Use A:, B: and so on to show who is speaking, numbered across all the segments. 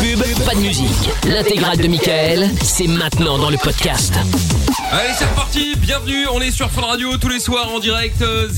A: pub, pas de musique. L'intégrale de Michael, c'est maintenant dans le podcast.
B: Allez, c'est parti. Bienvenue. On est sur Fun Radio tous les soirs en direct euh,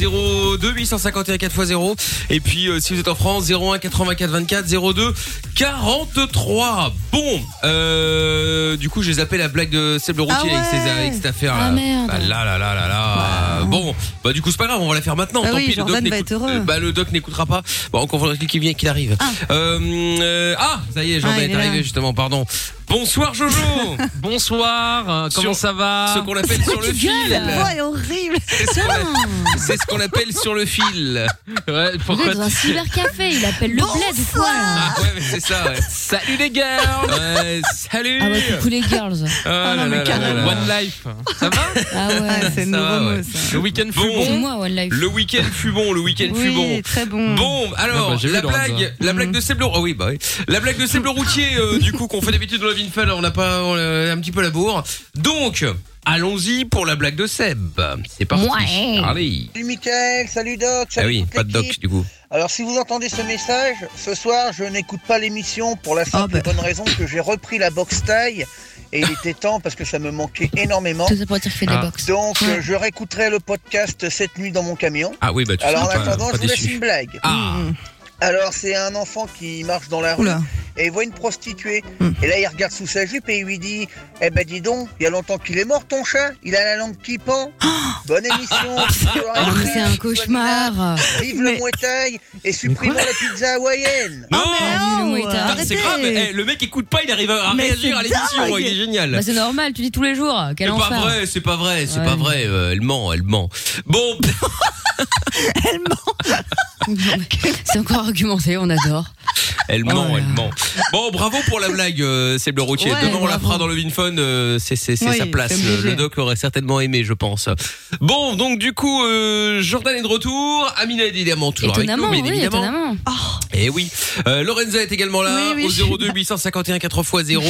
B: 02 851 4x0 et puis euh, si vous êtes en France 01 84 24 02 43. Bon, euh, du coup, j'ai zappé la blague de Seb le routier
C: Ah
B: avec, ses-
C: ouais.
B: avec cette affaire là.
C: Ah, merde.
B: Bah, là là là là là. Bon, bah du coup, c'est pas grave, on va la faire maintenant.
C: Ah
B: Tant
C: oui,
B: pis,
C: Jordan
B: le doc
C: va
B: n'écoute-
C: être heureux.
B: euh, Bah le doc n'écoutera pas. Bon, encore faudrait qu'il vienne qu'il arrive. Ah. Euh, euh, ah, ça y est, Jordan
D: Ah, il
B: est
D: est là.
B: arrivé justement, pardon. Bonsoir Jojo.
D: Bonsoir, euh, comment
B: Sur-
D: ça va
B: Ce qu'on appelle sur le fil.
C: La voix est horrible.
B: C'est ce qu'on appelle sur le fil.
D: Ouais, pourquoi
E: dans un
D: tu-
E: cybercafé, il appelle le bled ou quoi là
B: Ah ouais, mais c'est ça. Ouais.
D: Salut les girls
B: Ouais, salut.
E: Ah ouais, coucou les girls.
B: Oh là là là là là.
D: One life, ça va
E: Ah ouais.
C: c'est
B: Ça
C: nouveau
B: va, ouais.
C: mot, ça.
D: Le week-end fut
B: Bon.
D: bon,
E: C'est moi, One Life.
B: Le week-end fut bon, le week-end fut bon.
C: Oui, très bon.
B: Bon, alors
D: Ah bah, j'ai
B: la
D: vu Lorenza.
B: blague, la blague de Seblo. Ah oui, bah oui. La blague de Seblo Routier, euh, du coup qu'on fait d'habitude dans la Vinfal, on n'a pas on a un petit peu la bourre. Donc, allons-y pour la blague de Seb. C'est parti.
E: Ouais.
B: Allez.
F: Salut Mickaël, salut Doc,
B: Ah
F: salut
B: oui,
F: toute
B: pas de doc
F: l'équipe.
B: du coup.
F: Alors si vous entendez ce message, ce soir je n'écoute pas l'émission pour la simple
C: Ah
F: et
E: bah.
F: bonne raison que j'ai repris la boxe taille et il était temps parce que ça me manquait énormément.
E: Tout ça pour dire qu'il fait de la
D: Ah.
E: boxe.
F: Donc euh, je réécouterai le podcast cette nuit dans mon camion.
B: Ah oui, bah tu
F: Alors en
B: seras pas,
F: attendant,
B: pas
F: je vous laisse
B: déçu.
F: une blague.
B: Ah,
C: Mm.
F: Alors c'est un enfant qui marche dans la rue
C: Oula.
F: et il voit une prostituée.
E: Mm.
C: Hmm.
F: Et là il regarde sous sa jupe et il lui dit Eh ben dis donc, il y a longtemps qu'il est mort ton chat, il a la langue qui pend. Bonne émission.
E: Ah, mais c'est un cauchemar.
F: Vive
C: Mais-
F: le Muay Thai et supprimons la pizza hawaïenne
E: Ah,
B: non,
E: le Muay Thai.
G: Ah,
B: Putain,
C: arrêtez.
B: c'est grave. Eh, le mec écoute pas, il arrive à
C: Mais
B: réagir
C: c'est
B: à l'émission.
C: dingue.
B: Il est génial.
E: Bah, c'est normal, tu dis tous les jours. Quel
B: C'est pas
E: enfer.
B: vrai, c'est pas vrai, c'est
E: Ouais.
B: pas vrai. euh, elle ment, elle ment. Bon,
C: Elle ment.
E: Non, mais C'est encore argumenté, on adore.
B: elle ment,
E: Oh là
B: elle
E: là.
B: ment. Bon, bravo pour la blague, euh, c'est le routier.
C: Ouais,
B: Demain, on la
E: bravo.
B: fera dans le VinFun. euh, c'est c'est- c'est
C: Oui,
B: sa place.
C: c'est
B: Le,
C: obligé.
B: le doc aurait certainement aimé, je pense. Bon, donc du coup, euh, Jordan est de retour. Amina est évidemment toujours
E: Étonnamment,
B: avec nous,
E: oui,
B: bien évidemment.
E: étonnamment.
G: Oh,
B: Et oui, euh, Lorenza est également là
C: Oui, oui, je suis
B: au 02 851 4x0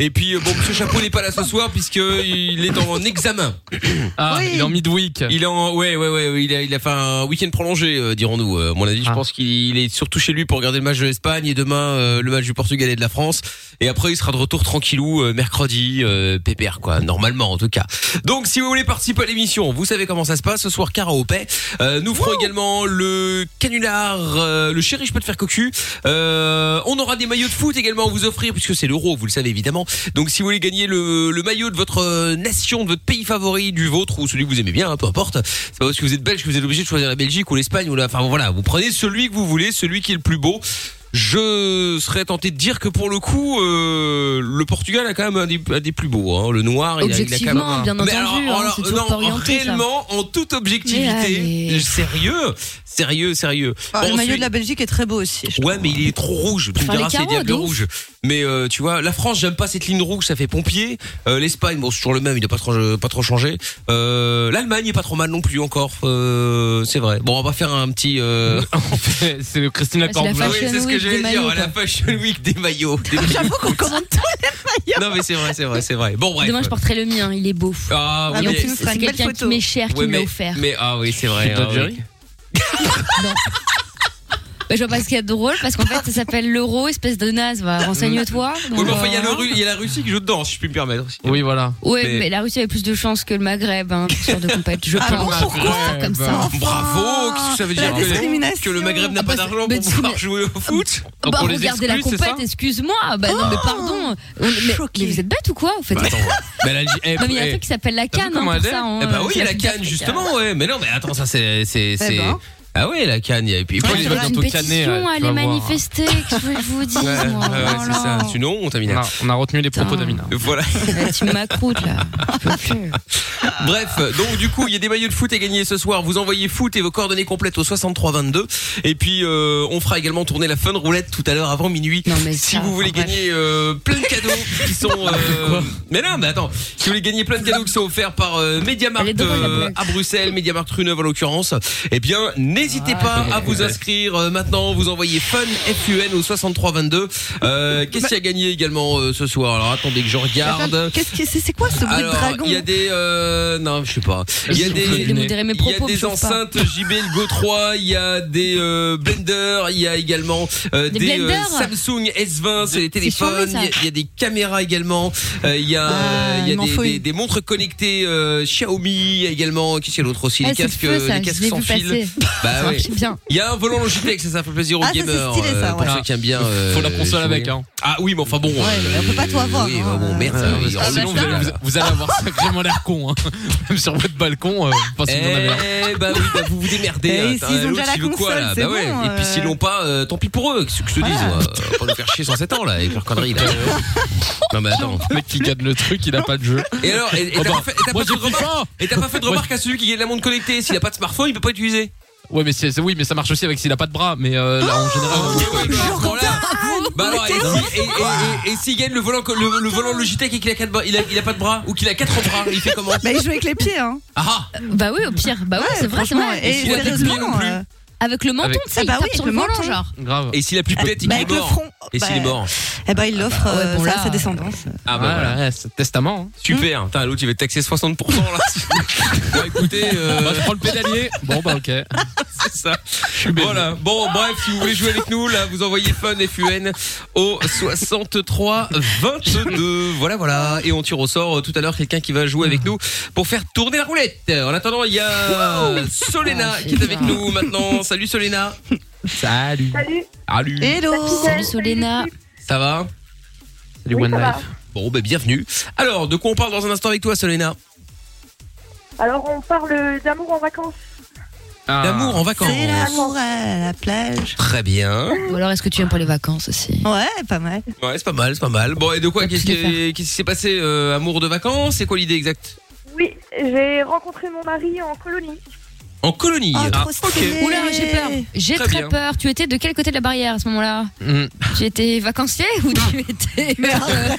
B: et puis euh, bon monsieur Chapeau n'est pas là ce soir puisque il est en examen.
D: Ah,
C: Oui.
D: il est en midweek.
B: Il est en ouais ouais ouais, il a il a fait un week-end prolongé euh, dirons-nous. Euh, à mon avis, je
D: Ah.
B: pense qu'il il est surtout chez lui pour regarder le match de l'Espagne et demain euh, le match du Portugal et de la France et après il sera de retour tranquillou euh, mercredi euh, pépère quoi, normalement en tout cas. Donc si vous voulez participer à l'émission, vous savez comment ça se passe ce soir karaopé. Euh, nous ferons également le canular euh, le chéri je peux te faire cocu. Euh, on aura des maillots de foot également à vous offrir puisque c'est l'euro, vous le savez évidemment. Donc si vous voulez gagner le, le maillot de votre euh, nation, de votre pays favori, du vôtre ou celui que vous aimez bien, hein, peu importe. C'est pas parce que vous êtes belge que vous êtes obligé de choisir la Belgique ou l'Espagne ou la. Enfin bon, voilà, vous prenez celui que vous voulez, celui qui est le plus beau. Je serais tenté de dire que pour le coup, euh, le Portugal a quand même un des, un des plus beaux. hein. Le noir, il a- il a quand même.
E: Objectivement, bien
B: Mais
E: entendu.
B: alors,
E: hein,
B: alors,
E: c'est toujours
B: non,
E: pas orienté. ça.
B: réellement, en toute objectivité,
E: Mais allez.
B: sérieux, sérieux, sérieux.
C: Ah,
B: Bon,
C: le maillot
B: ensuite-
C: de la Belgique est très beau aussi. je
B: Ouais,
C: trouve.
B: mais il est trop rouge. Tu me
E: Enfin, les
B: diras, c'est
E: carreaux,
B: diable
E: de ouf.
B: rouge. Mais euh, tu vois, la France, j'aime pas cette ligne rouge, ça fait pompier. Euh, L'Espagne, bon, c'est toujours le même, il n'a pas trop, euh, pas trop changé. Euh, L'Allemagne est pas trop mal non plus encore. Euh, c'est vrai. Bon, on va faire un petit. Euh...
D: C'est le Christine
E: Ah, c'est la
D: Lacorbleu.
B: Ah
E: Fashion Week des maillots,
B: la Fashion Week des maillots. Des maillots.
C: J'avoue qu'on commande tout.
B: non, mais c'est vrai, c'est vrai, c'est vrai. Bon, bref.
E: Demain, je porterai le mien, il est beau.
B: Ah,
C: Ah,
E: Et
B: oui,
E: en
C: donc,
B: mais-
C: tu nous
E: plus,
C: feras
E: c'est
C: une belle
E: quelqu'un qui
C: photo.
E: m'est cher
B: ouais,
E: qui me l'a
B: mais-
E: offert.
B: Mais ah oui, c'est vrai.
D: C'est toi,
B: ah oui.
D: Jerry
E: Bah, je vois pas ce qu'il y a de drôle parce qu'en fait ça s'appelle l'euro, espèce de naze, va, renseigne-toi.
B: Oui,
E: Donc,
B: mais enfin, il y, a
E: euh,
B: le Ru- il y a la Russie qui joue dedans, si je puis me permettre. aussi.
D: Oui, voilà.
E: Ouais,
B: mais-
E: mais... la Russie avait plus de chance que le Maghreb, hein, sur de compète, je
C: Ah bon,
E: pense.
C: pourquoi
E: C'est comme ça.
C: Enfin,
B: bah, Bravo, qu'est-ce que ça veut
C: la
B: dire que-
C: discrimination.
B: Que le Maghreb n'a
E: Ah,
B: pas
E: bah, c'est-
B: d'argent
E: mais
B: pour
E: dis-
B: pouvoir jouer au foot
D: Donc,
E: bah,
D: on les
E: regardez la
D: exclut, c'est ça
E: compète, excuse-moi. Bah non, mais pardon. On- mais,
C: Choquée.
E: mais vous êtes bête ou quoi Vous faites
B: Bah, attends, mais elle a dit- eh,
E: Non, mais il y a un
B: eh,
E: truc qui s'appelle la
D: T'as vu
E: canne, hein,
D: comment
E: pour
D: elle est
E: ça. hein,
B: eh bah oui,
E: euh,
B: il y a la
E: Sud-Afrique,
B: canne
E: hein.
B: justement, ouais. Mais non, mais attends, ça c'est
E: Eh
B: c'est c'est
C: ben.
B: ah ouais la canne. Et puis
D: Ouais,
B: faut les
D: c'est
B: mettre
D: vrai.
B: dans
E: une
B: ton-
D: ton canet,
E: pétition,
D: ouais, tu
E: allez
D: vas voir.
E: manifester, que je veux que je vous dise.
B: Ouais, ouais,
E: moi.
B: ouais,
E: Oh
B: c'est
E: là.
B: ça. C'est une honte,
D: On
B: Amina.
D: a, on a retenu les propos
E: Putain.
D: d'Amina.
B: Voilà.
E: Ouais, Tu m'accroutes Oh là. Je peux plus.
B: Bref, donc du coup, il y a des maillots de foot à gagner ce soir. Vous envoyez foot et vos coordonnées complètes au 63 22. Et puis, euh, on fera également tourner la fun roulette tout à l'heure avant minuit.
E: Non, mais
B: si
E: ça,
B: vous voulez
E: enfin, bref.
B: gagner euh, plein de cadeaux qui sont, euh, mais non, mais attends, si vous voulez gagner plein de cadeaux qui sont offerts par euh, Mediamarkt
E: Elle est drôle, la
B: euh,
E: blague.
B: à Bruxelles, Mediamarkt Runeuve en l'occurrence, eh bien, N'hésitez
E: Ah,
B: pas à vous inscrire euh, maintenant. Vous envoyez fun fun au 6322. Euh,
E: Bah
B: Qu'est-ce qu'il y a gagné également euh, ce soir Alors attendez que je regarde.
C: Qu'est-ce que c'est C'est quoi ce bruit
B: Alors,
C: de dragon
B: il y a des euh, non, je sais pas. Il y a
E: Je suis obligée de
B: des
E: modérer
B: il
E: mes
B: y
E: propos.
B: a
E: me
B: des
E: chauffe pas.
B: enceintes JB le Go 3, il y a des euh, blenders, il y a également euh,
E: Des
B: des, euh,
E: blenders
B: Samsung S20, c'est les téléphones, il
E: charmé, ça.
B: y, a- il y a des caméras également, euh, il y a,
C: Ah,
B: il y a
C: il m'en
B: des,
C: faut
B: des-
C: une.
B: des montres connectées euh, Xiaomi, il y a également qu'est-ce qu'il y a d'autre aussi,
E: Ah,
B: les
E: c'est le
B: casques euh,
E: feu, ça,
B: les
E: je
B: casques
E: l'ai
B: sans
E: vu
B: fil.
E: passer.
B: Bah ouais.
E: C'est bien.
B: Il y a un volant Logitech, ça ça fait plaisir aux
C: Ah, ça, c'est
B: gamers
C: stylé, ça,
B: euh, pour
C: ouais.
B: ceux qui aiment bien
D: Faut la
B: euh,
D: console
B: jouer.
D: avec, hein.
B: Ah oui, mais enfin bon,
C: mais on peut pas tout avoir,
B: Euh, Oui,
C: hein.
B: bah bon, merde,
D: Ah, parce
B: euh,
D: que
E: Ah,
D: sinon,
B: sinon,
D: vous
B: vous
E: bah,
D: allez,
B: allez-
D: vous- vous allez avoir sacrément l'air con, hein. Même sur votre balcon, euh, vous passez une bonne année.
B: Eh bah oui, bah vous vous démerdez.
C: Eh,
B: hein,
C: s'ils
B: t'as
C: ont
B: l'autre
C: déjà la
B: qui veut quoi,
C: console,
B: là
C: c'est
B: Bah ouais.
C: bon,
B: Et puis
C: euh.
B: s'ils l'ont pas, euh, tant pis pour eux. Qu'est-ce que je te dis
C: Voilà.
B: moi euh, Pas nous faire chier 107 ans là avec leur connerie. Là. non mais attends.
D: Le mec qui gagne le truc, il a pas de jeu.
B: Et alors, et et t'as
D: Attends,
B: pas fait, et t'as
D: moi
B: pas fait
D: j'ai
B: de remarque
D: FIFA
B: Et t'as pas fait de remarque à celui qui gagne la montre connectée S'il a pas de smartphone, il peut pas utiliser.
D: Ouais, mais c'est, c'est- oui, mais ça marche aussi avec s'il a pas de bras, mais euh, là en général.
B: Oh,
D: on-
B: Ouais, mais à ce moment-là- Bah alors, et si- et- et- et- et s'il gagne le volant, co- le, le volant Logitech et qu'il a quatre bras, il a, il a pas de bras ou qu'il a quatre bras, il fait comment
C: Bah, il joue avec les pieds, hein.
B: Ah ah
E: Bah oui, au pire. Bah oui, c'est vrai, c'est
C: franchement.
E: vrai.
C: Et
B: Il a des pieds non
C: sérieusement,
B: plus.
C: euh,
E: Avec le menton,
D: Avec-
E: tu sais,
C: Ah bah
E: il tape
C: oui,
E: sur
C: le
E: le volant,
C: menton.
E: genre.
D: Grave.
B: Et s'il a plus de tête, il
C: bah,
B: est
C: avec le
B: mort.
C: front.
B: Et s'il
C: bah,
B: est mort
C: Eh ben, il
B: bah.
C: l'offre
E: Ah ouais,
C: euh,
E: bon,
C: ça
E: là,
C: à sa descendance.
B: Ah bah
D: Ouais,
B: voilà.
D: ouais, c'est testament. hein.
B: Super, putain, l'autre il va te taxer 60% là. bon, écoutez,
D: Bah,
B: euh,
D: je prends le pédalier. Bon, bah, ok.
B: c'est ça.
D: bête.
B: Voilà. Bon, bref, si vous voulez jouer avec nous, là, vous envoyez fun FUN au 63 22. Voilà, voilà. Et on tire au sort euh, tout à l'heure quelqu'un qui va jouer avec nous pour faire tourner la roulette. En attendant, il y a Solena
E: Ah, c'est
B: qui est avec
E: bien.
B: nous maintenant. Salut Solena.
D: Salut.
G: Salut.
B: Salut.
C: Hello
E: Salut Solena.
B: Ça va
D: Salut,
G: Oui,
D: One
G: ça va.
D: Life.
B: Bon, ben bienvenue. Alors, de quoi on parle dans un instant avec toi, Solena
G: Alors, on parle d'amour en vacances.
D: Ah.
B: D'amour en vacances.
C: C'est l'amour à la plage.
B: Très bien.
E: Ou alors, est-ce que tu aimes pas les vacances aussi
C: Ouais, pas mal.
B: Ouais, c'est pas mal, c'est pas mal. Bon, et de quoi
E: Faut
B: Qu'est-ce
E: plus
B: qui qu'est-ce
E: le
B: qui s'est passé euh, Amour de vacances C'est quoi l'idée exacte
G: Oui, j'ai rencontré mon mari en colonie.
B: En colonie.
C: Oh,
B: Ah,
C: trop stylé.
E: Oula, j'ai peur. J'ai
B: Très
E: très,
B: bien.
E: peur. Tu étais de quel côté de la barrière à ce moment-là
B: Hmm.
D: Mm.
E: Tu étais vacancier ou tu étais. euh,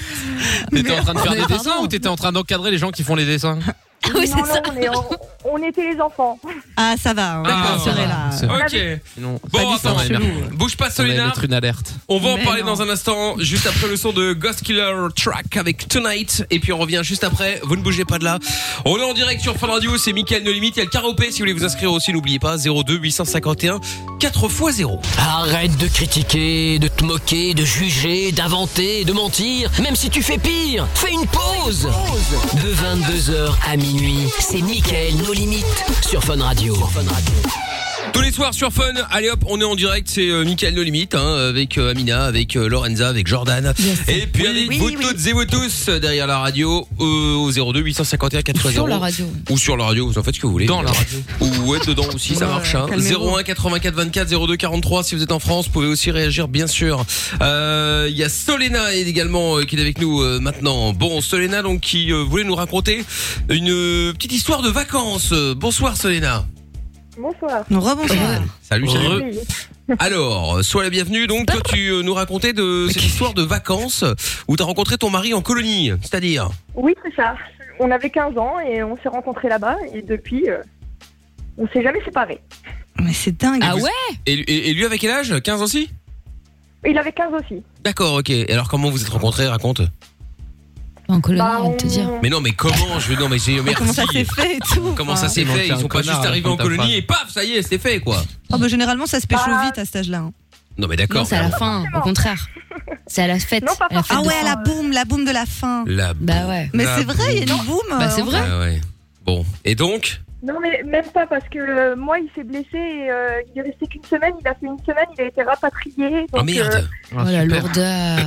C: Mais arrête.
D: T'étais en train de faire
E: Mais
D: des
E: pardon.
D: dessins ou t'étais en train d'encadrer les gens qui font les dessins
E: Ah oui,
G: non,
E: c'est ça.
G: non, on, est en- on était les enfants.
C: Ah, ça va. hein,
B: Ah,
C: on est rassurés, là.
D: C'est-
B: ok.
D: Sinon,
B: Bon, attends,
D: ouais, merde.
B: bouge pas,
D: On allait
B: Solena.
D: mettre une alerte.
B: On va en
C: Mais
B: parler
C: non.
B: dans un instant, juste après le son de Ghost Killer Track avec Tonight. Et puis on revient juste après. Vous ne bougez pas de là. On est en direct sur Fun Radio. C'est Mickaël No Limite. Il y a le karaopé. Si vous voulez vous inscrire aussi, n'oubliez pas 02 851 4 x 0.
A: Arrête de critiquer, de te moquer, de juger, d'inventer, de mentir. Même si tu fais pire, fais une pause. De 22h à minuit, c'est Mickaël, nos limites, sur Fun Radio.
B: Tous les soirs sur Fun, allez hop, on est en direct, c'est euh, Mickaël No Limite, hein, avec euh, Amina, avec euh, Lorenza, avec Jordan, et puis avec
C: oui,
B: vous
C: oui.
B: toutes et vous tous euh, derrière la radio euh, au 02 851 4x0
E: Sur la radio.
B: ou sur la radio, vous en faites ce que vous voulez.
D: Dans la radio.
B: Ou être dedans aussi, ça
C: Ouais,
B: marche. Hein.
C: calmez-vous.
B: 01 84 24 02 43 si vous êtes en France, vous pouvez aussi réagir bien sûr. Euh, Il y a Solena également euh, qui est avec nous euh, maintenant. Bon, Solena donc qui euh, voulait nous raconter une euh, petite histoire de vacances. Euh, Bonsoir Solena.
G: Bonsoir.
C: Nous rebonsoir.
B: Salut,
D: salut.
G: Oui.
B: Alors, euh, sois la bienvenue. Donc, toi, tu euh, nous racontais de cette histoire de vacances où t'as rencontré ton mari en colonie, c'est-à-dire.
G: Oui, c'est ça. On avait 15 ans et on s'est rencontrés là-bas. Et depuis, euh, on s'est jamais séparés.
C: Mais c'est dingue.
E: Ah ouais
B: Et, et- et lui, avec quel âge 15 ans aussi
G: Il avait 15 aussi.
B: D'accord, ok. Et alors, comment vous êtes rencontrés Raconte.
E: En colonie,
G: Bah,
E: on va te dire.
G: on-
B: Mais non, mais comment Je veux non, mais j'ai
C: Mais comment ça s'est
B: merci.
C: fait et tout
B: Comment ça
C: enfin.
B: s'est
D: Ils ont
B: fait
D: fait
B: Ils
D: un
B: sont pas
D: connard,
B: juste arrivés en
D: comme ta
B: colonie
D: phrase.
B: et paf, ça y est, c'est fait quoi.
C: Ah bah, Généralement, ça se pêche
G: Bah,
C: vite à cet âge-là. hein.
B: Non, mais
E: Non,
B: d'accord.
E: c'est à la fin, au contraire. C'est à la fête.
G: Non, pas
E: à la fête
C: Ah
E: de
C: ouais,
E: fin.
C: la boum, la boum de la fin.
B: La.
E: Bah ouais.
C: Mais
B: La
C: c'est vrai, il y a
E: boum.
C: une boum.
E: Bah
C: euh,
E: c'est vrai.
B: Ah ouais. Bon. Et donc
G: Non, mais même pas parce que euh, moi, il s'est blessé et euh, il est resté qu'une semaine. Il a fait une semaine, il a été rapatrié.
B: Ah
G: donc, euh,
B: merde.
E: Oh la lourdeur.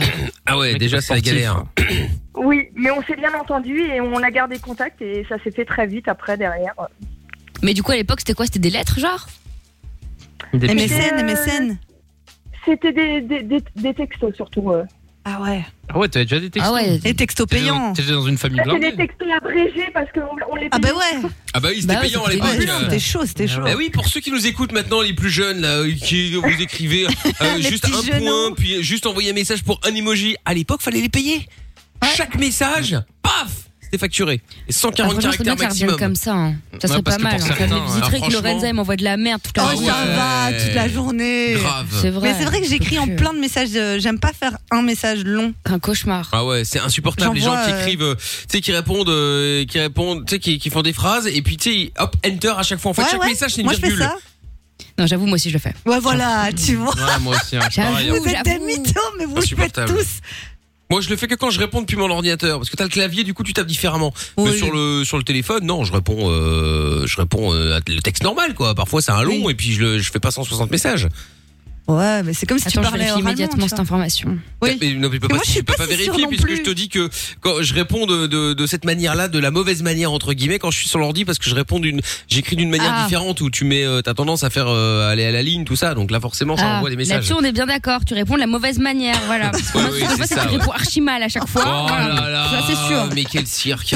B: Ah ouais,
D: Mec,
B: déjà
D: pas
B: c'est la
D: sportif.
B: galère.
G: oui, mais on s'est bien entendu et on a gardé contact et ça s'est fait très vite après derrière.
E: Mais du coup, à l'époque, c'était quoi C'était des lettres, genre
D: Des petits-
G: Euh,
C: MSN, MSN.
G: C'était des, des, des, des textos surtout. euh.
C: Ah ouais.
D: Ah ouais, t'avais déjà des textes.
E: Ah ouais.
C: Et texto
D: T'étais dans-
C: payant.
D: T'étais dans une
E: Ah,
D: famille
G: Ça, c'est des
D: blindée.
G: textos abrégés parce qu'on on les
C: Ah bah
G: payait.
C: ouais.
B: Ah bah oui, c'était
E: Bah ouais,
B: payant à
E: c'était
B: l'époque.
E: payant.
C: Ouais,
E: Ah,
B: euh.
C: C'était chaud, c'était chaud.
B: Eh oui, pour ceux qui nous écoutent maintenant, les plus jeunes, là, euh, qui vous écrivez euh,
C: Les
B: juste
C: petits
B: un
C: jeunes,
B: point,
C: hein.
B: puis juste envoyer un message pour un emoji. À l'époque, fallait les payer. Chaque message, paf, c'était c'était facturé.
C: Ah,
B: Et 140
E: Franchement, c'est bien
B: caractères
E: qu'elle revienne
B: maximum.
E: comme ça. hein. Ça
B: Ouais,
E: serait
B: parce
E: pas
B: que
E: mal.
B: pour
E: hein. Ça me
B: certains,
E: visiterait
B: hein,
E: que Lorenza elle m'envoie de la merde toute la
C: Oh,
B: Ah
E: journée.
C: ça
B: ouais.
C: va, toute la journée.
B: Grave.
E: C'est vrai.
C: Mais c'est vrai que j'écris en plein de messages. euh, J'aime pas faire un message long.
E: Un cauchemar.
B: Ah ouais, c'est insupportable les gens
C: J'envoie,
B: qui
C: euh,
B: écrivent, euh, tu sais, qui répondent, euh, qui répondent, tu sais, qui, qui font des phrases et puis tu sais, hop, enter à chaque fois. En fait,
C: Ouais,
B: chaque
C: ouais.
B: message c'est une
C: Moi, je fais
B: virgule.
C: ça.
E: Non, j'avoue, moi aussi, je le fais.
C: Ouais, voilà, tu vois.
D: Ouais, moi aussi. hein, pareil, hein.
E: J'avoue,
C: Vous êtes des
E: j'avoue.
C: mythos, mais vous le faites
B: Insupportable.
C: tous.
B: Moi, je le fais que quand je réponds depuis mon ordinateur, parce que t'as le clavier, du coup, tu tapes différemment. Mais
C: Oui.
B: sur le sur le téléphone, non, je réponds, euh, je réponds euh, à le texte normal, quoi. Parfois, c'est un long et puis je le- je fais pas 160 messages.
C: Ouais, mais c'est comme si tu
E: Attends, je
C: parlais
E: vérifie
C: oralement.
E: immédiatement
C: tu
E: cette
C: vois.
E: information.
C: Oui.
B: Mais non, mais tu peux
C: Mais
B: pas,
C: moi, je
B: tu
C: suis
B: peux
C: pas
B: pas
C: si sûre
B: vérifier
C: non
B: puisque
C: plus.
B: je te dis que quand je réponds de, de, de cette manière-là, de la mauvaise manière entre guillemets, quand je suis sur l'ordi parce que je réponds d'une, j'écris d'une manière
E: Ah.
B: différente où tu mets, euh, t'as tendance à faire euh, aller à la ligne tout ça, donc là forcément ça
E: Ah,
B: envoie des messages.
E: Là-dessus, on est bien d'accord. Tu réponds de la mauvaise manière. Voilà. Parce que
B: Oui,
E: moi,
B: oui,
E: tu
B: c'est
E: vois,
B: ça,
E: tu
B: ouais.
E: réponds archi mal à chaque fois.
B: Oh
E: Voilà.
B: là là,
E: Ça, c'est sûr.
B: Mais quel cirque.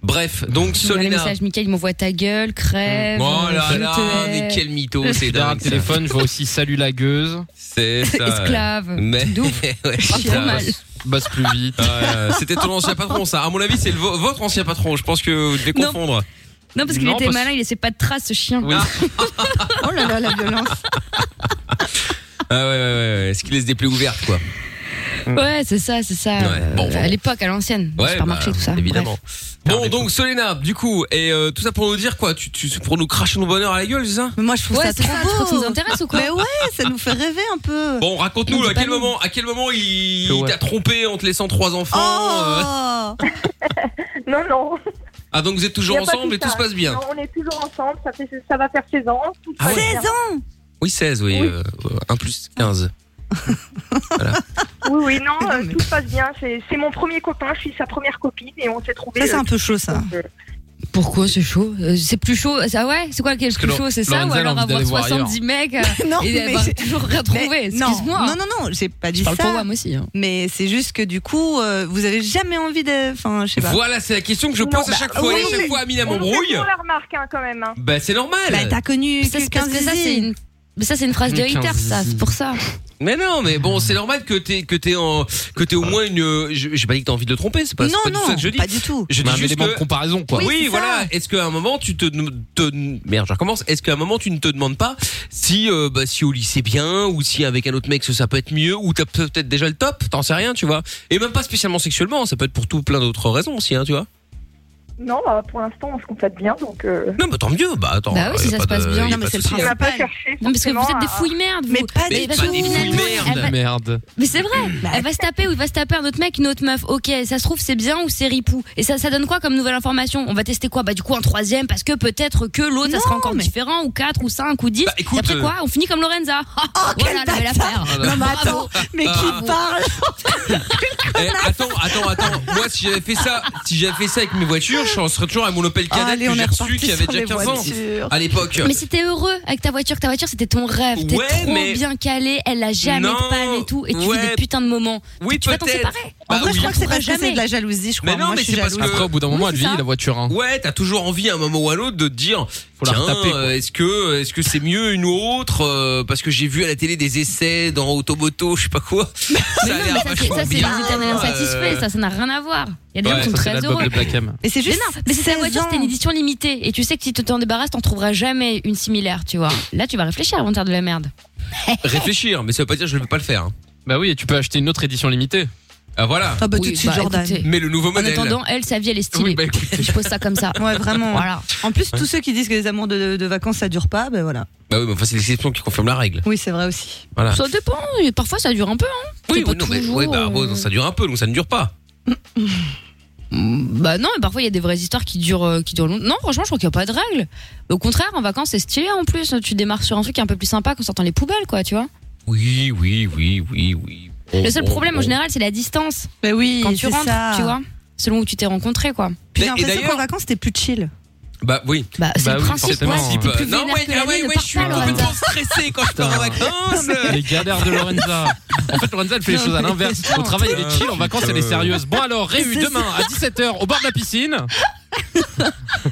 B: Bref, donc
E: Je vois Les
B: Solina.
E: messages, Mickaël, il m'envoie ta gueule, crève.
B: Oh
E: euh,
B: là
E: je
B: là,
E: te hais,
B: mais quel mytho, c'est
D: Je
B: dingue.
D: regarde le
B: ça.
D: téléphone, je vois aussi salut la gueuse,
B: C'est ça. ouais.
E: Esclave.
B: Mais
E: De ouf.
B: Ouais,
E: Pas
B: putain.
E: trop mal.
D: basse plus vite.
B: Ouais, c'était ton ancien patron, ça. À mon avis, c'est le vo- votre ancien patron. Je pense que vous devez
E: Non.
B: confondre.
E: Non, parce qu'il
D: Non,
E: était
D: parce-
E: malin, il laissait pas de traces, ce chien.
D: Oui.
C: Oh là là, la violence.
B: Ah ouais, ouais, ouais, ouais. Est-ce qu'il laisse des plaies ouvertes, quoi
E: Ouais, c'est ça, c'est ça.
B: Ouais,
E: Euh,
B: bon, bon.
E: À l'époque, à l'ancienne.
B: Ouais,
E: supermarché,
B: bah,
E: tout ça.
B: Évidemment.
E: Bref.
B: Bon, donc Solena, du coup, et euh, tout ça pour nous dire quoi tu, tu, Pour nous cracher nos bonheurs à la gueule, c'est ça
C: Mais moi, je trouve
E: Ouais,
C: ça
E: c'est
C: trop
E: ça, tu
C: beau.
E: crois que ça nous intéresse ou quoi
C: Mais ouais, ça nous fait rêver un peu.
B: Bon, raconte-nous
E: Il
B: à
E: dit pas
B: quel
E: non.
B: moment, à quel moment il, il
D: Que ouais.
B: t'a trompé en te laissant trois enfants. euh.
C: Oh
G: Non, non.
B: Ah donc vous êtes toujours
G: Y a pas
B: ensemble
G: tout
B: et tout
G: ça.
B: se passe bien.
G: Non, on est toujours ensemble, ça, fait, ça va faire 16 ans. Tout se
B: Ah
G: passe
B: ouais.
C: 16
G: bien.
C: ans
B: Oui, 16, oui.
G: Oui.
B: 1 plus
C: Ah,
B: 15.
G: Oui, oui, non,
C: Non,
G: euh,
C: mais-
G: tout se passe bien. C'est c'est mon premier copain, je suis sa première copine et on s'est trouvés.
C: Ça, c'est
G: euh,
C: un peu chaud, ça.
G: euh,
E: Pourquoi c'est chaud Euh, C'est plus chaud. Ça, ouais, c'est quoi qui est le
D: que
E: plus chaud C'est ça Ou
D: Lorenza, elle a
E: alors
D: envie
E: avoir
D: d'aller voir
E: 70 mecs euh,
C: Non,
E: et
C: mais
E: avoir
C: j'ai-
E: toujours rien trouvé
C: mais non,
E: Excuse-moi.
C: non, non, non, j'ai pas dit
E: Je parle pour moi,
C: ça.
E: moi aussi. hein.
C: Mais c'est juste que du coup, euh, vous avez jamais envie de. Enfin, je sais pas.
B: Voilà, c'est la question que je
G: Non,
B: pose à
G: bah,
B: chaque fois.
G: oui,
B: et à chaque
G: mais-
B: fois, Amina
G: on nous fait
B: m'embrouille.
G: toujours la remarque hein, quand même. hein.
B: Bah c'est normal.
C: Bah, t'as connu
E: Mais ça, c'est
C: que 15
E: parce que ça, c'est une. Mais ça, c'est une phrase de
D: Quinze
E: hater, ça,
D: zizi.
E: c'est pour ça.
B: Mais non, mais bon, c'est normal que t'es que t'es en que t'es au
D: Ah.
B: moins une. euh, je- J'ai pas dit que t'as envie de le tromper, c'est pas, c'est
C: Non,
B: pas du tout ça
C: non,
B: que je dis.
C: pas du tout.
B: Je dis
D: un
B: juste
D: élément
B: que-
D: de comparaison, quoi.
B: Oui,
C: Oui, c'est
B: voilà.
C: ça.
B: Est-ce qu'à un moment tu te, te- merde, je recommence. Est-ce qu'à un moment tu ne te demandes pas si euh, bah, si au lycée bien ou si avec un autre mec ça, ça peut être mieux ou t'as peut-être déjà le top, t'en sais rien, tu vois. Et même pas spécialement sexuellement, ça peut être pour tout plein d'autres raisons aussi, hein, tu vois.
G: Non, bah, pour l'instant, on se complète bien, donc euh,
B: Non, bah tant mieux. Bah attends.
E: Bah oui, si
B: y a
E: ça se
B: pas
E: passe
B: de- y
E: bien.
B: a
E: Non,
B: pas
C: mais
B: de
C: c'est le
B: souci.
G: on
C: principe.
G: n'a pas
C: normal.
G: cherché.
E: Non, parce que vous
G: forcément
E: êtes des
G: à-
E: fouilles merdes, vous.
C: Mais pas
B: Mais
C: du
E: Mais
B: pas
E: parce
C: tout.
E: que
B: des fouilles
E: finalement,
B: merdes.
E: elle va-
D: Merde.
E: Mais c'est vrai,
C: Bah,
E: elle va se taper ou il va se taper un autre mec, une autre meuf. Ok, ça se trouve c'est bien ou c'est ripou. Et ça, ça donne quoi comme nouvelle information On va tester quoi Bah du coup un troisième parce que peut-être que l'autre ça
C: Non,
E: sera encore
C: mais-
E: différent ou quatre ou cinq ou dix.
B: Bah, écoute,
E: Et après
B: euh,
E: quoi On finit comme Lorenza.
C: Oh, quel
E: voilà, elle avait l'affaire.
B: Ah, bah,
C: Non, mais
E: oh,
C: attends, mais
B: Bravo.
C: qui parle
B: Eh, attends, attends, attends. Moi, si j'avais fait ça, si j'avais fait ça avec mes voitures, je serais toujours à mon Opel
C: Ah,
B: Cadet
C: Allez,
B: que
C: on
B: j'ai
C: est
B: reçu
C: reparti
B: qui avait
C: sur
B: déjà
C: les
B: 15 ans
C: voitures.
B: à l'époque.
E: Mais si t'es heureux avec ta voiture, ta voiture c'était ton rêve. T'es
B: Ouais,
E: trop
B: mais-
E: bien calé, elle l'a jamais
B: Non,
E: de panne et tout. Et tu
B: ouais.
E: vis des putains de moments.
B: Oui,
E: tu vas t'en
B: peut-être.
E: séparer.
B: Bah
C: En vrai,
B: oui.
C: je crois que c'est parce que
E: Jamais.
C: c'est de la jalousie, je crois.
B: Mais non,
C: Moi,
B: mais
C: je suis
B: c'est parce
C: jalouse.
B: que-
D: Après, au bout d'un moment,
E: Oui,
D: elle
E: c'est
D: vieillit
E: ça.
D: la voiture. Hein.
B: Ouais, t'as toujours envie à un moment ou à l'autre de te dire,
D: Faut la
B: tiens,
D: retaper, quoi.
B: euh, est-ce que est-ce que c'est mieux une ou autre euh, Parce que j'ai vu à la télé des essais dans Automoto, je sais pas quoi.
E: Mais
B: a
E: non,
B: l'air
E: mais ça, c'est-
B: vachement
E: ça, c'est
D: Bah
B: bien.
E: les éternels insatisfaits,
B: Euh,
E: ça, ça n'a rien à voir. Il y a des
B: Ouais,
E: gens qui sont
D: Ça, c'est
E: très
D: l'album
E: heureux.
D: de Black M.
C: Mais c'est
E: Mais
C: juste.
E: non, mais c'est ta
C: 16
E: voiture, c'était une
C: ans.
E: édition limitée. Et tu sais que si tu t'en débarrasses, t'en trouveras jamais une similaire, tu vois. Là, tu vas réfléchir avant de faire de la merde.
B: Réfléchir, mais ça veut pas dire que je ne veux pas le faire. hein.
D: Bah oui, et tu peux acheter une autre édition limitée.
B: Ah voilà.
C: Ah, bah,
E: Oui,
C: tout de suite,
E: bah,
C: Jordan.
E: écoutez,
B: Mais le nouveau
E: En
B: modèle.
E: attendant, elle, sa vie, elle est
D: Oui,
E: stylée.
D: bah écoutez.
E: Je pose ça comme ça.
C: Ouais, vraiment.
E: Voilà.
C: En plus, tous ceux qui disent que les amours de, de vacances ça dure pas, ben voilà.
B: Bah oui, mais enfin c'est l'exception qui confirme la règle.
C: Oui, c'est vrai aussi.
B: Voilà.
E: Ça dépend. et Parfois, ça dure un peu. Hein. C'est pas
B: non, mais
E: toujours,
B: ouais, bah,
E: euh,
B: bon, ça dure un peu, donc ça ne dure pas.
E: Bah non, mais parfois il y a des vraies histoires qui durent, euh, qui durent longtemps. Non, franchement, je crois qu'il n'y a pas de règle. Au contraire, en vacances, c'est stylé en plus. Tu démarres sur un truc un peu plus sympa qu'en sortant les poubelles, quoi, tu vois.
B: Oui, oui, oui, oui, oui. Bon,
E: Le seul
B: bon,
E: problème en
B: bon.
E: général, c'est la distance
C: Mais oui,
E: quand tu
C: c'est
E: rentres,
C: ça.
E: tu vois. Selon où tu t'es rencontré, quoi.
C: Puis
B: Et
C: j'ai l'impression
B: d'ailleurs-
C: qu'en vacances, t'es plus chill.
B: Bah oui.
E: Bah, c'est
D: Bah
E: le
D: oui,
E: principe,
D: forcément.
E: ouais.
D: Principe,
E: T'es plus
B: non,
E: vénère
B: ouais,
E: que la
B: ah ouais,
E: lune,
B: ouais,
E: ne
B: je suis
E: pars pas, Lorenza.
B: complètement stressé quand je pars en vacances.
D: Les galères de Lorenza. En fait, Lorenza, elle fait les choses à
B: Ah,
D: l'inverse. Au travail, elle est chill. En vacances, elle est sérieuse. Bon, alors, réu
C: C'est
D: demain à 17h au bord de la piscine.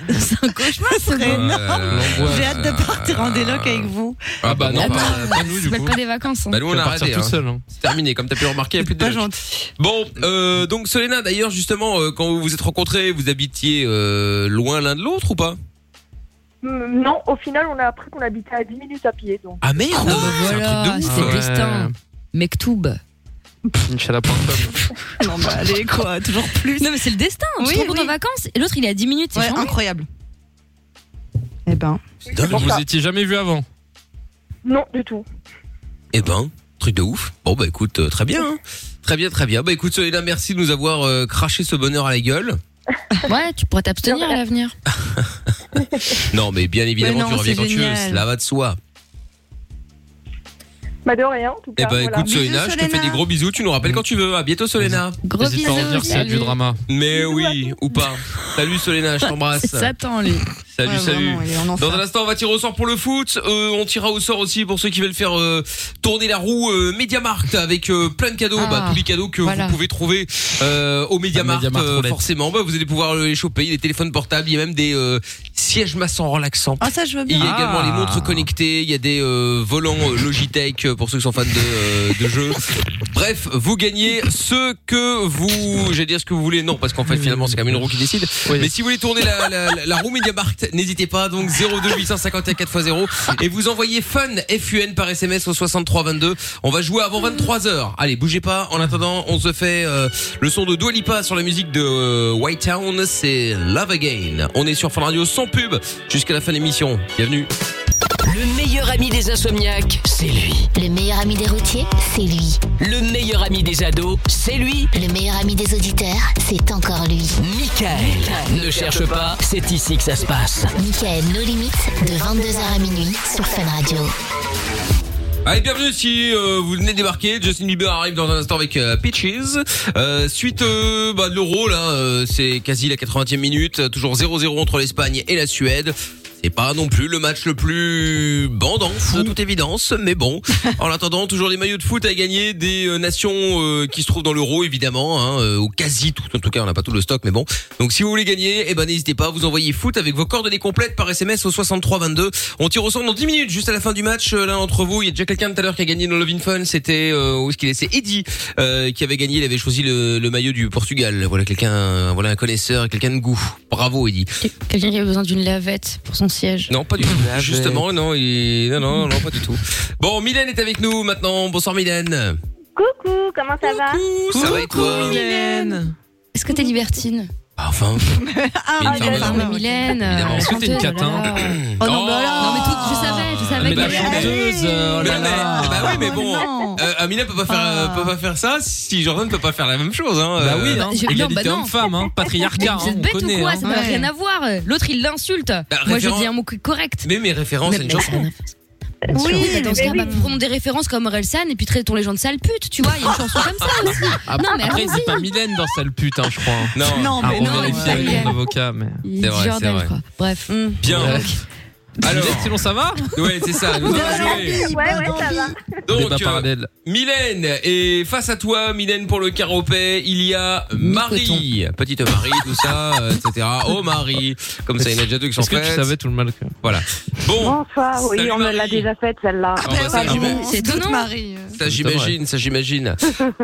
C: C'est un cauchemar, c'est
B: Ouais,
C: énorme.
B: l'angoisse.
C: J'ai hâte de partir en déloc avec vous.
B: Ah bah non,
E: Ah
B: pas,
E: bah,
B: pas nous du
E: c'est
B: coup.
E: pas des vacances. hein.
B: Bah nous on
D: Tu
B: a
D: vas partir
B: arrêté.
D: toute
B: hein.
D: seule, hein.
B: C'est terminé. Comme t'as pu le remarquer, il y a plus de
C: Pas
B: déloc.
C: gentil.
B: Bon, euh, donc Solena, d'ailleurs justement, euh, quand vous vous êtes rencontrés, vous habitiez euh, loin l'un de l'autre ou pas
G: Hum, Non, au final, on a appris qu'on habitait à 10 minutes à pied. Donc.
B: Ah merde
E: Ah bah voilà,
D: ouf,
E: c'est le
D: ouais.
E: destin. Mektoub.
C: Non, bah allez, quoi, toujours plus.
E: Non mais c'est le destin.
C: Oui,
E: tu te rencontres
C: oui.
E: en vacances et l'autre il est à 10 minutes. c'est
C: Ouais,
E: chambé.
C: incroyable. Eh ben,
B: dingue.
G: pour
D: Vous
G: ça.
D: étiez jamais vu avant.
G: Non, du tout.
B: Eh ben, truc de ouf. Bon bah écoute, euh, très bien. hein. Très bien, très bien. Bah écoute Solena, merci de nous avoir euh, craché ce bonheur à la gueule.
E: ouais, tu pourras t'abstenir à l'avenir.
B: Non mais bien évidemment,
C: Mais non,
B: tu reviens
C: c'est
B: quand tu veux,
C: génial.
B: cela va de soi.
G: Bah, de rien, en tout
B: Eh
G: cas.
B: ben
G: voilà.
B: écoute Solena,
C: Bisous,
B: je te fais
C: Solena.
B: des gros bisous, tu nous rappelles quand tu veux. À bientôt Solena.
E: Gros
D: N'hésite
E: bisous.
D: pas à en dire s'il y a du
E: salut.
D: drama.
B: Mais
G: Bisous à
B: oui, ou pas. Salut Solena, je t'embrasse.
E: Ça tend lui.
B: Salut,
C: ouais,
B: salut.
C: vraiment, elle est en enfer.
B: Dans un instant, on va tirer au sort pour le foot. Euh, on tirera au sort aussi pour ceux qui veulent faire euh, tourner la roue euh, Mediamarkt avec euh, plein de cadeaux,
E: Ah,
B: bah, tous les cadeaux que
E: voilà.
B: vous pouvez trouver euh, au Mediamarkt.
D: Ah, Mediamarkt
B: euh,
D: roulette.
B: forcément, bah, vous allez pouvoir euh, les choper. Il y a des téléphones portables, il y a même des euh, sièges massants relaxants.
C: Ah, ça, je veux
B: Il
C: bien.
B: y a
D: Ah.
B: également les montres connectées, il y a des euh, volants euh, Logitech euh, pour ceux qui sont fans de, euh, de jeux. Bref, vous gagnez ce que vous, j'allais dire ce que vous voulez, non, parce qu'en fait finalement c'est quand même une roue qui décide.
D: Oui.
B: Mais si vous voulez tourner la, la, la, la roue Mediamarkt, n'hésitez pas, donc 02851 4x0 et vous envoyez fun, FUN par SMS au 6322. On va jouer avant 23h. Allez, bougez pas. En attendant, on se fait euh, le son de Dua Lipa sur la musique de euh, White Town, c'est Love Again. On est sur Fun Radio sans pub jusqu'à la fin de l'émission. Bienvenue.
A: Le meilleur ami des insomniaques, c'est lui.
H: Le meilleur ami des routiers, c'est lui.
A: Le meilleur ami des ados, c'est lui.
H: Le meilleur ami des auditeurs, c'est encore lui.
A: Michael. Ne cherche pas, c'est ici que ça se passe.
H: Michael, nos limites, de 22h à minuit sur Fun Radio.
B: Allez, bienvenue si euh, vous venez de débarquer. Justin Bieber arrive dans un instant avec euh, Peaches. Euh, suite euh, bah, de l'euro, là, euh, c'est quasi la 80e minute. Euh, Toujours 0-0 entre l'Espagne et la Suède. C'est pas non plus le match le plus bandant, de toute évidence, mais bon. En attendant, toujours des maillots de foot à gagner des euh, nations euh, qui se trouvent dans l'euro, évidemment, hein, euh, ou quasi tout. En tout cas, on n'a pas tout le stock, mais bon. Donc, si vous voulez gagner, eh ben, n'hésitez pas, vous envoyez foot avec vos coordonnées complètes par SMS au 6322. On tire au sort dans 10 minutes, juste à la fin du match. euh, L'un d'entre vous, il y a déjà quelqu'un tout à l'heure qui a gagné dans Love in Fun. C'était euh, où est-ce qu'il est C'est Eddie euh, qui avait gagné. Il avait choisi le, le maillot du Portugal. Voilà quelqu'un, voilà un connaisseur, quelqu'un de goût. Bravo, Eddie.
E: Quelqu'un qui a besoin d'une lavette pour son siège.
B: Non, pas du tout. Justement, non, il... non, non, non, pas du tout. Bon, Mylène est avec nous maintenant. Bonsoir, Mylène.
G: Coucou, comment ça va
B: Ouh, ça va et toi
C: Mylène.
E: Est-ce que t'es libertine
B: Ah, Enfin.
C: Ah,
B: Mais une femme, non.
C: bah, bah,
E: mais
C: bah,
E: Mylène.
B: Évidemment.
E: euh,
D: Est-ce que t'es une
E: chanteuse,
D: catin
E: voilà.
C: Oh, non, mais
E: Non
C: alors
E: mais tout, je savais, je savais.
D: Mais la
E: qu'il y avait-
C: chanteuse,
D: chanteuse.
B: Ah
D: oh là
B: Mais, mais,
D: là. Ah
B: bah oui, mais
C: Oh,
B: bon.
C: non.
B: Euh, Amina peut pas faire, euh,
C: Ah.
B: peut pas faire ça si Jordan peut pas faire la même chose. Hein.
D: Bah oui,
B: Euh,
D: hein.
E: je- non,
D: égalité
E: bah non.
D: homme-femme, hein.
E: Mais
D: patriarcat, hein,
E: vous êtes
D: on
E: bête ou
D: connaît.
E: quoi
D: hein.
E: Ça n'a
C: Ouais.
E: rien à voir. L'autre il l'insulte. Moi je
B: référent-
E: dis un mot correct.
B: Mais mes références, c'est
E: Mais
B: une
E: bah,
B: chanson.
E: ça n'a- Oui, bah, dans ce cas, bah, prenons des références comme Orelsan et puis traitons les gens de sales putes, tu vois, il y a une chanson comme ça aussi.
B: bah,
D: Ah,
E: Non, mais
D: Après, il dit
E: allons-y.
D: pas Mylène dans sale pute, hein, je crois.
B: Non.
C: Non,
D: Ah,
C: mais
D: on
E: non,
D: vérifie
E: ouais.
D: avec mon avocat, mais.
E: Il
B: C'est
E: dit
B: vrai, c'est
E: Jordan,
B: vrai.
E: je crois. Bref.
B: Bien.
D: Ouais.
B: Alors.
D: Mylène, sinon ça va
B: Ouais, c'est ça. nous avons joué.
G: Ouais, ouais, ça va.
B: Donc,
D: Débat
B: euh,
D: parallèle.
B: Mylène, et face à toi, Mylène, pour le caropet, il y a Marie. Petite Marie, tout ça, euh, etc. Oh, Marie. Comme ça, il y en a déjà deux qui sont
D: Est-ce que tu
B: faites.
D: savais tout le mal que.
B: Voilà. Bon.
G: Bonsoir,
B: Salut,
G: oui, on me l'a
B: Marie.
G: déjà faite celle-là.
B: Ah bah, ça,
C: bah,
B: j'imagine.
C: bon,
E: C'est
C: toute
E: étonnant.
C: Marie.
B: Ça j'imagine, ça j'imagine.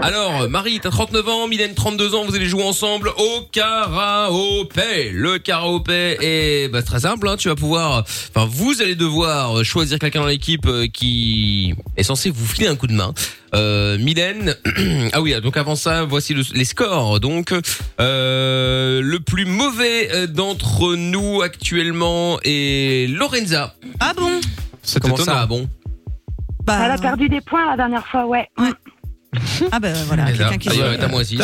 B: Alors Marie, t'as 39 ans, Mylène 32 ans, vous allez jouer ensemble au karaopé. Le karaopé est bah, c'est très simple, hein, tu vas pouvoir, enfin vous allez devoir choisir quelqu'un dans l'équipe euh, qui est censé vous filer un coup de main. Euh, Mylène, ah oui, donc avant ça, voici le- les scores. Donc euh, le plus mauvais euh, d'entre nous actuellement est Lorenza.
C: Ah bon
D: C'est
B: Comment ça, ah
D: étonnant.
B: bon
C: Bah,
G: Elle a perdu des points la dernière fois, ouais.
C: Ah bah voilà,
B: Et là,
C: quelqu'un qui
B: Ayoub
C: joue.
B: est hein. à moins 6.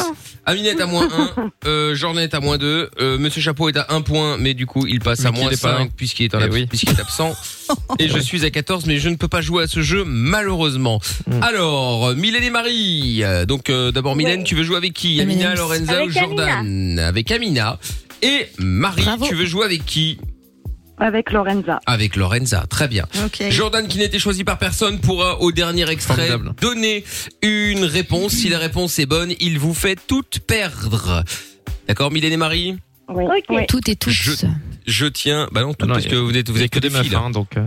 B: Aminet est à moins 1. Euh, Jordan est à moins 2. Euh, Monsieur Chapeau est à 1 point, mais du coup, il passe
D: Mais
B: à
D: qu'il
B: moins
D: est pas
B: 5
D: là.
B: puisqu'il est, en
D: Eh
B: abs-
D: oui.
B: puisqu'il est absent. et je suis à 14, mais je ne peux pas jouer à ce jeu, malheureusement.
D: Mm.
B: Alors, euh, Mylène et Marie. Euh, Donc, euh, d'abord, Mylène,
G: Ouais.
B: tu veux jouer avec qui Amina,
E: Amina.
B: Lorenza
G: Avec
B: ou Jordan Avec Amina. Et Marie,
E: Bravo.
B: tu veux jouer avec qui
G: Avec Lorenza.
B: Avec Ah, Lorenza. Très bien.
C: Ok.
B: Jordan, qui n'était choisi par personne, pourra au dernier extrait
D: Formidable.
B: donner une réponse. Si la réponse est bonne, il vous fait toute perdre. D'accord, Mylène et Marie
G: Oui. Oui.
E: Toutes et tous.
B: Je- Je tiens, bah non, tout,
D: Ah Non,
B: parce
D: il y
B: que vous êtes, vous êtes que des
D: meufs,
B: filles. là.
D: hein, donc. euh,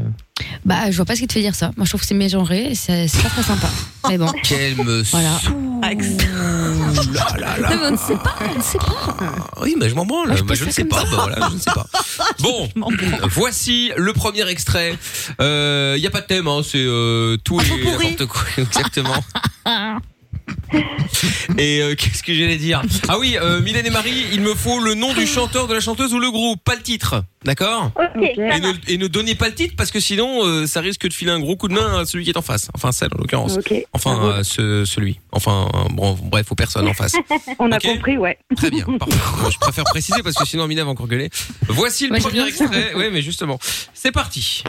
E: Bah, je vois pas ce qui te fait dire ça. Moi, je trouve que c'est mégenré et c'est c'est pas très sympa. Mais bon.
B: Qu'elle me
E: Voilà.
D: Ah,
B: saoule. Ah là là.
E: Non, mais on ne sait pas, on ne sait pas.
B: Oui, mais je m'en branle.
E: Moi, je
B: Bah, je
E: pose
B: ne
E: ça
B: sais
E: comme
B: pas.
E: ça.
B: bah voilà, je ne sais pas. Bon, voici le premier extrait. Il n'y a pas de thème, hein, c'est euh, tout
C: Ah,
B: et
C: tout pourri.
B: n'importe quoi. Exactement. Et euh, qu'est-ce que j'allais dire Ah oui, euh, Mylène et Marie, il me faut le nom du chanteur, de la chanteuse ou le groupe, pas le titre. D'accord
G: Ok, ça
B: et ne,
G: marche.
B: et ne donnez pas le titre parce que sinon euh, ça risque de filer un gros coup de main à celui qui est en face. Enfin celle en l'occurrence.
G: Ok.
E: Ah
B: Enfin euh, ce- celui. Enfin euh, bon bref aux personnes en face.
G: On a
B: ok.
G: compris, ouais.
B: Très bien. parfait. Bon, je préfère préciser parce que sinon Amina va encore gueuler. Voici le
E: Moi, j'ai
B: premier
E: bien ça.
B: extrait. Oui mais justement. C'est parti.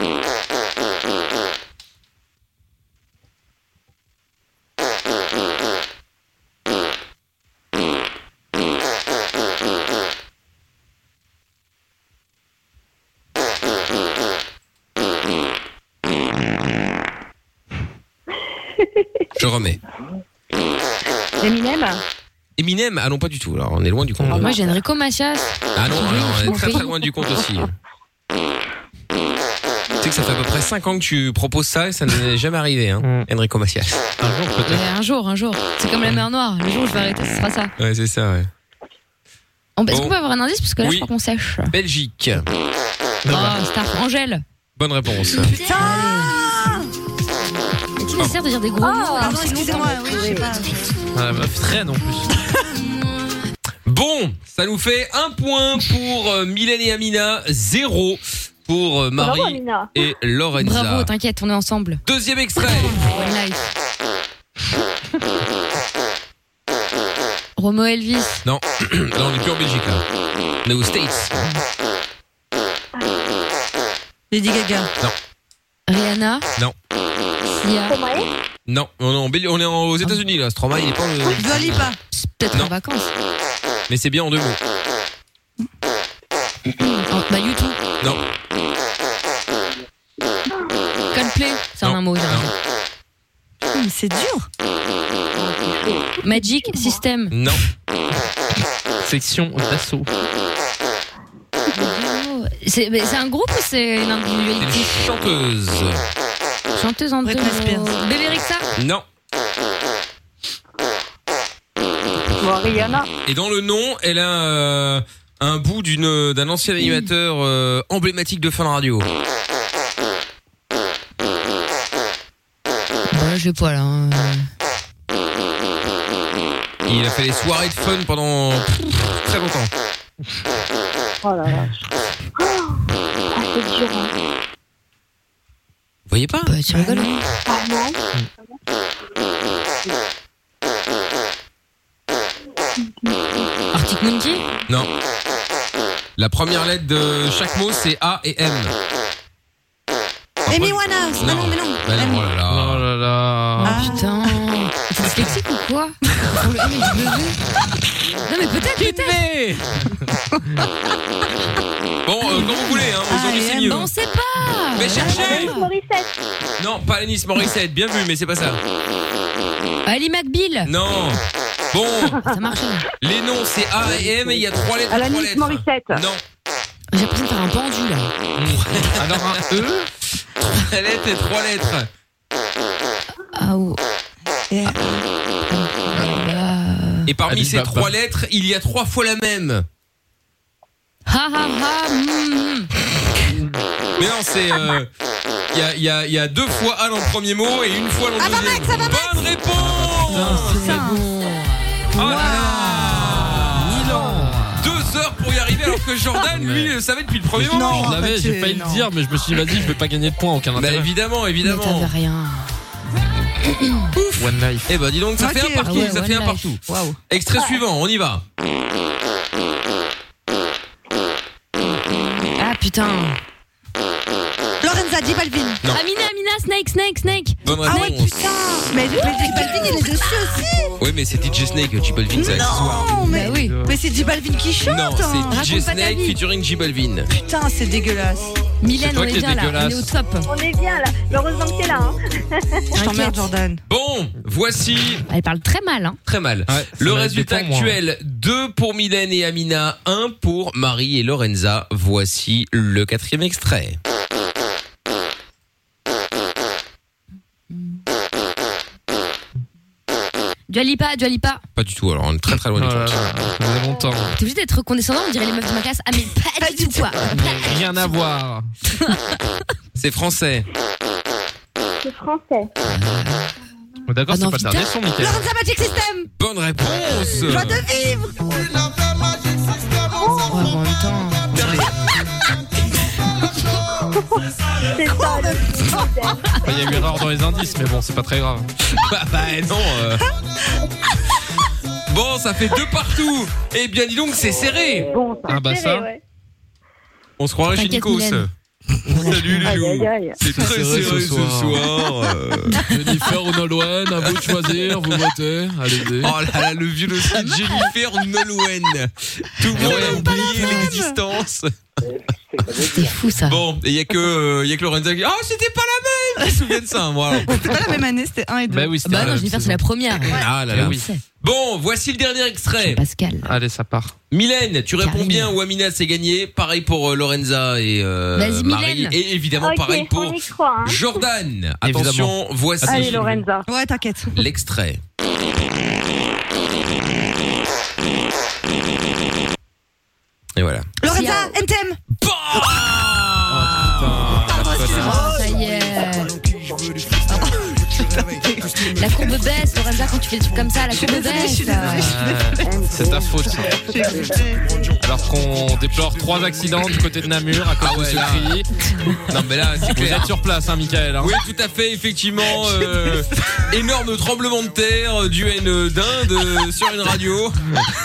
B: Je remets.
G: Eminem
B: Eminem, ah non pas du tout. Alors on est loin du compte.
E: Ah, Moi, j'ai Enrico Macias.
B: Ah non,
E: Oui,
B: alors,
E: je
B: on est
E: m'en
B: très
E: fais.
B: très loin du compte aussi. Tu sais que ça fait à peu près 5 ans que tu proposes ça et ça n'est jamais arrivé, hein, Enrico Macias.
D: Un jour, peut-être.
E: Mais un jour, un jour. C'est comme la mer Noire. Le jour où je vais arrêter, ce sera ça.
B: Ouais, c'est ça, ouais.
E: On- Est-ce
B: Bon.
E: qu'on peut avoir un indice Parce que là,
B: Oui.
E: je crois qu'on sèche.
B: Belgique.
E: Oh, Star Angèle.
B: Bonne réponse.
E: Est-il nécessaire de dire des gros mots
G: Oh,
C: Pardon, Ah, excusez-moi, oui, je sais pas.
B: Oh,
D: Ah, la meuf traîne en plus.
B: Bon, ça nous fait un point pour euh, Mylène et Amina, zéro pour euh,
G: Bravo,
B: Marie
G: Amina.
B: et Lorenza.
E: Bravo, t'inquiète, on est ensemble.
B: Deuxième extrait.
E: One life. Romo Elvis.
B: Non, là on n'est plus en Belgique là. On est aux States.
C: Lady Gaga.
E: Rihanna.
B: Non.
E: Sia.
G: Stromae
B: Non, on est, en Bel- on est en- aux États-Unis là. Stromae, il est pas. en-
C: Dua Lipa.
E: C'est Peut-être
B: Non.
E: en vacances.
B: Mais c'est bien en deux mots.
E: Oh, bah, YouTube.
B: Non.
E: Coldplay. C'est en
B: Non.
E: un mot. j'ai envie de
B: Non.
E: dire.
C: Hum, C'est dur.
E: Magic System.
B: Non.
D: Section d'assaut.
E: Oh, C'est mais c'est un groupe ou c'est une
B: C'est
E: individualité
B: une chanteuse.
E: Chanteuse en deux
C: Britney Spears.
E: mots. Bébé Rexha.
B: Non.
G: Bon, Rihanna.
B: Et dans le nom, elle a euh, un bout d'une euh, d'un ancien animateur euh, emblématique de Fun Radio.
E: Bah, là, je l'ai pas là. hein.
B: Il a fait les soirées de fun pendant pff, très longtemps.
G: Oh là là. Ah, c'est dur. hein.
B: Vous voyez pas
E: Bah, tu rigoles. hein.
G: Ah non.
E: Arctic Monkey.
B: Non. La première lettre de chaque mot, c'est A et M.
C: Amy Winehouse. Ah non, mais non.
B: Bah non,
C: Amy.
B: oh là là.
D: Oh là là.
C: Ah.
E: Putain. T'es dyslexique ou quoi Pour le MXW. Non, mais peut-être, peut-être.
B: Bon, euh, comme vous voulez, hein,
C: Ah,
B: aujourd'hui
C: et
B: c'est
C: M.
B: mieux.
E: Bah, on sait pas.
B: Mais cherchez
G: Alanis Morissette.
B: Non, pas Alanis Morissette, bien vu, mais c'est pas ça.
E: Ali McBeal.
B: Non. Bon,
E: Ça marchait.
B: les noms, c'est A et M, et il y a trois lettres. trois
G: Alanis
B: lettres.
G: Morissette.
B: Non.
E: J'ai l'impression de faire un pendu là.
B: Alors un E, trois lettres et trois lettres.
E: Ah ou.
C: Eh,
B: Et parmi
D: Habib
B: ces
D: Baba.
B: trois lettres, il y a trois fois la même.
E: Ha ha ha. hmm, hmm.
B: Mais non, c'est. euh, Il y, a, il y a- il y a deux fois A dans le premier mot et une fois
E: Ah,
B: dans le
E: bah,
B: deuxième. Bonne réponse
C: putain.
B: Oh là là Deux heures pour y arriver alors que Jordan, lui, le savait depuis le premier
D: Non,
B: moment.
D: je
C: en
D: l'avais,
C: fait,
D: j'ai
C: c'est-
D: failli le
C: non.
D: dire, mais je me suis dit, vas-y, je vais pas gagner de points, aucun
B: Bah
D: intérêt.
B: évidemment,
E: Mais t'avais
B: évidemment.
E: rien.
D: One life.
B: Eh ben dis donc, ça
C: Ok.
B: fait un partout,
E: Ah ouais,
B: ça fait
E: One
B: un
E: Life.
B: partout.
E: Waouh.
B: Extrait suivant, on y va.
E: Ah putain.
C: Lorenza J Balvin.
B: Non.
E: Amina, Amina, Snake, Snake, Snake.
B: Bonne
C: Ah ouais,
B: réponse.
C: putain. Mais mais J Balvin, il est dessus aussi.
B: oui, mais c'est DJ Snake, J Balvin, c'est accessoire.
C: Non, mais,
E: Bah oui.
C: mais c'est J Balvin qui chante.
B: Non,
C: hein.
B: c'est DJ
E: Raconte pas ta
B: Snake
E: vie.
B: featuring J Balvin.
C: Putain, c'est dégueulasse.
E: Mylène,
D: toi
E: on
D: qui
E: est
D: es
E: bien là. On est au
D: dégueulasse.
E: top.
G: On est bien là. Heureusement que t'es là. Hein.
C: Je t'emmerde,
E: T'inquiète.
C: Jordan.
B: Bon, Bon, voici
E: Elle parle très mal, hein.
B: Très mal. le résultat actuel 2 pour Mylène et Amina, 1 pour Marie et Lorenza. Voici le quatrième extrait.
E: Dualipa, Dualipa.
B: Pas du tout, alors on est très très loin du tout.
D: longtemps.
E: T'es obligé d'être condescendant, on dirait les meufs de ma classe. Ah, mais pas, du tout, quoi.
D: Rien à voir.
B: C'est français.
G: C'est français.
D: D'accord,
E: Ah
D: c'est
E: non,
D: pas le
E: putain.
D: dernier son, Mickaël.
E: Lorenza Magic System
B: Bonne réponse
C: Joie de vivre
B: Oh,
E: Ouais, mais en même temps.
G: C'est ça, le
D: Enfin, Il y a eu erreur dans les indices, mais bon, c'est pas très grave.
B: Bah, bah, non euh. Bon, ça fait deux partout Eh bien, dis donc, c'est serré
G: Bon,
D: Ah bah ça.
G: ouais.
B: On se croirait chez
E: T'inquiète,
B: Nikos.
E: Mylène.
B: Salut
G: Aïe, aïe,
B: Loulou
G: aïe.
B: C'est très serré ce soir. euh.
D: Jennifer ou Nolwenn, à vous de choisir, vous votez. Allez-y.
B: Oh là là, le violocide Jennifer Nolwenn. Tout le monde a oublié l'existence.
E: C'était fou, ça.
B: Bon, et il y a que euh, il y a que Lorenza qui Ah, c'était pas la même. Je me souviens de ça hein, moi. alors.
C: C'était pas la même année, c'était 1 et 2.
D: Bah oui, c'était
E: Bah
D: la
E: non,
D: même
E: Jennifer,
D: saison.
E: c'est la première.
B: Ah là là.
D: Eh oui.
B: Bon, voici le dernier
D: Eh.
B: extrait.
E: Pascal.
D: Allez, ça part.
B: Mylène, tu réponds
E: Karine.
B: bien ou Amina c'est gagné. Pareil pour euh, Lorenza et euh,
E: Vas-y,
B: Marie
E: Mylène.
B: et évidemment
G: Ok,
B: pareil pour
G: on y croit. Hein.
B: Jordan.
D: Évidemment.
B: Attention, voici
G: Allez, Lorenza.
C: Ouais, t'inquiète.
B: l'extrait. Et voilà.
C: Lorenza, MTM Oh,
E: Ah, ça y est. La courbe baisse, Lorenza, quand tu fais des trucs comme ça, la courbe
C: désolée, je
E: baisse.
C: suis désolée.
D: C'est ta faute, ça. Alors qu'on déplore trois accidents du côté de Namur à cause
B: Ah ouais,
D: de ce
B: là.
D: cri.
B: Non mais là, c'est
D: Vous
B: clair.
D: êtes sur place, hein, Michael. hein.
B: Oui, tout à fait, effectivement. euh, énorme tremblement de terre euh, dû à une dinde euh, sur une radio.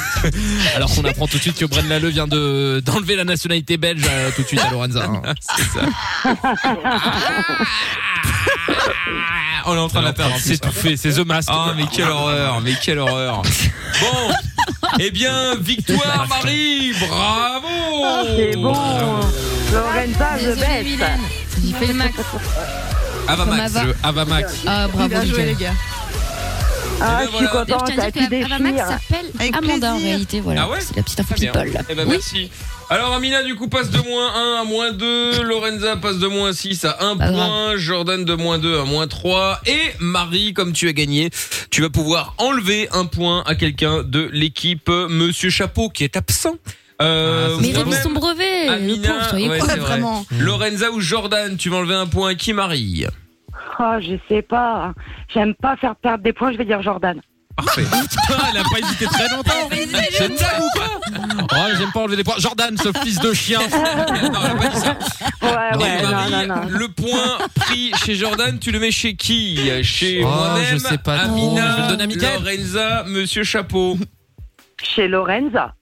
D: Alors qu'on apprend tout de suite que Bren Lalleux vient de d'enlever la nationalité belge euh, tout de suite à Lorenza. hein.
B: C'est ça. Ah, on est en train de la perdre. en plus.
D: C'est tout fait, c'est The Mask.
B: Ah, mais quelle horreur, mais quelle horreur. Bon, eh bien, victoire, Marie. Bravo.
G: C'est bon. Lorenza, je
E: Désolée,
G: baisse.
E: Mylène. J'ai fait le max.
B: Avamax.
E: Comment va
D: Le Avamac.
E: Ah, bravo,
C: Bien joué,
E: Mickaël.
C: les gars.
G: Ah, je
B: Eh ben
G: suis
B: voilà.
E: D'ailleurs,
G: contente,
E: je tiens à
G: t'as tout
E: dire que Avamax
G: déchiré.
E: s'appelle
C: Avec
E: Amanda en
C: plaisir.
E: réalité, voilà.
B: Ah ouais
E: C'est la petite info
B: Très bien.
E: people.
B: Eh ben,
E: oui,
B: merci. Alors, Amina, du coup, passe de moins 1 à moins 2. Lorenza passe de moins 6 à 1
E: Pas
B: point. Jordan de moins 2 à moins 3. Et Marie, comme tu as gagné, tu vas pouvoir enlever un point à quelqu'un de l'équipe euh, Monsieur Chapeau, qui est absent. Euh,
D: Ah,
E: mais
D: c'est
B: ou
D: Mmh. quand
E: révise
B: même
E: ton brevet. le
B: Amina,
E: pauvre, soyez
B: ouais,
E: con.
B: c'est
C: Ouais,
B: vrai.
C: vraiment.
B: Lorenza ou Jordan, tu vas enlever un point à qui, Marie
G: Ah, je sais pas. J'aime pas faire perdre des points, je vais dire Jordan.
B: Parfait.
D: Putain, elle a pas hésité très
E: Ah,
D: longtemps. C'est une blague ou pas Oh, j'aime pas enlever les points. Jordan, ce fils de chien.
B: Non, elle a pas dit ça.
G: Ouais,
B: Et
G: ouais, non,
B: Marie,
G: non, non.
B: Le point pris chez Jordan, tu le mets chez qui Euh, Chez
D: Oh,
B: moi-même,
D: je sais pas trop.
B: Amina,
D: Je vais le donner à Mickaël.
B: Lorenza, Monsieur Chapeau.
G: Chez Lorenza.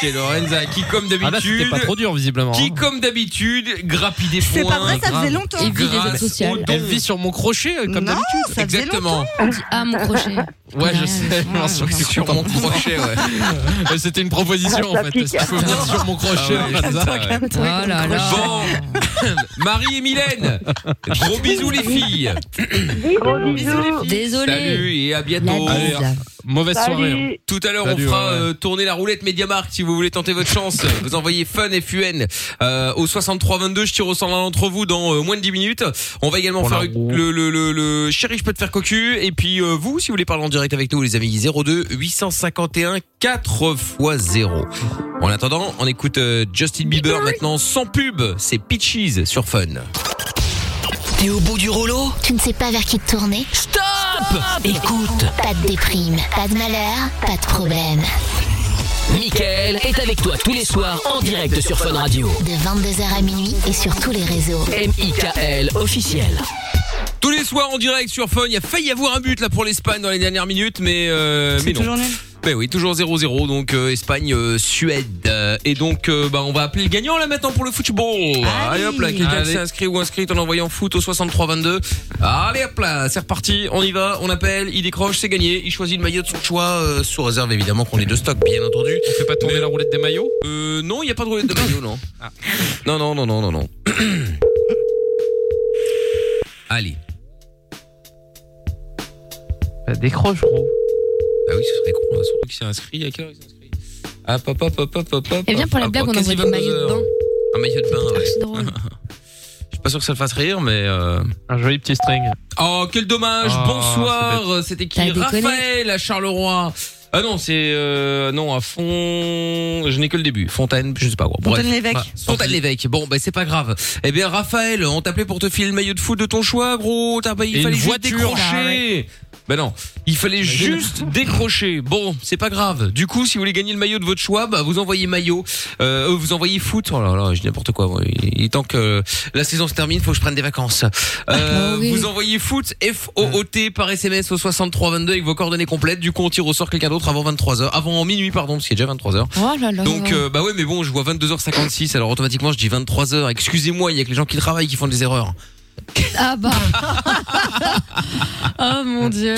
B: Chez Lorenza, qui comme
D: Ah là, c'était
B: d'habitude,
D: pas trop dur, visiblement. hein.
B: qui comme d'habitude, grappille des points.
C: C'est pas vrai, ça
D: grave.
C: faisait longtemps.
E: Et vit les
B: Grâce
E: aides sociales.
B: au don.
D: Elle vit sur mon crochet, euh, comme
C: Non,
D: d'habitude.
C: ça faisait
B: Exactement.
C: longtemps.
E: On dit, Ah, mon crochet.
D: Ouais, je
E: Ouais,
D: sais.
E: ouais,
D: Non, sur-
E: ouais.
D: sur
B: Sur mon crochet, ouais.
D: Euh, C'était une proposition en
G: Ah, Ça
D: fait.
G: pique.
D: Est-ce qu'il faut venir sur mon crochet
B: Ah ouais,
D: Lorenza
B: ça, ouais.
E: Oh là là.
B: Bon, Marie et Mylène, gros bisous les filles.
G: Gros bisous.
E: Désolé.
B: Salut et à
E: La
B: bientôt.
D: Allez,
E: bise.
D: Mauvaise soirée. hein.
G: Salut.
B: Tout à l'heure, on
D: Salut,
B: fera
D: ouais, ouais.
B: euh, tourner la roulette Mediamarkt si vous voulez tenter votre chance. Vous envoyez fun FUN euh, au 63 22, je tire au 120 d'entre vous dans euh, moins de 10 minutes. On va également
D: Pour
B: faire
D: la roue.
B: le, le, le, le chéri, je peux te faire cocu. Et puis euh, vous, si vous voulez parler en direct avec nous, les amis, 02 851 4 x 0. En attendant, on écoute euh, Justin Bieber maintenant sans pub. C'est Peaches sur Fun.
A: T'es au bout du rouleau
H: Tu ne sais pas vers qui te tourner
A: Stop Écoute,
D: euh,
H: Pas de déprime, pas de malheur, pas de problème.
A: Mickaël est avec toi tous les soirs en direct sur Fun Radio.
H: De 22h à minuit et sur tous les réseaux.
A: M.I.K.L. officiel.
B: Tous les soirs en direct sur Fun. Il y a failli y avoir un but là pour l'Espagne dans les dernières minutes, mais euh, mais
C: C'est
B: non.
C: toujours nul.
B: Ben oui, toujours 0-0, donc euh, Espagne, euh, Suède. Euh, et donc, euh, bah, on va appeler le gagnant là maintenant pour le football. Allez hop là, quelqu'un qui
D: Allez.
B: s'est inscrit ou inscrit en envoyant foot au 63-22. Allez hop là, c'est reparti, on y va, on appelle, il décroche, c'est gagné. Il choisit le maillot de son choix, euh, sous réserve évidemment qu'on ait deux stocks, bien entendu.
D: On fait pas tourner la roulette des maillots Ah.
B: Euh, non, il n'y a pas de roulette de maillot, non. Non, non, non, non, non, non. Allez. décroche, gros. Bah oui, ce serait con, là, surtout qu'il s'est inscrit. À quelle heure il s'est inscrit Ah, hop, hop, hop, hop, hop, hop.
E: Et Eh bien, pour la
B: Ah,
E: blague,
B: bon,
E: on
B: quasi
E: envoie des maillots
B: 22
E: de
B: heures.
E: bain.
B: Un maillot de bain, ouais.
E: C'est drôle.
B: Je suis pas sûr que ça le fasse rire, mais. euh,
I: Un joli petit string.
B: Oh, quel dommage
I: Ah, c'est
B: Bonsoir C'était qui
E: T'as déconné.
B: Raphaël à Charleroi Ah non, c'est. euh, non, à fond. Je n'ai que le début. Fontaine, je sais pas quoi. Bref.
C: Fontaine Lévesque.
B: Ouais, Fontaine Lévesque. Bon, bah c'est pas grave. Eh bien, Raphaël, on t'appelait pour te filer le maillot de foot de ton choix, gros. T'as pas, Bah, il
D: Et une
B: fallait juste
D: voiture. Ah,
B: décrocher. Ben non, il fallait juste décrocher. Bon, c'est pas grave. Du coup, si vous voulez gagner le maillot de votre choix, bah vous envoyez maillot, euh, euh, vous envoyez foot. Oh là là, je dis n'importe quoi. moi. Il il est temps que la saison se termine, faut que je prenne des vacances. Euh,
E: Ah oui.
B: Vous envoyez foot F O O T par SMS au 6322 avec vos coordonnées complètes. Du coup, on tire au sort quelqu'un d'autre avant 23h, avant minuit pardon, parce qu'il est déjà 23h.
E: Oh là là.
B: Donc euh, bah ouais mais bon je vois 22h56 alors automatiquement je dis 23h excusez-moi il y a que les gens qui travaillent qui font des erreurs
E: Ah bah. oh mon dieu.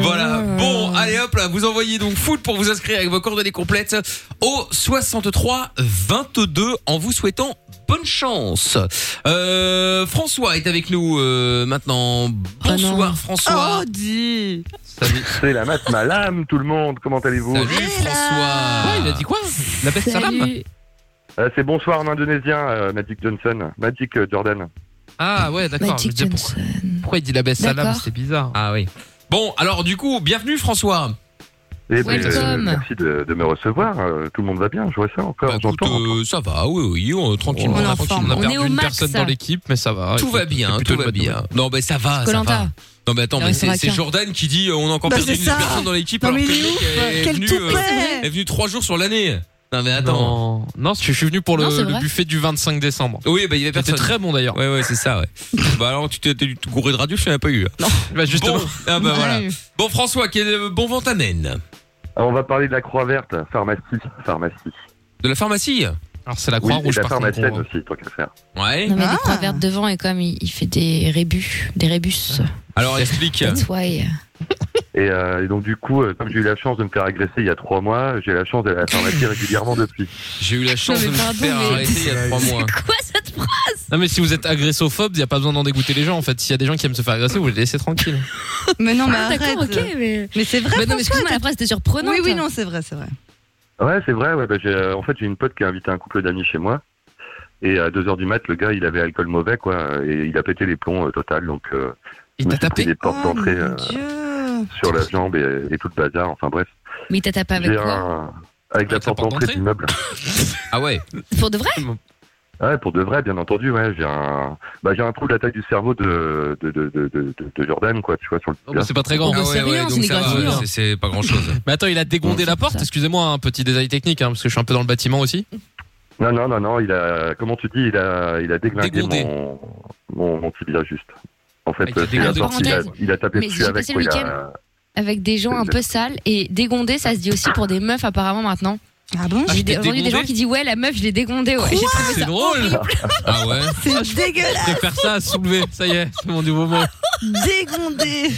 B: voilà
D: Mmh.
B: bon allez hop là vous envoyez donc foot pour vous inscrire avec vos coordonnées complètes au 63 22 en vous souhaitant bonne chance Euh, François est avec nous euh, maintenant
E: Ah non.
B: bonsoir François
C: Oh, dis
I: C'est la mat, madame, tout le monde. Comment allez-vous
B: salut François
D: il a dit quoi La peste salam
E: Salut.
I: Euh, C'est bonsoir en indonésien, euh, Magic Johnson. Magic euh, Jordan.
D: Ah ouais, d'accord. je me
E: Magic
D: disais, Pourquoi,
E: Johnson.
D: pourquoi il dit la baisse salam
E: D'accord.
D: C'est bizarre.
B: ah oui bon alors du coup bienvenue François
I: Eh
E: Welcome.
I: merci de, de me recevoir. Euh, tout le monde va bien, je vois ça encore.
B: Bah, écoute,
I: J'entends.
B: euh, ça va oui oui on- tranquillement
E: On est en
B: tranquillement.
E: forme.
D: On a
E: On est
D: perdu
E: au
D: une
E: max, hein.
D: personne
E: ça.
D: dans l'équipe, mais ça va.
B: Tout
D: écoute,
B: va
D: c'est
B: bien,
D: plutôt
B: tout
D: une
B: va
D: bonne
B: bien. Non, mais ça va, ça va.
E: Colanta.
B: Non, mais attends,
E: Il
B: mais
E: restera
B: c'est c'est
E: qu'un.
B: Jordan qui dit euh, on a encore
C: Bah,
B: perdu
C: c'est
B: une
C: ça.
B: personne dans l'équipe
C: Non,
B: alors
C: mais
B: que le
C: il est
B: mec
C: ouf
B: est,
C: Quel
B: venu, euh,
C: toupet
B: est venu trois jours sur l'année. Non, mais attends.
D: Attends. Non, je suis venu pour
E: Non,
D: le,
E: c'est
D: le
E: vrai.
D: buffet du 25 décembre.
B: Oui, bah il y avait
D: C'était
B: personne.
D: très bon d'ailleurs.
B: Ouais, ouais, c'est ça, ouais. bah alors, tu t'es t'es du tout gouré de radio, je l'avais pas eu.
D: Bah, justement.
B: Bon, ah bah voilà.
C: Ouais.
B: Bon, François, quel euh, bon vent t'amène
I: Ah, on va parler de la Croix Verte, pharmacie. Pharmacie.
B: De la pharmacie
D: Alors c'est la
I: Oui,
D: croix
I: et
D: rouge
I: la
D: par contre.
I: pharmacienne
D: qu'on-
I: aussi, tant qu'à faire.
B: Ouais.
E: Non mais
C: Ah.
E: les croix vertes devant et comme il, il fait des rébus, des rébus.
B: Alors, explique.
E: That's why.
I: Et, euh, et donc, du coup, euh, comme j'ai eu la chance de me faire agresser il y a trois mois, j'ai la chance d'aller à la pharmacie régulièrement depuis.
B: J'ai eu la chance
E: mais
B: de me
E: pardon,
B: faire
E: mais-
B: arrêter il y a trois mois.
E: Quoi cette phrase
D: Non mais si vous êtes agressophobe, il y a pas besoin d'en dégoûter les gens en fait. S'il y a des gens qui aiment se faire agresser, vous les laissez tranquilles.
C: Mais non, mais arrête
E: D'accord, ok, mais.
C: Mais c'est vrai,
E: Bah non, mais
C: François,
E: excuse-moi, la phrase était surprenante.
C: Oui, oui, non, c'est vrai, c'est vrai.
I: Ouais, c'est vrai. Ouais, bah, j'ai, euh, en fait, j'ai une pote qui a invité un couple d'amis chez moi. Et à 2 heures du mat, le gars, il avait alcool mauvais, quoi. Et il a pété les plombs euh, total. Donc, euh,
D: Il
I: je me
D: t'a
I: suis pris
D: tapé.
I: des portes
C: oh,
I: d'entrée
C: mon
I: euh,
C: Dieu
I: sur la jambe et, et tout le bazar. Enfin, bref.
E: Mais il t'a tapé avec
I: J'ai
E: quoi
I: un. Avec la
D: Avec la
I: porte
D: porte
I: d'entrée
D: d'entrée
I: de l'immeuble.
B: Ah ouais.
E: Pour de vrai
I: Ouais, pour de vrai, bien entendu, ouais. J'ai un, bah, j'ai un trou de la taille du cerveau de, de, de, de, de, de Jordan, quoi, tu vois, sur le
D: Oh, bah, c'est pas très grand.
E: bah,
B: Ah
E: c'est rien, c'est
B: donc
E: une
B: ça va,
E: gravure.
B: ouais, c'est- c'est pas grand chose.
D: Mais attends, il a dégondé la porte.
E: ça.
D: Excusez-moi, un petit détail technique hein, parce que je suis un peu dans le bâtiment aussi.
I: Non, non, non, non, il a, comment tu dis, il a, il a déglingué
B: Dégondé.
I: mon, mon, mon tibia juste. En fait,
D: Ah, il a
I: euh, c'est la
D: dégondé
E: mon
I: sortie, il a,
E: tibia.
I: il a tapé
E: Mais
I: dessus
E: j'ai
I: avec
E: passé
I: quoi,
E: le
I: il a-
E: week-end. Avec des gens un peu sales et dégondés, ça se dit aussi pour des meufs apparemment maintenant.
C: Ah bon
B: Ah,
E: J'ai
B: t'es
E: dé- entendu
B: dégondée
E: des gens qui disent ouais, la meuf, je l'ai dégondée. Ouais. J'ai trouvé
D: C'est
E: ça
D: drôle.
B: Ah ouais.
C: C'est dégueulasse
D: Je préfère ça à soulever. Ça y est, c'est mon nouveau mot.
C: Dégondé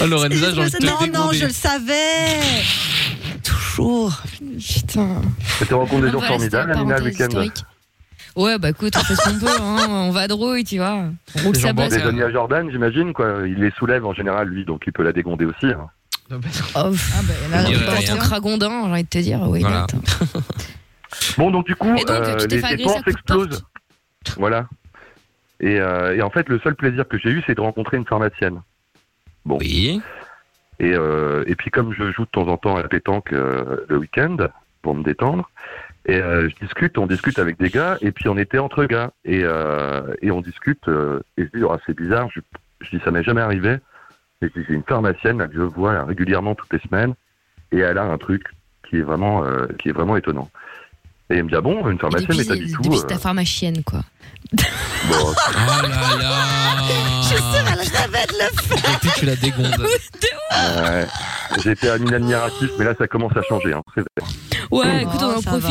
D: Oh Lorenza, j'ai envie de te
C: Non, non,
D: dégonder.
C: je le savais Toujours
E: Putain.
I: Tu te rends compte des gens
E: Voilà, c'était la
I: formidables, Amina, le
E: parenthèse
I: week-end
E: historique. Ouais, bah écoute, on fait ce qu'on peut, hein. on va à drouille, tu vois. On roule
D: Les gens
E: sa bosse.
I: Des
D: Ouais.
I: amis à Jordan, j'imagine, quoi. Il les soulève en général, lui, donc il peut la dégonder aussi. hein.
E: Oh, pff,
C: Ah bah, la
B: On dirait
E: en tant
B: rien.
E: que ragondin, j'ai envie de te dire, Ah oui,
B: Voilà.
E: attends.
I: Bon, donc du coup,
E: Et donc,
I: euh,
E: tu t'es
I: les
E: fait agresser à
I: dépenses
E: coups de
I: explosent. Voilà. Et, euh, et en fait, le seul plaisir que j'ai eu, c'est de rencontrer une pharmacienne.
B: Oui.
I: Et, euh, et puis comme je joue de temps en temps à la pétanque euh, le week-end pour me détendre, et euh, je discute, on discute avec des gars, et puis on était entre gars, et, euh, et on discute, euh, et je dis, Ah, c'est bizarre, je, je dis, ça m'est jamais arrivé, et puis j'ai une pharmacienne là, que je vois là, régulièrement toutes les semaines, et elle a un truc qui est vraiment, euh, qui est vraiment étonnant. Et elle me dit, ah bon, une
E: Et
I: pharmacienne,
E: depuis,
I: mais pas
E: c'est-
I: du tout.
E: depuis, c'est
I: euh,
E: ta pharmacienne, quoi.
I: bon,
B: Oh là Ah. là.
C: Je savais de le faire
D: Et puis tu la dégondes.
I: ouais. J'étais un admiratif, mais là ça commence à changer. Hein. C'est vrai.
E: Ouais, écoute, on en
C: Oh, ça
E: profite,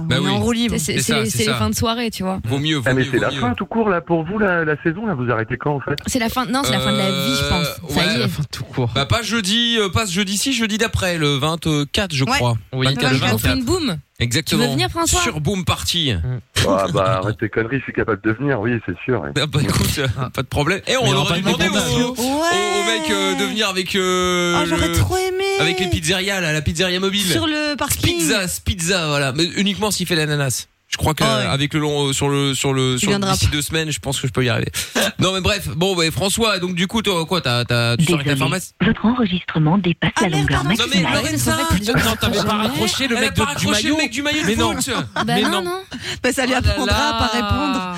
C: va.
B: Bah
C: On est
B: oui.
C: en roue libre.
E: C'est-
B: C'est
E: C'est
B: ça,
E: c'est les
B: c'est
E: c'est les
B: ça.
E: fins de soirée, tu vois.
B: Vaut mieux, vaut
I: Ah, mais
B: mieux,
I: c'est
B: vaut
I: la
B: mieux.
I: fin tout court là pour vous la, la saison là vous arrêtez quand en fait
E: C'est la fin, non, c'est la fin de la vie, je pense. Ça
B: Euh,
E: y
B: ouais.
E: est.
D: Enfin, tout court.
B: Bah pas jeudi, euh, pas ce jeudi-ci, jeudi d'après, le 24 je
C: Ouais.
B: crois.
D: Oui.
B: 24,
C: Ouais,
E: On fait
B: 24.
E: une boum.
B: Exactement.
E: Tu veux venir, François
B: Sur Boom Party.
D: Mmh.
I: Ah bah arrête tes conneries, je suis capable de venir, oui, c'est sûr. oui.
B: Ah bah écoute, euh, pas de problème. Et
J: Mais
B: on
J: on
B: aurait
J: va
B: dû
J: pas le
B: demander
J: demander.
B: au,
C: Ouais.
B: au- au mec euh, de venir avec euh,
C: Ah, j'aurais
B: le-
C: trop aimé.
B: avec les pizzerias là, la pizzeria mobile.
C: Sur le parking.
B: Pizza, pizza, voilà, mais uniquement s'il fait l'ananas. Je crois que
C: Ah ouais.
B: euh, avec le long euh, sur le sur le sur
C: viendra
B: d'ici deux semaines, je pense que je peux y arriver. non mais bref, bon bah, François, donc du coup toi quoi, t'as t'as tu sors avec la pharmacie
H: Votre enregistrement dépasse
C: Ah
H: la
C: merde,
H: longueur
C: pardon,
B: Non mais
H: maximale.
B: Lorenza,
J: Non, t'avais pas raccroché le
B: elle a
J: mec de-
B: pas
J: du
B: raccroché le
J: maillot.
B: mec du maillot
J: Mais
B: de
J: non.
B: foot.
E: Bah
J: Mais
E: non,
J: non.
E: non.
C: Bah, ça lui
B: Oh là
C: apprendra
B: là.
C: à pas répondre.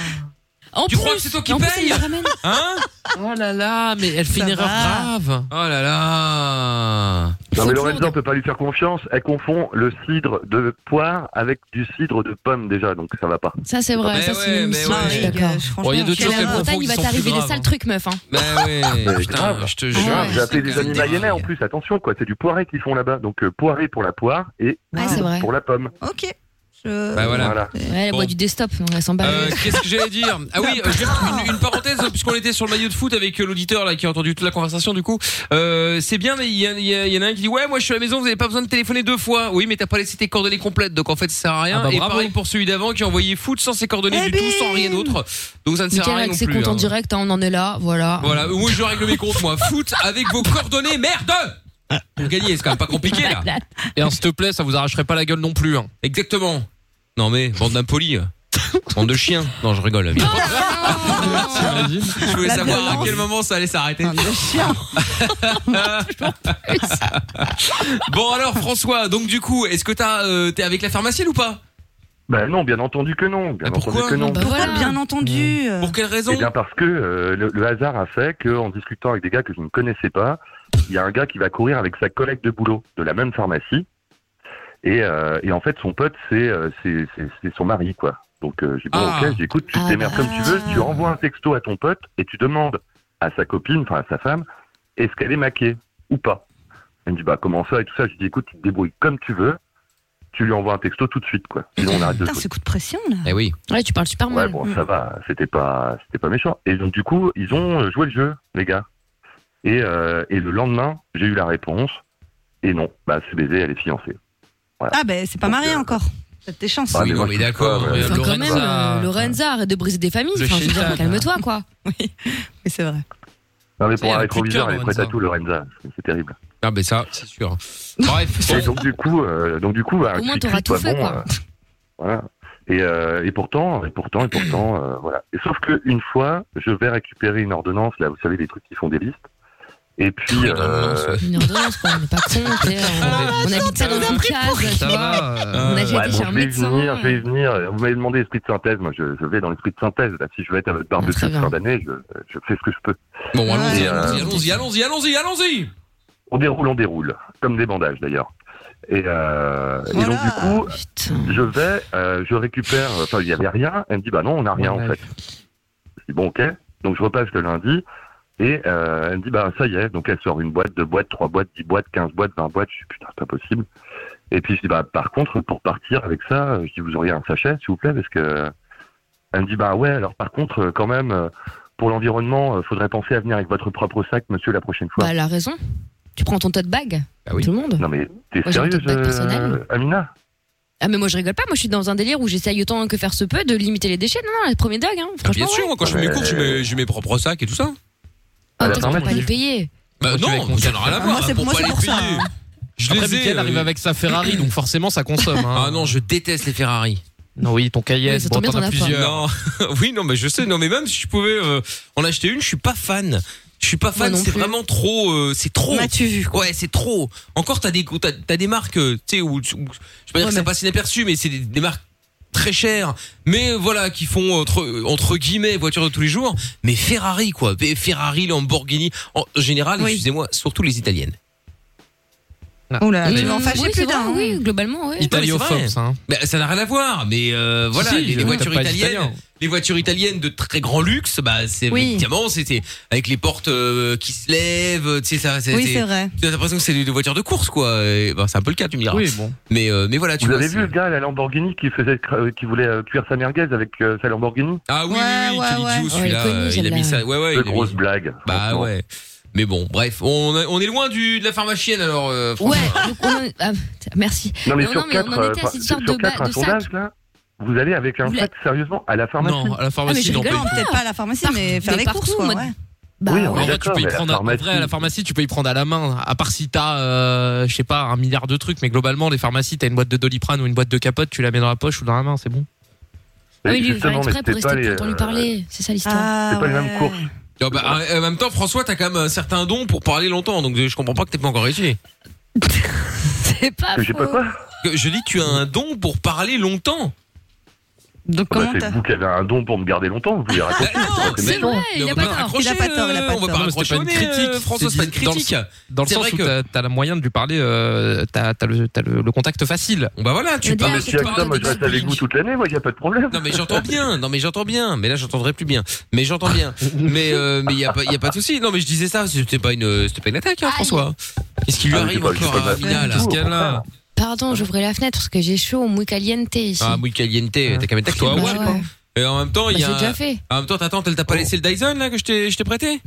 E: En
B: Tu
E: plus,
B: crois que c'est toi qui
E: et en plus,
B: paye
E: elle le ramène.
B: Hein
J: Oh là là, mais elle fait
C: Ça
J: une erreur
C: va.
J: grave.
B: Oh là là.
I: Non mais
E: Faut
I: Lorenza, on
E: toujours-
I: peut pas lui faire confiance. Elle confond le cidre de poire avec du cidre de pomme déjà, donc ça va pas.
E: Ça, c'est vrai.
B: Mais
E: ça,
B: ouais,
E: c'est une
B: mais
E: mission,
B: ouais.
E: je suis d'accord.
J: Bon, il y a d'autres
E: Chez
J: choses
E: la
J: qu'elle
E: Bretagne,
J: confond
E: il va
J: qui sont
E: t'arriver
J: plus
E: des
J: graves.
E: sales trucs, meuf. Hein.
B: Bah ouais,
I: Ah, Mais
B: putain,
I: grave.
B: je te
E: ah, Ouais,
B: jure.
I: J'ai appelé des
B: c'est
I: amis
B: dingue.
I: mayennais en plus, attention quoi, c'est du poiré qu'ils font là-bas. Donc euh, poiré pour la poire et
E: Ah, c'est vrai.
I: pour la pomme.
C: Ok. Je-
B: Bah voilà.
E: Ouais, elle
B: Bon.
E: boit du desktop, on la s'en bat.
B: Euh, Qu'est-ce que j'allais dire Ah oui, euh, je vais faire une, une parenthèse puisqu'on était sur le maillot de foot avec euh, l'auditeur là qui a entendu toute la conversation. Du coup, Euh, c'est bien, mais il y, a- il y a- il y en a un qui dit ouais, moi je suis à la maison, vous n'avez pas besoin de téléphoner deux fois. Oui, mais t'as pas laissé tes coordonnées complètes, donc en fait ça sert à rien.
J: Ah bah,
B: Et
J: bravo.
B: pareil pour celui d'avant qui a envoyé foot sans ses coordonnées
C: Eh
B: du tout, sans
C: bim
B: rien d'autre. Donc ça ne sert
E: Mickaël
B: à rien
E: avec
B: non
E: ses
B: plus.
E: comptes en
B: hein.
E: direct, hein, on en est là, voilà.
B: Voilà, Euh, moi je règle mes comptes moi. Foot avec vos coordonnées, merde. Pour gagner, c'est quand même pas compliqué là.
J: Et hein, s'il te plaît, ça vous arracherait pas la gueule non plus. hein.
B: Exactement. Non mais bande d'impolis, euh. bande de chiens. Non, je rigole. mais-
J: Ah, T'imagines
B: Je voulais
C: La
B: savoir à
C: violence.
B: quel moment ça allait s'arrêter.
C: Putain de chien.
B: Bon alors François, donc du coup, est-ce que t'as, euh, t'es avec la pharmacienne ou pas
I: Bah non, bien entendu que non, bien
B: Mais Ah, pourquoi
I: entendu que non.
E: Bah
C: Pourquoi
E: voilà.
C: bien entendu euh,
B: Pour quelle raison
I: Eh bien parce que euh, le, le hasard a fait qu'en discutant avec des gars que je ne connaissais pas, il y a un gars qui va courir avec sa collègue de boulot de la même pharmacie. Et, euh, et en fait, son pote, c'est euh, c'est- c'est- c'est son mari, quoi. Donc euh, j'ai dit, bon,
B: Ah.
I: ok, j'écoute, tu te
E: Ah
I: démerdes
C: bah.
I: comme tu veux, tu envoies un texto à ton pote et tu demandes à sa copine, enfin à sa femme, est-ce qu'elle est maquée ou pas Elle me dit, bah comment ça et tout ça. Je lui dis, écoute, tu te débrouilles comme tu veux, tu lui envoies un texto tout de suite, quoi. Sinon, on arrête de
C: Putain,
B: Ah,
I: jouer.
C: ce coup de pression là.
B: Eh oui.
E: Ouais, tu parles super
I: Ouais,
E: mal.
I: bon,
C: Mm.
I: ça va, c'était pas, c'était pas méchant. Et donc, du coup, ils ont euh, joué le jeu, les gars. Et, euh, et le lendemain, j'ai eu la réponse. Et non, bah, c'est baiser, elle est fiancée.
C: Ah, bah, c'est pas
I: Donc,
C: marié
I: euh,
C: encore. T'as tes chances.
I: Ah,
B: Oui,
I: mais
B: non,
I: moi,
B: mais
I: je sais
B: d'accord.
I: pas,
B: mais
I: ouais.
E: Enfin, quand même,
J: Lorenza.
E: euh, Lorenza, arrête de briser des familles.
J: Le
E: Enfin, je veux dire,
J: chétan.
E: calme-toi, quoi.
I: Non, mais
B: Ça y est,
I: pour un
B: elle a plus de
I: rétroviseur,
B: cœur,
I: elle est prête à
B: Lorenza.
I: tout, Lorenza. C'est- C'est terrible.
B: Ah ben ça, c'est sûr. Bref.
I: Et donc, du coup, euh, donc, du coup, bah,
E: Au moins,
I: tu-
E: t'auras
I: tu-
E: tout fait, quoi.
I: euh, voilà. Et, euh, et pourtant, et pourtant, et pourtant, euh, voilà. Et sauf que une fois, je vais récupérer une ordonnance. Là, vous savez, les trucs qui font des listes. Et puis,
B: Une ordonnance,
I: euh,
B: ouais.
E: Une ordonnance, quoi. On n'est
B: Ah,
E: pas con, tu sais, on- On habite ça dans une case, tu
J: Ça
E: vois.
B: Ah.
J: va.
B: euh,
E: On a
I: Ouais,
E: déjà été
I: bon,
E: chez un
I: je vais y venir, je
E: médecin.
I: vais y venir. Vous m'avez demandé l'esprit de synthèse. Moi, je, je vais dans l'esprit de synthèse. Là, si je veux être à votre barbe de
E: Ah, Très
I: cette
E: bien.
I: fin d'année, je, je fais ce que je peux.
B: Bon, allons-y,
I: Et, euh,
B: allons-y, allons-y, allons-y, allons-y, allons-y.
I: On déroule, on déroule. Comme des bandages, d'ailleurs. Et, euh, et donc,
C: Voilà.
I: du coup,
E: Putain.
I: je vais, euh, je récupère. Enfin, il n'y avait rien. Elle me dit, bah non, on n'a rien, en fait. Je dis, bon, ok. Donc, je repasse le lundi. Et euh, elle me dit, bah ça y est. Donc, elle sort une boîte, deux boîtes, trois boîtes, dix boîtes, quinze boîtes, vingt boîtes. Je dis, putain, c'est impossible. Et puis, je dis, bah par contre, pour partir avec ça, euh, je dis, vous auriez un sachet, s'il vous plaît, parce que. Elle me dit, bah ouais, alors par contre, euh, quand même, euh, pour l'environnement, euh, faudrait penser à venir avec votre propre sac, monsieur, la prochaine fois.
E: Bah, elle a raison. Tu prends ton tote bag.
B: Bah oui.
E: Tout le monde.
I: Non mais t'es
E: Moi, j'ai une
I: sérieuse,
E: petite blague
I: euh,
E: personnelle.
I: Amina
E: Ah, mais moi, je rigole pas. Moi, je suis dans un délire où j'essaye autant que faire se peut de limiter les déchets. Non, non, le premier dog, hein.
B: Ah,
E: Franchement,
B: bien sûr,
E: ouais.
B: moi, quand je fais mes
I: Ouais.
B: courses, j'ai mes, j'ai mes propres sacs et tout ça.
E: Ah,
I: À la
E: peut-être qu'on peut
I: pharmacie.
E: pas les payer.
B: Bah
J: tu vas avec
B: non,
J: mon
B: ça n'a rien à
C: Ah,
B: voir.
C: moi, c'est-
B: pour
C: moi,
B: pas
C: c'est
B: les
C: pour ça,
B: payer.
C: hein.
B: Je
J: Après,
B: les ai.
J: Mickaël arrive
B: euh,
J: avec sa Ferrari, donc forcément, ça consomme. hein.
B: Ah non, je déteste les Ferrari.
J: Non, oui, ton
E: Mais
J: Cayenne,
E: ça
J: bon,
E: tombe bien,
J: t'en
E: t'en
J: as
E: as pas.
J: plusieurs.
B: Non, oui, non, mais je sais. Non, mais même si je pouvais euh, en acheter une, je suis pas fan. Je suis pas fan.
E: non
B: C'est
E: plus.
B: vraiment trop. euh, c'est trop.
C: M'as-tu vu quoi
B: Ouais, c'est trop. Encore, t'as des, t'as, t'as des marques, euh, tu sais, où, où- je vais pas dire
C: Ouais,
B: que ça
C: mais-
B: passe inaperçu, mais c'est des, des marques très chères, mais euh, voilà, qui font entre, entre guillemets voitures de tous les jours, mais Ferrari, quoi. Mais Ferrari, Lamborghini, en général,
C: Oui.
B: excusez-moi, surtout les italiennes.
J: Ah.
C: Oula, tu vas en
E: Mmh,
C: fâcher
E: oui,
C: plus
E: c'est
C: d'un. hein.
E: vrai, Oui, globalement,
B: Non,
E: oui.
B: mais
J: Italiophobe,
B: c'est
J: ça. hein.
B: Ben, ça n'a rien à voir, mais euh, voilà,
J: Si,
B: les,
J: je-
B: les
J: t'as
B: voitures
J: pas
B: italiennes,
J: d'italien.
B: les voitures italiennes de très grand luxe, bah, c'est
C: Oui.
B: évidemment, c'était avec les portes euh, qui se lèvent, tu sais, ça, c'est,
C: Oui,
B: c'est-
C: c'est vrai.
B: t'as l'impression que c'est des des voitures de course, quoi. Et, ben, c'est un peu le cas, tu me diras.
J: Oui, bon.
B: Mais, euh, mais voilà, tu
I: Vous
B: vois,
I: avez
B: c'est-
I: vu le gars à la Lamborghini qui faisait, cra- qui voulait euh, cuire sa merguez avec euh, sa Lamborghini
B: Ah oui,
C: Ouais,
B: oui, oui,
C: ouais,
B: quel
C: ouais.
B: idiot
E: Ouais, Oh,
B: celui-là.
E: il est connu,
B: euh, il a
E: celle-là.
B: mis ça. Ouais, ouais.
I: De
B: il a
I: grosses
B: mis-
I: blagues.
B: Bah
I: franchement.
B: ouais. Mais bon, bref, on, a- on est loin du, de la pharmacienne alors. euh,
E: Ouais,
B: franchement.
E: donc on en- ah, merci.
B: Non, mais
E: on-
B: sur
E: on en
B: quatre,
E: était
B: euh,
E: à cette
B: sur
E: sorte de,
B: quatre,
E: ba-
B: un
E: de
B: sondage,
E: sac.
I: là Vous allez avec un sac, sérieusement, à la pharmacie
B: Non, à la
E: Ah,
B: pharmacie,
C: Ah, mais
B: non.
C: je rigole,
B: pas du tout.
C: peut-être pas à la pharmacie, mais faire
E: mais
C: les
E: partout,
C: courses, quoi.
E: moi-
C: ouais.
E: Bah,
I: oui, on est
D: En vrai, tu
I: d'accord,
D: peux y
I: mais la
D: prendre à, en vrai, à la pharmacie, tu peux y prendre à la main. À part si t'as, euh, je sais pas, un milliard de trucs, mais globalement, les pharmacies, t'as une boîte de doliprane ou une boîte de capote, tu la mets dans la poche ou dans la main, c'est bon.
E: Ah oui, lui, il va
I: Justement,
E: faire
I: mais
E: exprès pour
I: c'était pas
E: rester
I: les- euh,
E: plus longtemps lui parler. C'est ça l'histoire.
C: Ah,
I: C'est pas les mêmes courses.
B: Non, bah, en- en même temps, François, t'as quand même un certain don pour parler longtemps, donc je comprends pas que t'aies pas encore réussi.
E: C'est pas
I: Que j'ai pas
E: faux.
I: quoi
B: Que- Je dis, tu as un don pour parler longtemps.
C: Donc
I: Bah,
C: comment
I: C'est
C: t'as
I: vous qui avez un don pour me garder longtemps, vous voulez raconter.
B: Bah, non,
E: C'est vrai, il
B: Non,
E: a pas
B: non,
E: tort.
B: accrochez,
C: Il a pas tort, il a pas
B: euh, On va
C: tort.
B: pas
C: Non,
J: mais c'était
B: accrocher,
J: pas une critique,
B: euh, François,
J: c'est
B: c'est pas une
J: dit dans le
B: critique.
J: Dans le
B: C'est
J: sens
B: vrai
J: où
B: que-
J: t'as, t'as la moyen de lui parler, euh, t'as, t'as le, t'as le- le contact facile.
B: Bon, Bah voilà, tu
E: Mais
B: parles.
E: dis à
I: Si avec ça, moi je reste avec vous toute l'année, moi y a pas de problème.
B: Non mais j'entends bien, non mais j'entends bien, mais là j'entendrai plus bien. Mais j'entends bien. Mais euh, mais y a pas y a pas de souci. Non mais je disais ça, c'était pas une c'était pas une attaque hein, François. Qu'est-ce qui lui
I: Ah, mais
B: arrive
I: c'est pas-
B: encore
I: c'est pas
B: à
I: de
B: Amina là
I: tout.
J: Qu'elle a.
E: Pardon, j'ouvrais la fenêtre parce que j'ai chaud, muy caliente ici.
B: Ah muy caliente, t'as quand même tacté.
J: Toi,
E: Bah
J: ouais,
E: ouais. Bah,
B: Et en même temps, il
E: J'ai
B: y a
E: déjà fait.
B: en même temps ta tante, elle t'a
J: Oh.
B: pas laissé le Dyson là que je t'ai je t'ai prêté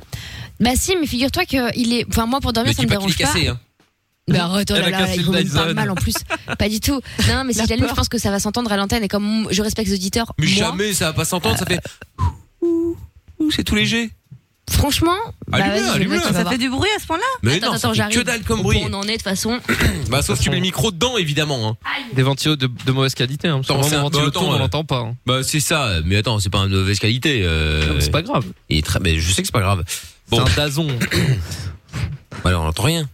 E: Bah si, mais figure-toi que il est. Enfin moi pour dormir
B: Mais
E: ça
B: dis
E: me
B: pas qu'il est
E: dérange pas.
B: cassé hein.
E: Mais arrête, oh
J: Elle
E: là
J: a
E: là,
J: cassé
E: il
J: le
E: me parle
J: Dyson.
E: mal en plus. Pas du tout. Non, mais si
C: La
E: j'allume, je
C: peur.
E: pense que ça va s'entendre à l'antenne. Et comme je respecte les auditeurs,
B: Mais
E: moi,
B: jamais ça va pas s'entendre, ça fait Ouh, ouh, c'est tout léger.
E: franchement, bah
B: Allume-le,
E: vas-y, le mec,
B: allume-le.
E: tu vas
C: Ça
E: voir.
C: fait du bruit à ce point-là
B: Mais
E: attends,
B: non, ça
E: attends,
B: fait
E: j'arrive.
B: que dalle comme
E: Au
B: bruit.
E: point où On en est de toute façon.
B: Bah sauf si tu mets le micro dedans évidemment hein.
J: Mmh. Des ventilos de, de mauvaise qualité. Hein, parce que
B: Attends, c'est
J: vraiment,
B: un-
J: ventilo
B: attends,
J: tourne,
B: euh,
J: on l'entend pas. hein.
B: Bah c'est ça, mais attends, c'est pas une mauvaise qualité euh...
J: C'est pas grave.
B: Il est très, mais je sais que c'est pas grave. Bon. Bah,
J: C'est un dason.
B: Alors, on n'entend rien.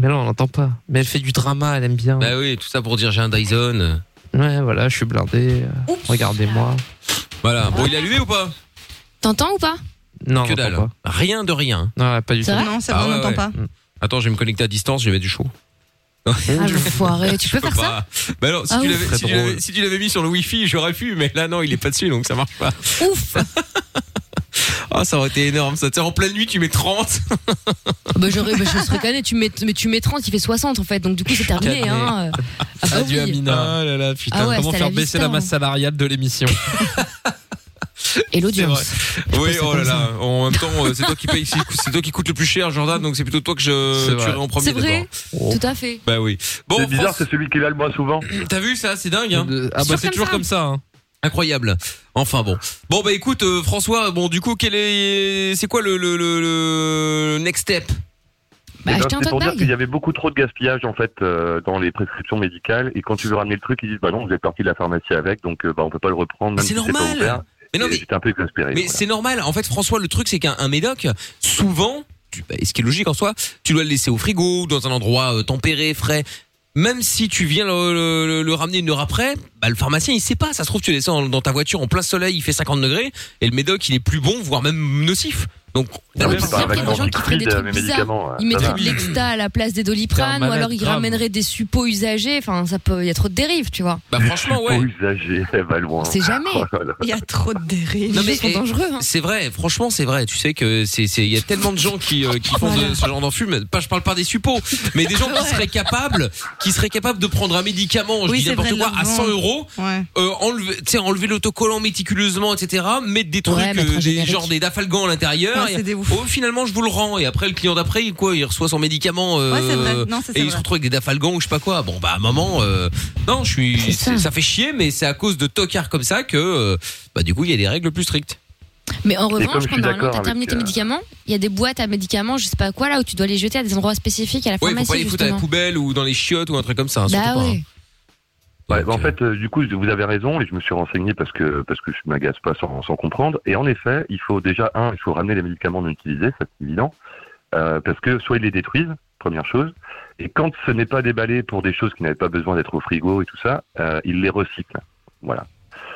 J: mais non, on l'entend pas. Mais elle fait du drama, elle aime bien.
B: Bah oui, tout ça pour dire j'ai un Dyson. euh,
J: Ouais, voilà, je suis blindé. euh, Regardez-moi.
B: Voilà. Bon, il est allumé ou pas
E: T'entends ou pas
J: Non, on
B: Que
J: l'entend
B: dalle.
J: pas.
B: Rien de rien.
J: Non, pas du tout. Hmm.
E: Ça va
C: Non, c'est
B: Ah
C: bon, on
B: ouais,
C: n'entend
B: ouais.
C: pas.
B: Attends, je vais me connecter à distance, je vais mettre du chaud.
E: Ah l'enfoiré, tu peux faire ça
B: Bah non, si
E: Ah
B: tu
E: oui.
B: l'avais-
J: Très
B: si tu l'avais
J: drôle.
B: si tu l'avais mis sur le wifi, j'aurais pu, mais là non, il est pas dessus donc ça marche pas.
E: Ouf
B: Ah, ça aurait été énorme ça. Tu sais, en pleine nuit, tu mets 30.
E: Bah j'aurais, bah, je serais canné, tu mets, mais tu mets 30, il fait 60 en fait, donc du coup c'est terminé. hein. Ah bah
J: Adieu,
E: oui.
J: Amina.
B: Ah là là, putain.
E: Ah ouais,
J: Comment
E: c'est à la
J: faire baisser
E: vista,
J: la
E: hein.
J: masse salariale de l'émission
E: Et
B: C'est
E: l'audience.
B: Oui,
E: c'est
B: oh là
E: comme
B: là. En même temps, euh, c'est toi qui paye, c'est c'est toi qui coûte le plus cher, Jordan, donc c'est plutôt toi que je
J: C'est vrai.
B: tuerai en premier.
E: C'est
B: d'abord.
E: vrai
J: Oh.
E: Tout à fait.
B: Bah oui. Bon,
I: C'est bizarre,
B: France,
I: c'est celui qui est là le moins souvent.
B: t'as vu ça, c'est dingue. Hein
J: Ah bah
E: Sûr
J: c'est
E: comme
J: toujours
E: ça.
J: comme ça. hein.
B: Incroyable. Enfin bon. Bon bah écoute euh, François, bon du coup quel est c'est quoi le le, le, le next step
E: Bah
I: Eh ben,
E: acheter un
I: c'est
E: tote
I: pour dire qu'il
E: bag.
I: y avait beaucoup trop de gaspillage en fait euh, dans les prescriptions médicales et quand tu veux ramener le truc ils disent bah non vous êtes parti de la pharmacie avec donc euh, bah on peut pas le reprendre
B: Mais
I: même
B: c'est
I: si pas
B: normal.
I: ouvert.
B: Mais non
I: Et
B: mais
I: j'étais un peu exaspéré.
B: mais
I: voilà.
B: c'est normal. En fait François le truc c'est qu'un un médoc souvent tu- bah, et ce qui est logique en soi, tu dois le laisser au frigo ou dans un endroit euh, tempéré, frais. Même si tu viens le, le- le- le ramener une heure après, bah, le pharmacien il sait pas. Ça se trouve tu laisses dans, dans ta voiture en plein soleil, il fait 50 degrés et le médoc il est plus bon voire même nocif. Donc
I: Non, mais
E: Ouais,
I: Ah c'est pas
E: parce
I: un
B: Oh.
E: qu'après, il y a
I: vaccin Siegfried,
E: des gens qui feraient des trucs
I: mes
E: bizarres.
I: médicaments.
E: Ils
I: ça
E: mettraient
B: Ah,
I: va.
E: de l'exta à la place des doliprane
J: C'est un
E: ou alors
J: malade
E: ils
J: grave.
E: ramèneraient des suppos usagés. Enfin, ça peut, il y a trop de dérives, tu vois.
I: Mmh.
B: bah franchement ouais.
I: Pour usager, elle va loin.
E: On sait jamais.
I: Oh là là.
C: Il y a trop de dérives.
B: Non,
E: Les
B: mais-
E: jeux sont
B: et-
E: dangereux. hein.
B: C'est vrai, franchement, c'est vrai. Tu sais que c'est, c'est, il y a tellement de gens qui, euh, qui font de- ce genre d'enfume. Pas, je parle pas des suppos, mais des gens qui seraient capables, qui seraient capables de prendre un médicament, je
C: Oui,
B: dis
C: c'est
B: n'importe
C: vrai,
B: quoi, à
C: le
B: 100
C: vent.
B: euros,
C: Ouais.
B: euh, enlever, tu sais, enlever l'autocollant méticuleusement, etc., mettre des trucs,
E: Ouais, mettre un
B: euh, des,
E: générique.
B: genre des dafalgans à l'intérieur.
C: Ouais,
B: et-
C: c'est des ouf.
B: oh, finalement, je vous le rends. Et après, le client d'après, il, quoi, il reçoit son médicament. euh,
C: Ouais, c'est vrai. Non,
B: Et
C: ça, c'est
B: il se
C: vrai.
B: retrouve avec des dafalgans ou je sais pas quoi. Bon bah à un moment, euh, non, je suis,
E: C'est
B: c'est- ça.
E: ça.
B: fait chier, mais c'est à cause de tocards comme ça que, euh, bah du coup, il y a des règles plus strictes.
E: Mais en revanche,
I: comme je
E: quand
I: suis
E: normalement
I: d'accord
E: t'as terminé
I: avec,
E: tes
I: euh,
E: médicaments, il y a des boîtes à médicaments, je sais pas quoi là, où tu dois les jeter à des endroits spécifiques à la
B: Ouais, faut
E: pharmacie.
B: pas les foutre à la
E: justement.
B: poubelle ou dans les chiottes ou un truc comme ça. hein, surtout
E: Bah
B: pas,
E: ouais.
B: hein.
I: Ouais, bah, en
B: Donc,
I: fait, euh, du coup, vous avez raison et je me suis renseigné parce que parce que je m'agace pas sans, sans comprendre. Et en effet, il faut déjà un, il faut ramener les médicaments non utilisés, ça, c'est évident, Euh, parce que soit ils les détruisent, première chose, et quand ce n'est pas déballé pour des choses qui n'avaient pas besoin d'être au frigo et tout ça, euh, ils les recyclent. Voilà.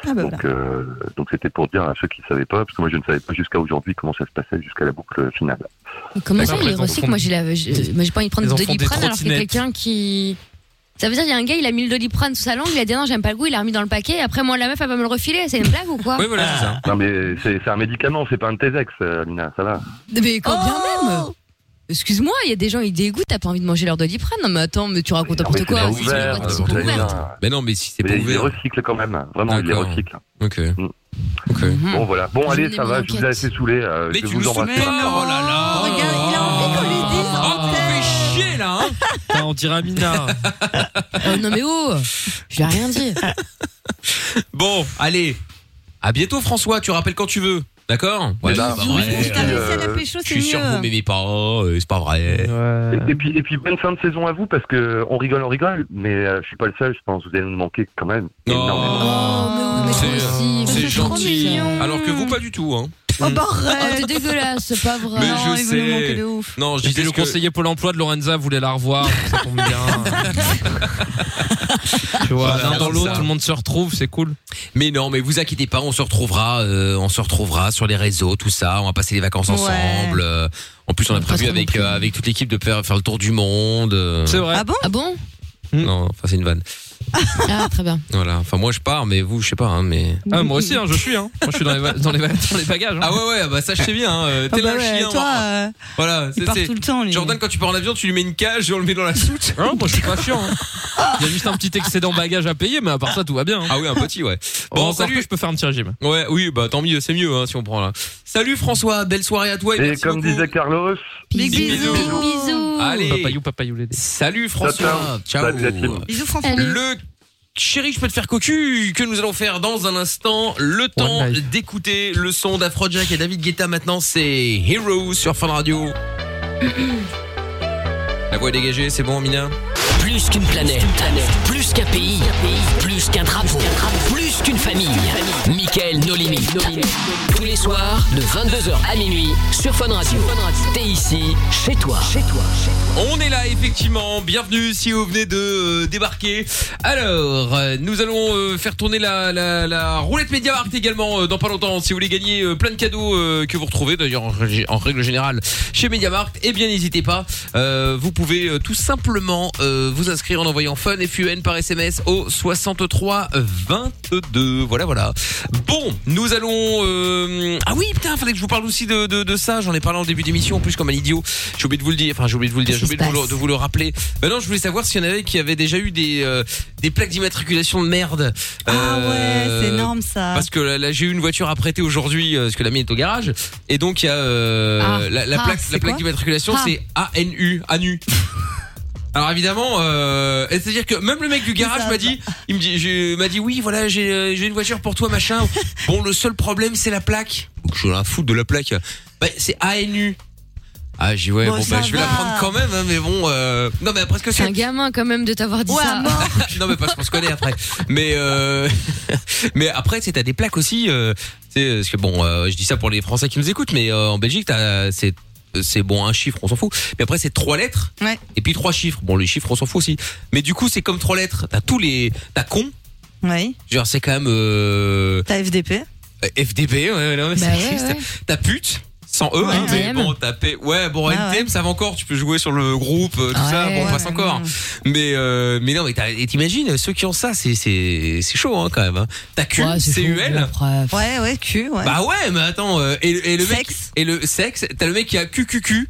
C: Ah bah voilà.
I: Donc euh, donc c'était pour dire à ceux qui ne savaient pas, parce que moi je ne savais pas jusqu'à aujourd'hui comment ça se passait jusqu'à la boucle finale.
E: Mais Comment ça,
J: D'accord,
E: il
J: ils en
E: recycle
J: font-
E: Moi, j'ai la- j'ai moi, j'ai pas envie de prendre
J: Ils en
E: du
J: font des
E: doliprane alors qu'il y a
J: trottinettes.
E: quelqu'un qui. Ça veut dire, il y a un gars, il a mis le doliprane sous sa langue, il a dit non, j'aime pas le goût, il l'a remis dans le paquet, et après, moi, la meuf, elle va me le refiler, c'est une blague ou quoi
B: Oui, voilà, c'est ça.
I: Non mais c'est c'est un médicament, c'est pas un Tesex, euh, Mina, ça va.
E: Ah. Mais quand bien même Excuse-moi, il y a des gens, ils dégoûtent, t'as pas envie de manger leur doliprane Non, mais attends, mais tu racontes
I: Non, mais
E: n'importe
I: c'est
E: quoi.
I: pas
E: c'est une
I: ouvert,
E: boîte,
I: euh,
E: ils sont
I: vous avez
E: ouvertes.
I: bien-
B: Bah Mais non, mais si c'est
I: Mais
B: pas
I: ils les
B: ouvert.
I: recyclent quand même, vraiment, ils les
B: D'accord.
I: recyclent.
B: Ok.
I: Mm.
B: Ok.
E: Mhm.
I: Bon, voilà. Bon,
E: Je
I: allez,
E: venais
I: ça
E: mon
I: va, je vous ai
E: enquête.
I: assez saoulé. euh,
B: Mais
I: je
B: tu
I: vous
B: nous
I: embrasse.
B: soumets pas, oh là Ah, là.
C: regarde, il a envie
B: hein.
D: Putain, on dirait Amina.
E: Oh, non mais oh, je lui ai rien dit.
B: Bon, allez. À bientôt, François. Tu rappelles quand tu veux. D'accord Ouais,
I: bah,
B: c'est pas
I: oui,
B: vrai.
I: oui, si t'as réussi à la
B: Euh,
I: pécho,
B: Je suis
I: c'est
B: sûr que
I: mieux.
B: vous m'aimez pas. euh, C'est pas vrai.
I: Et, et puis, et puis bonne fin de saison à vous parce que on rigole, on rigole, mais euh, je suis pas le seul, je pense que vous allez nous manquer quand même.
E: Oh,
B: C'est- C'est gentil. Alors que vous, pas du tout. Hein.
E: Oh, t'es dégueulasse, c'est pas vrai.
D: Mais je sais.
B: Non, je
D: Et puis
B: disais
D: le
B: ce que-
D: conseiller Pôle emploi de Lorenza voulait la revoir. Ça tombe bien. tu vois, l'un dans l'autre, tout le monde se retrouve, c'est cool.
B: Mais non, mais vous inquiétez pas, on se retrouvera, euh, on se retrouvera sur les réseaux, tout ça. On va passer les vacances
C: Ouais.
B: ensemble. euh, en plus, on a prévu
C: trop non
B: avec euh, avec toute l'équipe de faire faire le tour du monde. euh.
E: Ah bon Ah bon
B: Non, enfin c'est une vanne.
E: Ah très bien.
B: Voilà. Enfin moi je pars, mais vous je sais pas, hein, mais.
D: Ah, moi aussi, hein, je suis. Hein. Moi, je suis dans les, va- dans les, va- dans les bagages. hein.
B: Ah ouais ouais bah ça je sais bien hein, euh,
D: Ah
B: t'es là
D: bah
B: le
D: ouais,
B: chien Ah.
D: toi,
B: on-
D: euh,
B: voilà
D: il
B: c'est-
D: part
B: c'est-
D: tout le temps, lui.
B: Jordan quand tu pars en avion tu lui mets une cage et on le met dans la soute
D: non moi je suis pas chiant hein. Il y a juste un petit excédent bagage à payer, mais à part ça, tout va bien.
B: ah oui un petit ouais bon
D: Bon, encore que
B: salut
D: je peux faire un petit régime.
B: ouais oui bah tant mieux c'est mieux hein, si on prend là salut François belle soirée à toi et,
I: Et
B: merci
I: comme
B: beaucoup.
I: disait Carlos,
B: Big bisous. Allez.
D: Papayou, papayou, les dés.
B: Salut François.
D: Ciao, ciao.
B: Ciao.
D: Salut la team. Bisous, François. Salut.
B: Le chéri, je peux te faire cocu que nous allons faire dans un instant. Le temps d'écouter le son d'Afrojack et David Guetta maintenant, c'est Hero sur Fun Radio. La voix est dégagée, c'est bon Mina
A: Plus qu'une planète, plus qu'un pays, plus qu'un drapeau, plus qu'une famille. Michael No Limites. Tous les soirs, de 22h à minuit, sur Fun Radio. T'es ici, chez toi. Chez toi.
B: On est là effectivement, bienvenue si vous venez de euh, débarquer. Alors, euh, nous allons euh, faire tourner la, la, la roulette Mediamarkt également euh, dans pas longtemps. Si vous voulez gagner euh, plein de cadeaux euh, que vous retrouvez d'ailleurs en, rég- en règle générale chez Mediamarkt, eh bien n'hésitez pas, Euh, vous pouvez euh, tout simplement euh, vous inscrire en envoyant fun FUN par SMS au 63 22. Voilà voilà. Bon, nous allons euh, ah oui putain, fallait que je vous parle aussi de, de, de ça, j'en ai parlé en début d'émission en plus comme un idiot. J'ai oublié de vous le dire, enfin j'ai oublié de vous le dire, j'ai oublié de vous le, de vous le rappeler. Ben non, je voulais savoir s'il y en avait qui avaient déjà eu des euh, des plaques d'immatriculation de merde. Euh,
C: Ah ouais, c'est énorme, ça.
B: Parce que là, là, j'ai eu une voiture à prêter aujourd'hui euh, parce que la mienne est au garage et donc il y a euh,
C: Ah.
B: la, la
C: Ah,
B: plaque
C: c'est
B: la plaque
C: quoi
B: d'immatriculation
C: Ah.
B: c'est ANU, ANU. Alors évidemment, euh, c'est-à-dire que même le mec du garage m'a dit, il me dit, je- m'a dit oui, voilà, j'ai euh, j'ai une voiture pour toi, machin. Bon, le seul problème c'est la plaque. Donc, Je suis à foutre de la plaque. Bah, c'est ANU. Ah, j'ai dit, ouais,
E: Bon,
B: bon,
E: ça
B: bah, je vais la
E: va.
B: prendre quand même, hein, mais bon, euh, non, mais après, ce que
E: C'est
B: c'est.
E: un gamin quand même de t'avoir dit ça.
B: non, mais parce qu'on se connaît après. Mais, euh, mais après, c'est t'as des plaques aussi, euh, tu sais, parce que bon, euh, je dis ça pour les Français qui nous écoutent, mais euh, en Belgique, t'as, c'est, c'est bon, un chiffre, on s'en fout. Mais après, c'est trois lettres. Et puis trois chiffres. Bon, les chiffres, on s'en fout aussi. Mais du coup, c'est comme trois lettres. T'as tous les, t'as con.
C: Oui.
B: Genre, c'est quand même, euh,
C: T'as FDP
B: euh, FDP, ouais, ouais, non, mais
C: Bah
B: c'est
C: ouais,
B: triste.
C: ouais.
B: T'as pute, sans E,
C: Ouais,
B: hein, mais
C: NTM.
B: bon, t'as P. Ouais, bon,
C: Ah
B: NTM, ça va encore, tu peux jouer sur le groupe, euh, tout ça, bon, on passe encore. Mais, euh, mais non, mais t'as- et t'imagines, ceux qui ont ça, c'est, c'est, c'est chaud, hein, quand même. hein. T'as Q,
C: Ouais, c'est
B: CUL.
C: Ouais, ouais, Q, ouais.
B: Bah ouais, mais attends, euh, et, le- et le mec. Et le sexe, t'as le mec qui a QQQ.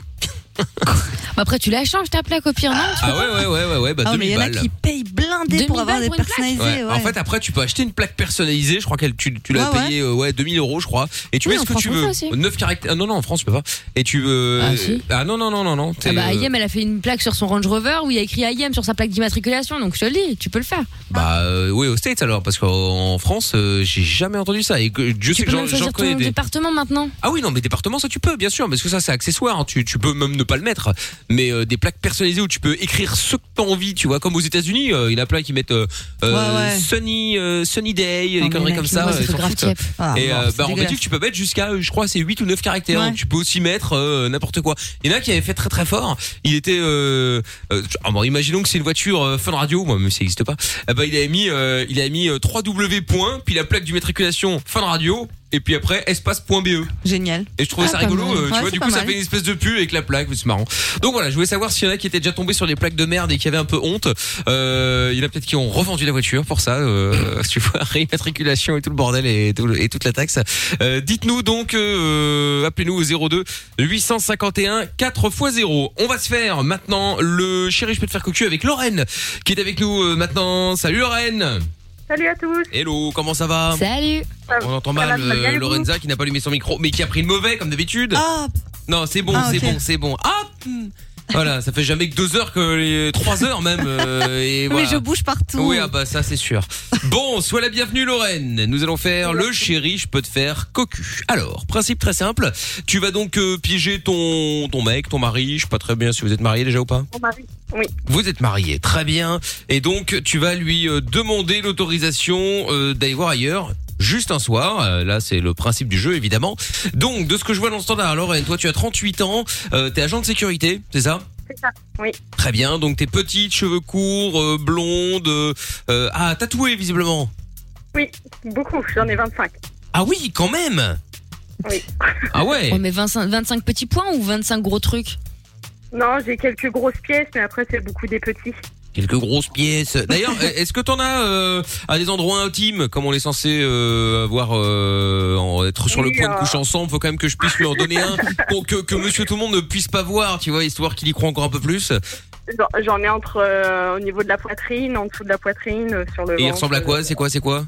E: Bah, après tu la changes ta plaque au pire non
B: Ah ouais, ouais, ouais, ouais, ouais, bah
C: Ah, mais
B: 2000
C: il y en a
B: balles.
C: qui payent blindé
E: 2000
C: pour avoir
E: balles
C: des
E: pour une plaque Ah,
C: personnalisés.
B: Ouais.
C: Ouais.
B: En fait, après, tu peux acheter une plaque personnalisée. Je crois qu'elle, tu, tu l'as
C: Ouais, ouais.
B: payée, euh, ouais, 2000 euros, je crois. Et tu
E: Oui,
B: mets
E: en
B: ce que
E: France,
B: tu
E: on
B: veux.
E: fait aussi.
B: 9 caractères. euh, Non, non, en France, tu peux pas. Et tu veux.
E: Ah, si.
B: Ah, non, non, non, non, non.
E: Ah
B: t'es,
E: bah
B: euh,
E: IM elle a fait une plaque sur son Range Rover où il y a écrit IM sur sa plaque d'immatriculation donc je te le dis tu peux le faire. ah.
B: Bah euh, oui, aux States alors, parce qu'en France, euh, j'ai jamais entendu ça. Et que je
E: tu
B: sais que
E: peux
B: j'en
E: même
B: j'en
E: choisir
B: connais
E: ton
B: des.
E: département maintenant.
B: Ah oui, non, mais département, ça tu peux, bien sûr, parce que ça c'est accessoire, hein. tu, tu peux même ne pas le mettre. Mais euh, des plaques personnalisées où tu peux écrire ce que t'as envie, tu vois, comme aux États-Unis, euh, il y en a plein qui mettent euh, euh,
C: Ouais, ouais.
B: Sunny, euh, Sunny Day,
C: Non,
B: des
C: mais
B: conneries
C: mec,
B: comme ça.
C: moi,
A: euh,
C: c'est
B: ils s'en
C: grave
B: foutent.
C: tiep. Ah,
B: Et
C: mort,
B: euh,
C: c'est
B: bah, en
C: dégueulasse.
B: Belgique, tu peux mettre jusqu'à, euh, je crois, c'est 8 ou 9 caractères.
C: Ouais.
B: Donc, tu peux aussi mettre euh, n'importe quoi. Il y en a qui avaient fait très très fort. Il était, euh, euh, ah, bon, imaginons que c'est une voiture euh, Fun Radio, moi, même si ça n'existe pas. Eh ben, il avait mis, euh, il a mis euh, 3W points, puis la plaque d'immatriculation Fun Radio, et puis après espace.be.
C: Génial.
B: Et je trouvais
C: Ah,
B: ça
C: pas
B: rigolo,
C: mal.
B: euh, tu vois,
C: Ouais, c'est
B: du
C: pas
B: coup ça
C: mal.
B: fait une espèce de pu avec la plaque, mais c'est marrant. Donc voilà, je voulais savoir s'il y en a qui étaient déjà tombés sur des plaques de merde et qui avaient un peu honte. Euh, il y en a peut-être qui ont revendu la voiture pour ça, euh, tu vois, réimmatriculation et tout le bordel et, tout le- et toute la taxe. Euh, Dites-nous donc, euh, appelez-nous au 02 851 4x0. On va se faire maintenant le chéri, je peux te faire cocu avec Lorraine qui est avec nous euh, maintenant. Salut Lorraine
G: Salut à tous.
B: Hello, comment ça va
E: Salut.
B: on entend
G: Ça va,
B: mal
G: ça va bien,
B: euh,
G: et vous
B: Lorenza qui n'a pas allumé son micro, mais qui a pris le mauvais comme d'habitude.
C: Ah.
B: Non, c'est bon,
C: Ah,
B: c'est
C: ok.
B: bon, c'est bon. Ah Voilà, ça fait jamais que deux heures que les trois heures même. euh, et
C: Mais
B: voilà.
C: je bouge partout.
B: Oui, ah bah ça c'est sûr. Bon, sois la bienvenue Lorraine. Nous allons faire le chéri, je peux te faire cocu. Alors, principe très simple. Tu vas donc euh, piéger ton ton mec, ton mari. Je sais pas très bien si vous êtes mariés déjà ou pas.
G: Mon mari. Oh, bah Oui.
B: Vous êtes mariés, très bien. Et donc tu vas lui euh, demander l'autorisation euh, d'aller voir ailleurs. Juste un soir, Euh, là c'est le principe du jeu évidemment. Donc de ce que je vois dans le standard, Lorraine, toi tu as 38 ans, euh, t'es agent de sécurité, c'est ça
G: C'est ça. Oui.
B: Très bien, donc t'es petite, cheveux courts, euh, blonde, euh, euh, ah tatouée visiblement.
G: Oui. Beaucoup. J'en ai 25.
B: Ah oui, quand même
G: Oui.
B: Ah ouais
E: Ouais, Oh, mais 25, 25 petits points ou 25 gros trucs
G: Non, j'ai quelques grosses pièces, mais après, c'est beaucoup des petits.
B: Quelques grosses pièces. D'ailleurs, est-ce que t'en as euh, à des endroits intimes, comme on est censé euh, avoir, euh, en- être sur le
G: Oui,
B: point de
G: euh.
B: coucher ensemble Faut quand même que je puisse lui en donner un, pour que, que Monsieur Tout le Monde ne puisse pas voir, tu vois, histoire qu'il y croit encore un peu plus.
G: J'en- J'en ai entre euh, au niveau de la poitrine, en dessous de la poitrine, euh, sur le
B: Et il
G: ventre.
B: ressemble à quoi C'est quoi C'est quoi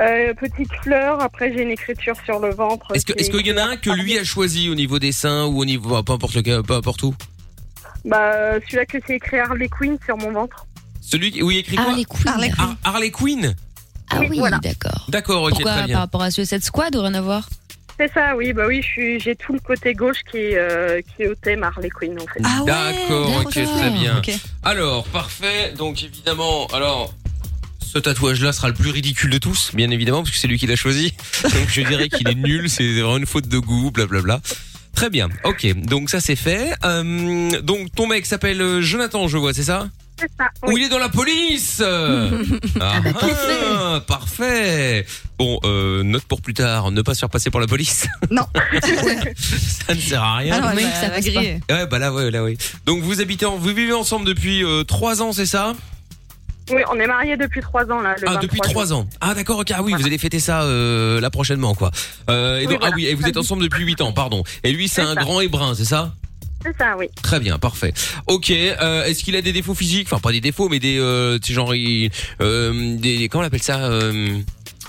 G: Euh, Petite fleur. Après, j'ai une écriture sur le ventre.
B: Est-ce que,
G: qui-
B: est-ce qu'il y en a un que lui a choisi au niveau des seins ou au niveau, bah, peu importe lequel, peu importe où
G: Bah, euh, celui-là que c'est écrit Harley Quinn sur mon ventre.
B: Celui qui- où il
G: Ah,
B: écrit quoi
E: Harley Quinn.
B: Har- Harley Quinn.
G: Oh.
E: Ah oui,
G: Oui, voilà.
E: d'accord.
B: D'accord, ok,
E: Pourquoi
B: très
E: par
B: bien.
E: rapport à ceux cette squad ou rien à voir
G: C'est ça, oui. Bah oui, je suis- j'ai tout le côté gauche qui est, euh, qui est au thème Harley Quinn, en fait.
C: Ah ouais,
B: D'accord, ok, très bien.
C: Ok.
B: Alors, parfait. Donc, évidemment, alors. Ce tatouage-là sera le plus ridicule de tous, bien évidemment, parce que c'est lui qui l'a choisi. Donc je dirais qu'il est nul, c'est vraiment une faute de goût, blablabla. Très bien, ok, donc ça c'est fait. Euh, donc ton mec s'appelle euh, Jonathan, je vois, c'est ça
G: C'est ça.
B: Ou
G: Oui.
B: il est dans la police
C: bah,
B: Ah, ah, Parfait Bon, euh, note pour plus tard, ne pas se faire passer pour la police.
C: Non.
B: ça ne sert à rien.
C: Ah non,
E: Même
C: bah,
E: que ça va
C: c'est pas-
E: griller.
B: Ouais, bah là, ouais, là, oui. Donc vous habitez, en, vous vivez ensemble depuis 3 ans, c'est ça
G: Oui, on est mariés depuis trois ans, là. Le
B: Ah, depuis 3 ans. Ah, d'accord, ok. Ah oui, vous allez fêter ça euh, là prochainement, quoi. Euh, et
G: Oui,
B: donc,
G: voilà.
B: Ah oui, et vous êtes ensemble depuis 8 ans, pardon. Et lui, c'est
G: C'est
B: un
G: ça.
B: grand et brun, c'est ça
G: C'est ça, oui.
B: Très bien, parfait. Ok, euh, est-ce qu'il a des défauts physiques Enfin, pas des défauts, mais des. Euh, tu sais, genre. il- euh, des, comment on appelle ça euh,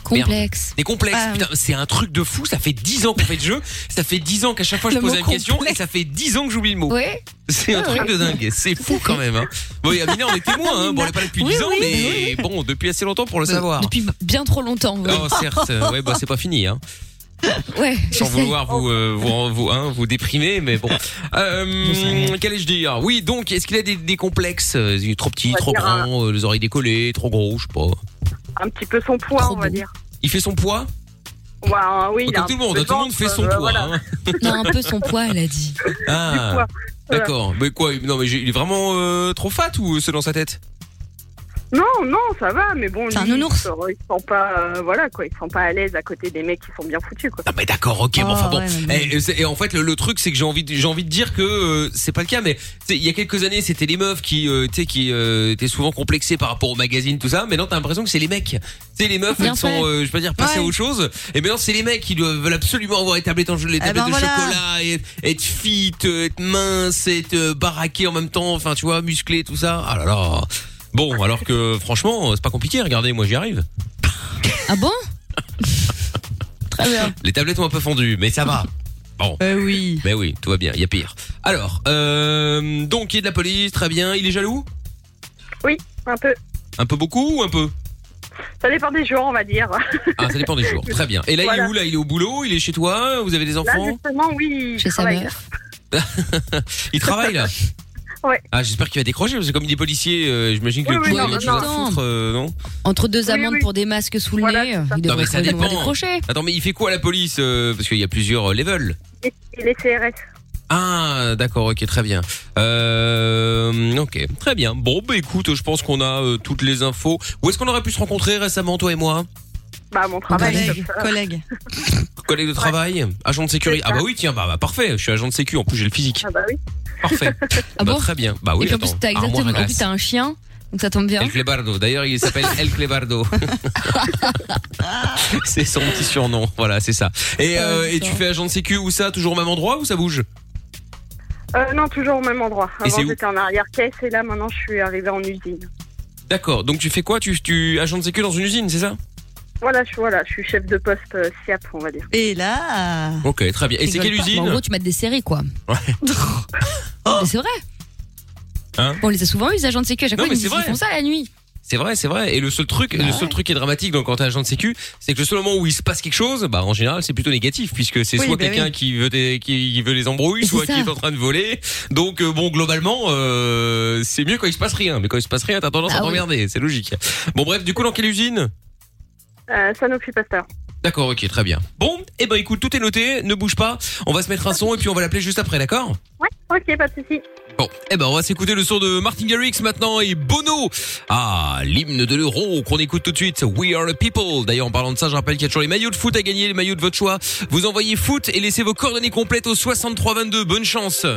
E: Complexe.
B: Des complexes.
C: Ah, oui.
B: Putain, c'est un truc de fou. Ça fait 10 ans qu'on fait le jeu. Ça fait 10 ans qu'à chaque fois je
C: Le
B: pose
C: mot
B: la même question. Et ça fait 10 ans que j'oublie le mot.
E: Oui,
B: C'est un
E: Ouais,
B: truc
E: ouais.
B: de dingue. C'est fou quand même. Hein. Bon, et Amina, on est témoin. Hein. Bon, on n'est pas là depuis
C: Oui,
B: 10 ans,
C: oui,
B: mais bon, depuis assez longtemps pour le savoir.
E: Euh, Depuis bien trop longtemps. Ouais.
B: Oh, certes, ouais, bah c'est pas fini, hein.
E: Ouais, je
B: Sans
E: sais.
B: vouloir vous, euh, vous, vous, hein, vous déprimer, mais bon. Euh, Qu'allais-je dire Oui, donc, est-ce qu'il a des, des complexes euh, Il est trop petit,
G: On va
B: trop
G: dire un-
B: grand, euh, les oreilles décollées, trop gros, je sais pas.
G: Un petit peu son poids,
E: Trop
G: on va
E: beau.
G: dire.
B: Il fait son poids
G: Ouais, euh, oui, il
B: Comme tout
G: a un
B: le
G: petit
B: monde,
G: peu
B: hein,
G: de
B: tout le monde
G: ventre,
B: fait son
G: euh,
B: poids.
G: voilà.
B: hein.
E: Non, un peu son poids, elle a dit.
B: Ah,
G: poids, voilà.
B: D'accord, mais quoi il- Non, mais j'ai- il est vraiment euh, trop fat ou c'est dans sa tête
G: Non, non, ça va, mais bon,
C: C'est un
G: lui,
C: nounours.
G: Il se, il se sent pas, euh, voilà quoi, il se sent pas à l'aise à côté des mecs qui sont bien foutus quoi.
B: Ah mais d'accord, ok, bon,
C: Oh,
B: enfin bon.
C: ouais, mais
B: Et, c'est- et en fait, le, le truc, c'est que j'ai envie, de- j'ai envie de dire que euh, c'est pas le cas, mais tu sais, il y a quelques années, c'était les meufs qui, euh, tu sais, qui euh, étaient souvent complexées par rapport aux magazines, tout ça. Maintenant, t'as l'impression que c'est les mecs. Tu sais, les meufs,
E: Bien
B: elles sont,
E: fait.
B: euh, je vais pas dire, passées à
C: Ouais.
B: autre chose. Et maintenant, c'est les mecs qui doivent- veulent absolument avoir les tablettes en jeu, les
C: Eh ben
B: tablettes de
C: voilà.
B: chocolat, et, être fit, euh, être mince, être euh, baraqué en même temps, enfin, tu vois, musclé, tout ça. Ah là là. Bon, alors que franchement, c'est pas compliqué. Regardez, moi, j'y arrive.
E: Ah bon Très bien.
B: Les tablettes ont un peu fondu, mais ça va. Bon.
C: Euh, oui.
B: Ben oui, tout va bien, il y a pire. Alors, euh, donc il est de la police, très bien. Il est jaloux
G: Un peu,
B: Un peu beaucoup ou un peu
G: ça dépend des jours, on va dire.
B: Ah, ça dépend des jours, très bien. Et là, il est
G: Voilà.
B: où là Il est au boulot Il est chez toi Vous avez des
G: Là
B: enfants
G: justement, oui, il
E: Chez sa
G: travaille.
E: meuf.
B: Il travaille là
G: Ouais.
B: Ah, j'espère qu'il va décrocher, parce que comme il est policier, euh, j'imagine que
G: Oui,
B: le
G: oui,
B: boulot,
G: non,
B: il a
G: non,
B: des choses à
E: non.
B: foutre, euh, non
E: Entre deux
G: Oui,
E: amendes
G: oui.
E: pour des masques sous le
G: Voilà,
E: nez, euh,
G: c'est ça.
E: il
B: Non, mais
E: devrait
B: ça dépend.
E: pouvoir décrocher.
B: Attends, mais il fait quoi à la police euh, Parce qu'il y a plusieurs euh, levels.
G: Et Il est CRS.
B: Ah, d'accord, ok, très bien. Euh, ok, très bien. Bon, bah écoute, je pense qu'on a euh, toutes les infos. Où est-ce qu'on aurait pu se rencontrer récemment, toi et moi
G: Bah, à mon travail.
C: Collègue, collègue.
B: Collègue de travail, agent de sécurité.
G: C'est
B: Ah
G: ça.
B: bah oui, tiens, bah, bah, parfait. Je suis agent de sécu. En plus, j'ai le physique.
G: Ah bah oui.
B: Parfait.
E: Ah
B: bah,
E: bon
B: très bien. Bah oui.
E: Et puis en
B: attends,
E: plus, t'as
B: armoire à
E: exactement. En
B: glace.
E: plus, t'as un chien, donc ça tombe bien.
B: El Clebardo. D'ailleurs, il s'appelle El Clebardo. c'est son petit surnom. Voilà, c'est ça. Et, euh,
E: Ouais, c'est
B: et tu
E: ça.
B: fais agent de sécu où ça Toujours au même endroit ou ça bouge
G: Euh, non, toujours au même endroit.
B: Et c'est
G: Avant
B: où
G: j'étais en arrière-caisse et là maintenant je suis arrivée en usine.
B: D'accord. Donc tu fais quoi tu, tu agent de sécu dans une usine, c'est ça
G: Voilà, je suis voilà, je suis chef de poste euh, SIAP, on va dire.
C: Et là.
B: Ok, très bien. Et c'est
E: Ah.
B: quelle
E: Rigole pas. Bah, En
B: usine
E: gros, tu mets des séries, quoi.
B: Ouais.
E: Mais c'est vrai.
B: Hein
E: Bon, on les a souvent eu, les agents de sécu, à chaque
B: Non,
E: fois,
B: mais
E: ils,
B: c'est
E: ils
B: vrai.
E: font ça la nuit.
B: C'est vrai, c'est vrai. Et le seul truc,
E: Bah
B: le seul truc qui est dramatique donc, quand t'es agent de sécu, c'est que le seul moment où il se passe quelque chose, bah en général c'est plutôt négatif puisque c'est
E: Oui,
B: soit
E: bah
B: quelqu'un
E: oui.
B: qui veut des- qui, qui veut les embrouilles,
E: Mais
B: soit
E: c'est ça.
B: qui est en train de voler. Donc euh, bon, globalement, euh, c'est mieux quand il se passe rien. Mais quand il se passe rien, t'as tendance
G: Ah
B: à
G: oui.
B: t'emmerder, c'est logique. Bon bref, du coup dans quelle usine
G: Euh, Sanofi Pasteur.
B: D'accord, ok, très bien. Bon, et eh ben écoute, tout est noté, ne bouge pas. On va se mettre un son et puis on va l'appeler juste après, d'accord
G: Ouais, ok, pas de soucis.
B: Bon, eh ben on va s'écouter le son de Martin Garrix maintenant et Bono. Ah, l'hymne de l'euro qu'on écoute tout de suite. We are the people. D'ailleurs, en parlant de ça, je rappelle qu'il y a toujours les maillots de foot à gagner, les maillots de votre choix. Vous envoyez foot et laissez vos coordonnées complètes au 6322. Bonne chance.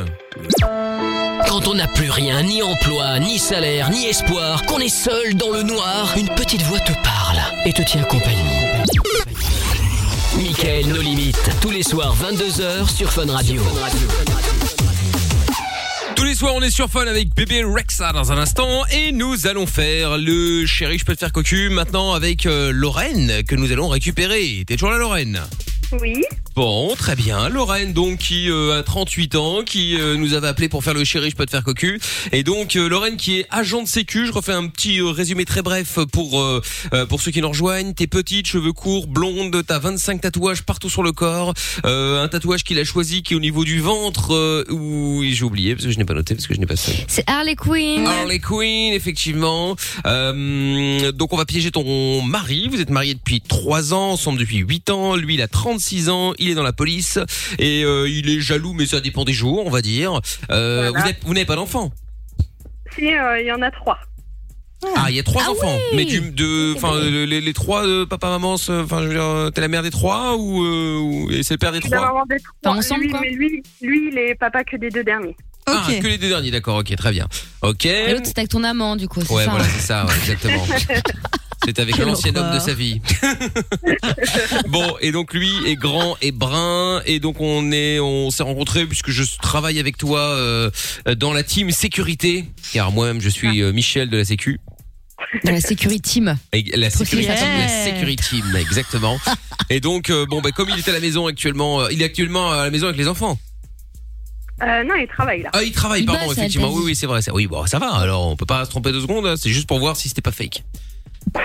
A: Quand on n'a plus rien, ni emploi, ni salaire, ni espoir, qu'on est seul dans le noir, une petite voix te parle et te tient compagnie. Michael, nos limites, tous les soirs 22h sur Fun Radio.
B: Tous les soirs, on est sur Fun avec bébé Rexa dans un instant et nous allons faire le chéri, je peux te faire cocu maintenant avec euh, Lorraine que nous allons récupérer. T'es toujours là, Lorraine
G: Oui.
B: Bon, très bien. Lorraine, donc, qui euh, a 38 ans, qui euh, nous avait appelé pour faire le chéri, je peux te faire cocu. Et donc, euh, Lorraine, qui est agent de sécu, je refais un petit euh, résumé très bref pour euh, euh, pour ceux qui nous rejoignent. T'es petite, cheveux courts, blonde, t'as 25 tatouages partout sur le corps. Euh, un tatouage qu'il a choisi qui est au niveau du ventre, euh, où j'ai oublié, parce que je n'ai pas noté, parce que je n'ai pas ça.
E: C'est Harley Quinn.
B: Harley Quinn, effectivement. Euh, donc on va piéger ton mari. Vous êtes mariés depuis 3 ans, ensemble depuis 8 ans. Lui, il a 36 ans, il est dans la police et euh, il est jaloux, mais ça dépend des jours, on va dire. Euh,
G: Voilà.
B: vous n'avez- Vous n'avez pas d'enfant
G: Si, euh, il y en a trois.
B: Ah, il y a trois
G: Ah
B: enfants.
G: oui
B: Mais du, de, enfin, euh, les, les trois, euh, papa, maman, se- enfin, je veux dire, euh, t'es la mère des trois ou, euh, ou- et c'est le père des
G: Il y en a
B: trois
G: vraiment des trois.
E: ensemble,
G: lui,
E: quoi.
G: Mais lui, lui, il est papa que des deux derniers.
B: Ah, que les deux derniers, d'accord, ok, très bien. Ok.
E: Et l'autre, c'est avec ton amant, du coup, c'est
B: Ouais,
E: ça. hein.
B: voilà, c'est ça, ouais, exactement. C'est avec
E: Quelle
B: l'ancien homme de
E: horreur.
B: sa vie. bon, et donc lui est grand et brun, et donc on est, on s'est rencontrés puisque je travaille avec toi euh, dans la team sécurité, car moi-même je suis euh, Michel de la Sécu.
E: Dans la sécurité team.
B: Et La
E: Trop
B: sécurité,
E: stylé.
B: la sécurité team, exactement. Et donc euh, bon, bah, comme il est à la maison actuellement, euh, il est actuellement à la maison avec les enfants.
G: Euh, non, il travaille là.
B: Ah, il travaille, pardon, effectivement. Oui, oui, c'est vrai. c'est- Oui, bon, ça va. Alors, on peut pas se tromper deux secondes. hein, C'est juste pour voir si c'était pas fake.
E: Oh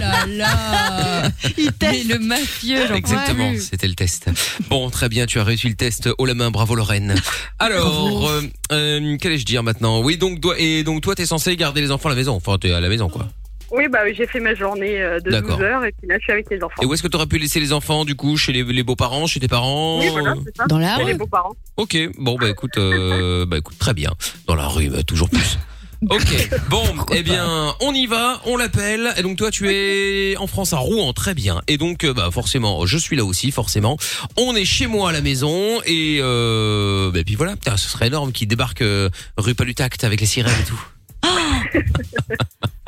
E: là là Il Mais le mafieux, j'en peux
B: Exactement,
E: plus.
B: c'était le test. Bon, très bien, tu as réussi le test haut la main, bravo Lorraine. Alors, euh, euh, qu'allais-je dire maintenant Oui, donc toi, et donc toi, t'es censé garder les enfants à la maison. Enfin, t'es à la maison, quoi.
G: Oui, bah j'ai fait ma journée euh, de
B: D'accord.
G: 12 heures et puis là, je suis avec les enfants.
B: Et où est-ce que t'aurais pu laisser les enfants, du coup, chez les, les beaux-parents, chez tes parents
G: Oui, voilà, c'est ça.
E: Dans la
G: C'est les
E: rue.
G: beaux-parents.
B: Ok, bon bah écoute, euh, bah écoute, très bien. Dans la rue, bah, toujours plus. Ok, bon, eh bien, on y va, on l'appelle. Et donc toi, tu es en France à Rouen, très bien. Et donc, euh, bah forcément, je suis là aussi, forcément. On est chez moi à la maison et euh, bah, puis voilà. Putain, ce serait énorme qu'ils débarquent euh, rue Palutact avec les sirènes et tout.
C: Ah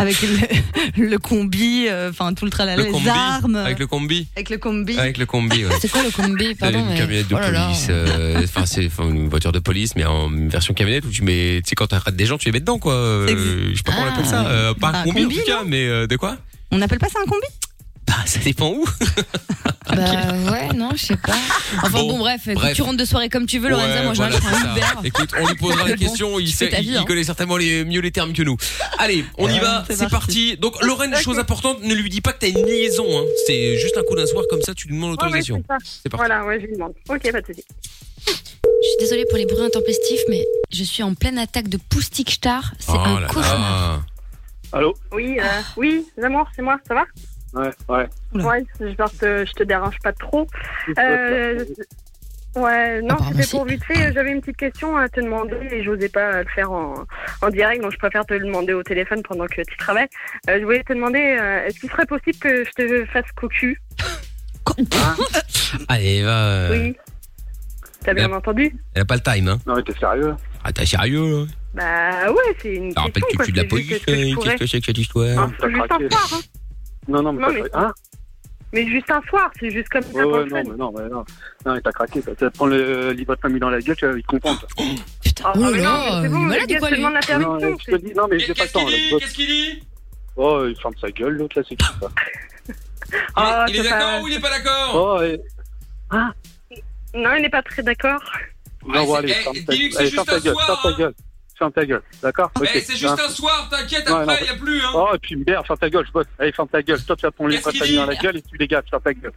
C: Avec le, le combi, euh, enfin tout le
E: Bah,
C: tralala, les armes.
B: avec le combi,
C: Avec le combi.
B: avec le combi. Ouais.
E: Ah, C'est quoi le combi
B: T'as
E: Pardon,
B: une
E: mais-
B: camionnette de
E: Oh là là.
B: police, euh, enfin c'est enfin, une voiture de police, mais en version camionnette où tu mets, tu sais quand t'arrêtes des gens, tu les mets dedans quoi. Euh, je sais pas comment on
E: Ah.
B: appelle ça, euh, pas
E: Bah,
C: Un
B: un combi, en
C: combi,
B: tout cas, mais euh, de quoi
C: On n'appelle pas ça un combi
B: Bah ça dépend où.
E: Bah ouais, non, je sais pas. Enfin bon, bref, écoute,
B: bref.
E: tu rentres de soirée comme tu veux, Lorenza,
B: Ouais,
E: moi
B: voilà,
E: je hein. prends
B: c'est
E: un
B: ça.
E: Uber.
B: Écoute, on lui posera la
E: Bon,
B: question, il,
E: tu fais
B: sait-
E: ta
B: il-
E: vie,
B: il
E: hein.
B: connaît certainement les, mieux les termes que nous. Allez, on y
E: Ouais,
B: va,
E: c'est
B: c'est parti. Donc Lorraine, chose importante, ne lui dis pas que t'as une liaison, hein. c'est juste un coup d'un soir comme ça, tu lui demandes
G: Ouais, ouais,
B: l'autorisation.
G: c'est ça.
B: C'est parti.
G: Voilà, ouais, je lui demande. Ok, pas de soucis.
E: Je suis désolée pour les bruits intempestifs, mais je suis en pleine attaque de poustique star. C'est
B: Oh
E: un
B: là
E: cauchemar.
B: là.
K: Allô
G: Oui, euh,
B: Ah.
G: oui, l'amour, c'est moi, ça va
K: Ouais, ouais.
G: Ouais, j'espère que je te dérange pas trop. Euh,
K: Ah,
G: ouais, non, c'était pour vite fait. J'avais une petite question à te demander et je n'osais pas le faire en, en direct, donc je préfère te le demander au téléphone pendant que tu travailles. Euh, je voulais te demander, euh, est-ce qu'il serait possible que je te fasse cocu
B: Allez, va. euh,
G: Oui. T'as bien
B: la-
G: entendu
B: Elle a pas le time, hein.
K: Non mais t'es sérieux
B: Ah t'es sérieux là
G: Bah ouais, c'est une
B: Ça rappelle
G: question.
B: que
G: quoi,
B: tu es de la
G: c'est juste
B: police,
G: ce que je
B: euh,
G: pourrais.
B: qu'est-ce que c'est que cette
K: Ah,
B: histoire
G: Faut juste un soir, hein.
K: Non, non, mais
G: Non,
K: t'as
G: mais,
K: craqué. Hein
G: mais juste un soir, c'est juste comme ça.
K: Ouais,
G: pour
K: ouais,
G: le
K: non,
G: fun.
K: mais non, mais non. Non, mais t'as craqué. T'as t'as- prends le euh, livre de famille dans la gueule, tu vas vite comprendre.
G: Ah,
E: Oh là
G: mais non,
E: là,
G: mais c'est
E: il est
G: bon,
E: malade
G: les gars,
E: ou
G: je
E: quoi,
G: te
E: lui
G: demande l'intervention.
K: Non, je te dis, non, mais j'ai pas le temps. Qu'est-ce
B: qu'il dit
K: Oh, il ferme sa gueule, l'autre, là, c'est qui ça
G: Ah,
B: Il est
G: c'est pas-
B: d'accord ou il est pas d'accord
K: Oh, et...
G: Non, il n'est pas très d'accord.
K: Non, bon, allez,
B: c'est-
K: ferme
B: eh,
K: ta
B: dis-lui
K: gueule.
B: que c'est
K: Bah, Allez, ferme
B: juste un
K: ta gueule,
B: soir,
K: ferme ta gueule. ferme ta gueule, d'accord
B: Eh,
K: Ok. Bah,
B: c'est juste un soir, t'inquiète, après, il y a plus, hein.
K: Oh, et puis merde, ferme ta gueule, je bosse. Allez, ferme ta gueule. Toi, tu as ton livre,
B: qu'il
K: t'as mis dans
B: dit
K: la gueule et tu dégages, ferme ta gueule.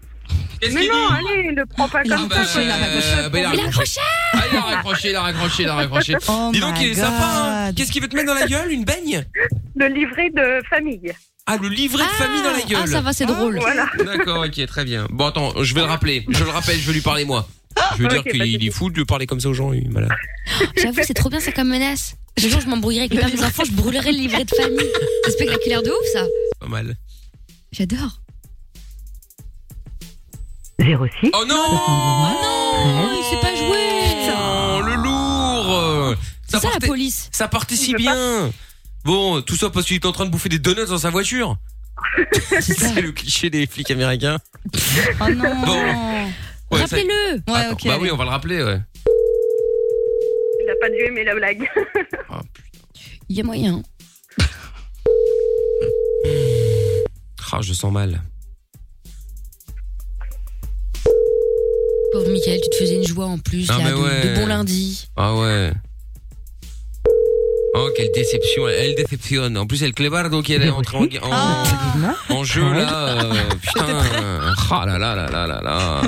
G: Mais non, allez, ne prends pas comme ça. quoi.
B: Euh, bah, il a raccroché. Ah, il a raccroché, il a raccroché, il a raccroché.
G: Oh
B: Dis donc,
G: my
B: il est sympa. hein.
G: God.
B: Qu'est-ce qu'il veut te mettre dans la gueule Une baigne
G: Le livret de famille.
B: Ah, le livret de famille dans la gueule.
G: ah, ça va, c'est drôle. Voilà.
B: D'accord, ok, très bien. Bon, attends, je vais le rappeler. Je le rappelle, je vais lui parler moi. Je veux dire
E: Ok, pas de
B: qu'il est fou de lui parler comme ça aux gens, il est malade.
E: J'avoue, c'est trop bien ça comme menace. Le jour où je m'embrouillerai avec le père des enfants, je brûlerai le livret de famille. C'est spectaculaire de ouf ça.
B: Pas mal.
E: J'adore.
L: 06.
B: Oh non Oh
E: non, il sait pas jouer.
B: Oh, le lourd ça, ça la
E: police.
B: Ça partait si bien. Bon, tout ça parce qu'il était en train de bouffer des donuts dans sa voiture. C'est le cliché des flics américains.
E: Oh non.
B: Ouais, ça-
E: Rappelez-le.
B: Attends, bah oui, on va le rappeler, ouais.
G: Il n'a pas dû aimer la blague.
E: Il y a moyen.
B: Ah, je sens mal.
E: Pauvre Michael, tu te faisais une joie en plus
B: Ah,
E: là,
B: mais
E: de,
B: ouais.
E: de bon lundi.
B: Ah ouais. Oh, quelle déception. Elle déceptionne. En plus, elle clébardo qui est entrée en,
E: Ah.
B: en, en jeu, là. euh, putain. Ah là là là là là là.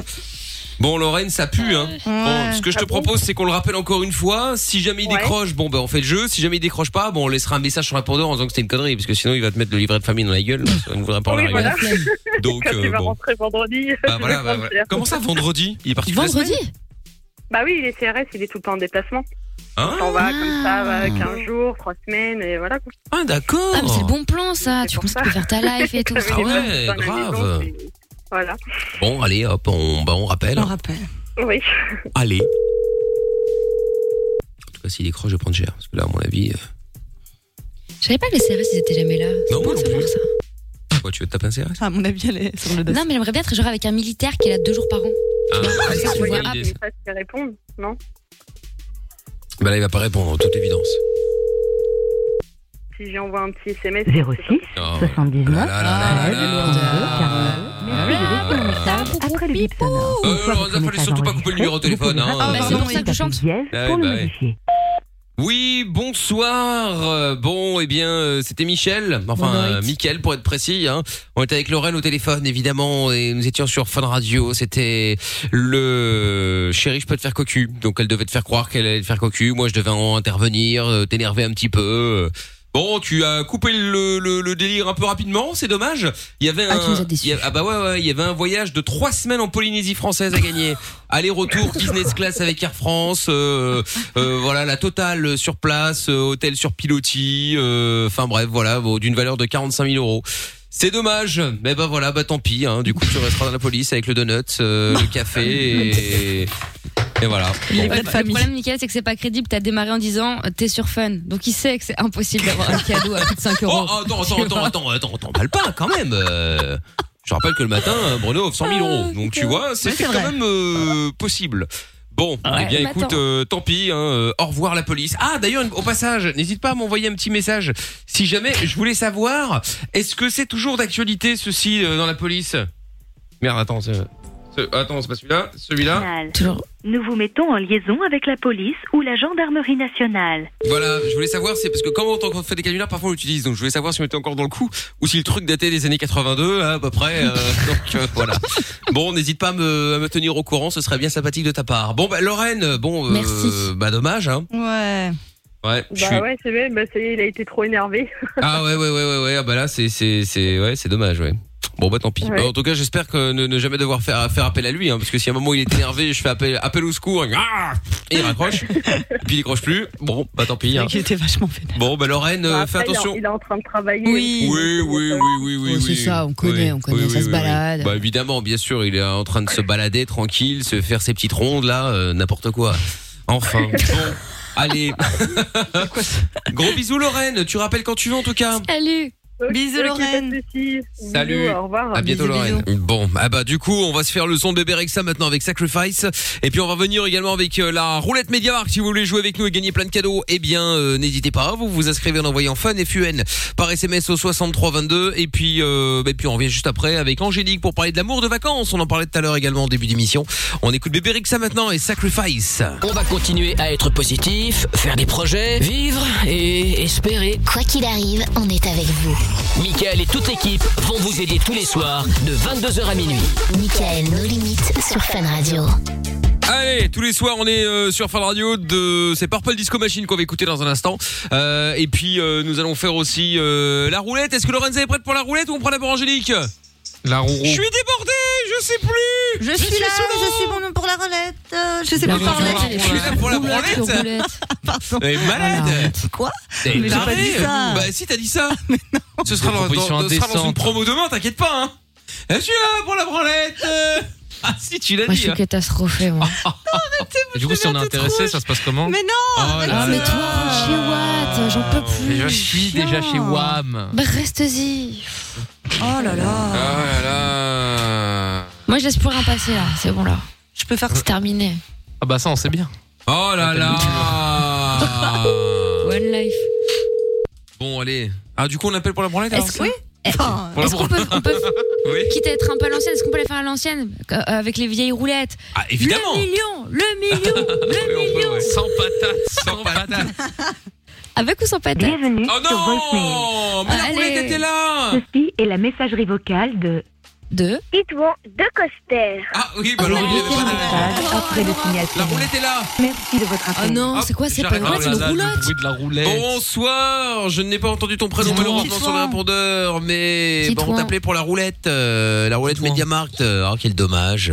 B: Bon, Lorraine, ça pue, hein. Bon, ce que je te propose, c'est qu'on le rappelle encore une fois. Si jamais il décroche, bon, ben, on fait le jeu. Si jamais il décroche pas, bon, on laissera un message sur répondeur en disant que c'était une connerie, parce que sinon, il va te mettre le livret de famille dans la gueule. On ne voudrait pas en
G: Oui,
B: arriver là.
G: voilà.
B: Donc,
G: Quand
B: euh,
G: il va
B: bon.
G: rentrer vendredi.
B: Bah, voilà, bah,
G: je vais prendre
B: voilà.
G: cher.
B: Comment ça, vendredi? Il est parti toute la semaine
G: Bah oui, il est CRS, il est tout le temps en déplacement.
B: Ah.
G: On s'en va comme ça, euh, 15 jours, 3 semaines, et voilà. quoi.
B: Ah, d'accord.
E: Ah, mais c'est le bon plan ça. Tu commences à faire ta life et tout. c'est
B: Ah
E: trop bien.
B: ouais, grave.
G: Voilà.
B: Bon, allez, hop, on, bah, on rappelle.
C: On rappelle.
G: Oui.
B: Allez. En tout cas, s'il décroche, je vais prendre cher. Parce que là, à mon avis, euh,
E: Je savais pas que les CRS ils étaient jamais là.
B: Non, moi non plus. Quoi, tu veux te taper un CRS
E: Ah, mon avis, elle est sur le Non, mais j'aimerais bien être genre avec un militaire qui est là deux jours par an.
B: Ah,
E: Comme ça,
B: c'est
E: tu
B: une
E: vois,
B: bonne
E: ah,
B: idée, ça.
G: Ils répondent, non
B: Bah là, il va pas répondre, en toute évidence.
G: Si j'y envoie un petit SMS.
L: 06 79
B: Ah
E: Ah, après le bip sonore.
B: Euh, alors, il a fallu surtout Ah, pas couper le numéro de téléphone. Hein.
E: Ah, bah, c'est pour ça que je chante.
B: Ah, bah, ouais. Oui, bonsoir. Euh, Bon, eh bien, euh, c'était Michel. Enfin, euh, Mickaël pour être précis. hein. On était avec Lorraine au téléphone, évidemment, et nous étions sur Fun Radio. C'était le chéri, je peux te faire cocu. Donc, elle devait te faire croire qu'elle allait te faire cocu. Moi, je devais en intervenir, euh, t'énerver un petit peu. euh. Bon, tu as coupé le, le- le délire un peu rapidement, c'est dommage. Il y avait un, il y a- ah bah ouais, ouais, il y avait un voyage de trois semaines en Polynésie française à gagner. Aller-retour, business class avec Air France, euh, euh, voilà la totale sur place, euh, hôtel sur pilotis, euh, enfin bref, voilà, vaut d'une valeur de 45 000 euros. C'est dommage, mais bah voilà, bah tant pis. Hein. Du coup, tu resteras dans la police avec le donut, euh, le café et, et voilà. Bon.
E: le problème, Nickel, c'est que c'est pas crédible. T'as démarré en disant euh, t'es sur fun. Donc il sait que c'est impossible d'avoir un cadeau à plus de 5 euros.
B: Oh, attends, attends, attends, attends, attends, attends, pas le pain quand même. euh, je rappelle que le matin, euh, Bruno offre 100 000 euros. Donc tu vois, c'était
M: Ah, c'est
B: quand
M: vrai.
B: même euh, possible. Bon, eh bien
M: mais
B: écoute,
M: attends.
B: euh, tant pis, hein, euh, au revoir la police. Ah d'ailleurs, au passage, n'hésite pas à m'envoyer un petit message. Si jamais, je voulais savoir, est-ce que c'est toujours d'actualité ceci euh, dans la police Merde, attends, c'est... c'est- Attends, c'est pas celui-là, celui-là.
N: Nous vous mettons en liaison avec la police ou la gendarmerie nationale.
B: Voilà, je voulais savoir, c'est parce que quand on fait des canulars, parfois on l'utilise. Donc je voulais savoir si on était encore dans le coup ou si le truc datait des années 82 à peu près. euh, donc euh, voilà. Bon, n'hésite pas à me, à me tenir au courant, ce serait bien sympathique de ta part. Bon, bah Lorraine, bon, euh,
C: Merci.
B: bah dommage. Hein.
C: Ouais.
B: Ouais. je suis-
G: Bah ouais, c'est vrai, bah ça y est, il a été trop énervé.
B: Ah ouais, ouais, ouais, ouais, ouais. Ah, bah là, c'est, c'est, c'est, ouais, c'est dommage, ouais. Bon bah tant pis.
G: Ouais.
B: Bah, en tout cas, j'espère que ne, ne jamais devoir faire faire appel à lui, hein, parce que si à un moment il est énervé, je fais appel appel au secours, ah et il raccroche, puis il décroche plus. Bon, bah tant pis. Hein.
C: Il était vachement fait.
B: Bon bah Lorraine, euh,
G: Bah,
B: fais
G: après, il est en-
B: attention.
G: Il est en train de travailler.
B: Oui, oui, oui, oui, oui. oui,
E: c'est ça, on connaît, on connaît, ça se balade.
B: Bah évidemment, bien sûr, il est en train de se balader tranquille, se faire ses petites rondes là, euh, n'importe quoi. Enfin. Bon, allez. Gros bisous Lorraine, tu rappelles quand tu veux en tout cas.
E: Salut.
C: Bisous,
G: Ok,
C: Lorraine.
G: pas de soucis.
B: Salut.
G: Bisous, au revoir.
B: À bientôt,
G: Bisous,
B: Lorraine.
G: bisous.
B: Bon, ah bah du coup, on va se faire le son de bébé Rexa maintenant avec Sacrifice. Et puis on va venir également avec euh, la roulette Mediamarkt. Si vous voulez jouer avec nous et gagner plein de cadeaux, eh bien euh, n'hésitez pas. Vous vous inscrivez en envoyant fun FUN par SMS au 6322. Et puis, euh, bah, puis on revient juste après avec Angélique pour parler de l'amour de vacances. On en parlait tout à l'heure également en début d'émission. On écoute bébé Rexa maintenant et Sacrifice.
A: On va continuer à être positif, faire des projets, vivre et espérer.
H: Quoi qu'il arrive, on est avec vous.
A: Michael et toute l'équipe vont vous aider tous les soirs de 22h à minuit.
H: Michael, nos limites sur Fun Radio.
B: Allez, tous les soirs on est euh, sur Fun Radio de c'est Purple Disco Machine qu'on va écouter dans un instant. Euh, et puis euh, nous allons faire aussi euh, la roulette. Est-ce que Lorenza est prête pour la roulette ou on prend d'abord Angélique
D: La roue.
B: Je suis débordé, je sais plus.
C: Je suis là,
B: sous l'eau.
C: je suis bon pour la roulette. euh, Je sais
B: La
C: plus parler.
B: roulette, Je suis là pour la roulette. roulette.
C: Pardon.
B: Elle est malade.
C: Quoi
B: T'es
C: Mais j'ai pas
B: taré.
C: dit ça.
B: Bah si t'as dit ça.
E: Ah,
B: Ce sera
D: Des
B: dans,
D: propositions
B: dans- ce sera dans une
D: indécentes.
B: promo demain, t'inquiète pas. Hein. Je suis là pour la branlette. euh. Ah si tu l'as
E: Moi, je
B: dit.
E: suis
B: hein. Ah,
E: catastrophée, moi.
D: Et du coup, si on est intéressé, ça se passe comment
C: Mais
D: non
B: Oh
E: Ah, mais toi, chez Watt, j'en peux plus.
D: Je suis déjà chez WAM.
E: Bah, reste-y.
C: Oh là là.
B: Ah là là.
E: Moi, je laisse plus rien passer, là. C'est bon, là.
C: Je peux faire
E: C'est terminé.
D: Ah bah ça, on sait bien.
B: Oh là là.
E: One life.
B: Bon allez. Ah du coup on appelle pour la branlette. alors,
E: Est-ce
B: ça
E: que. Eh,
B: Pour la
E: Est-ce qu'on peut,
B: branlette.
E: on peut-
B: Oui.
E: quitte à être un peu à l'ancienne, est-ce qu'on peut la faire à l'ancienne euh, avec les vieilles roulettes
B: Ah, évidemment.
E: Le million, le million, le million.
D: Sans patate, sans patate.
E: Avec ou sans patate
N: Bienvenue
B: Oh
N: sur
B: non
N: voicemail.
B: Mais la roulette était là
N: Ceci est la messagerie vocale de...
E: De
N: Pitouan de Coster.
B: Ah oui, bah alors il y avait pas de- Bah,
N: après le signal
B: La roulette est là
N: Merci de votre appel.
E: Oh non,
B: Hop,
E: c'est quoi C'est pas
B: j'arrête.
E: une roulette, c'est
B: Oh
E: une
B: là là, le
D: bruit de
E: roulotte.
D: la roulette.
B: Bonsoir, je n'ai pas entendu ton prénom
D: Dis-toi.
B: malheureusement sur le
D: Dis-toi.
B: répondeur, mais
D: Dis-toi.
B: bah, on t'appelait pour la roulette, euh, la roulette Mediamarkt. Euh, Ah quel dommage.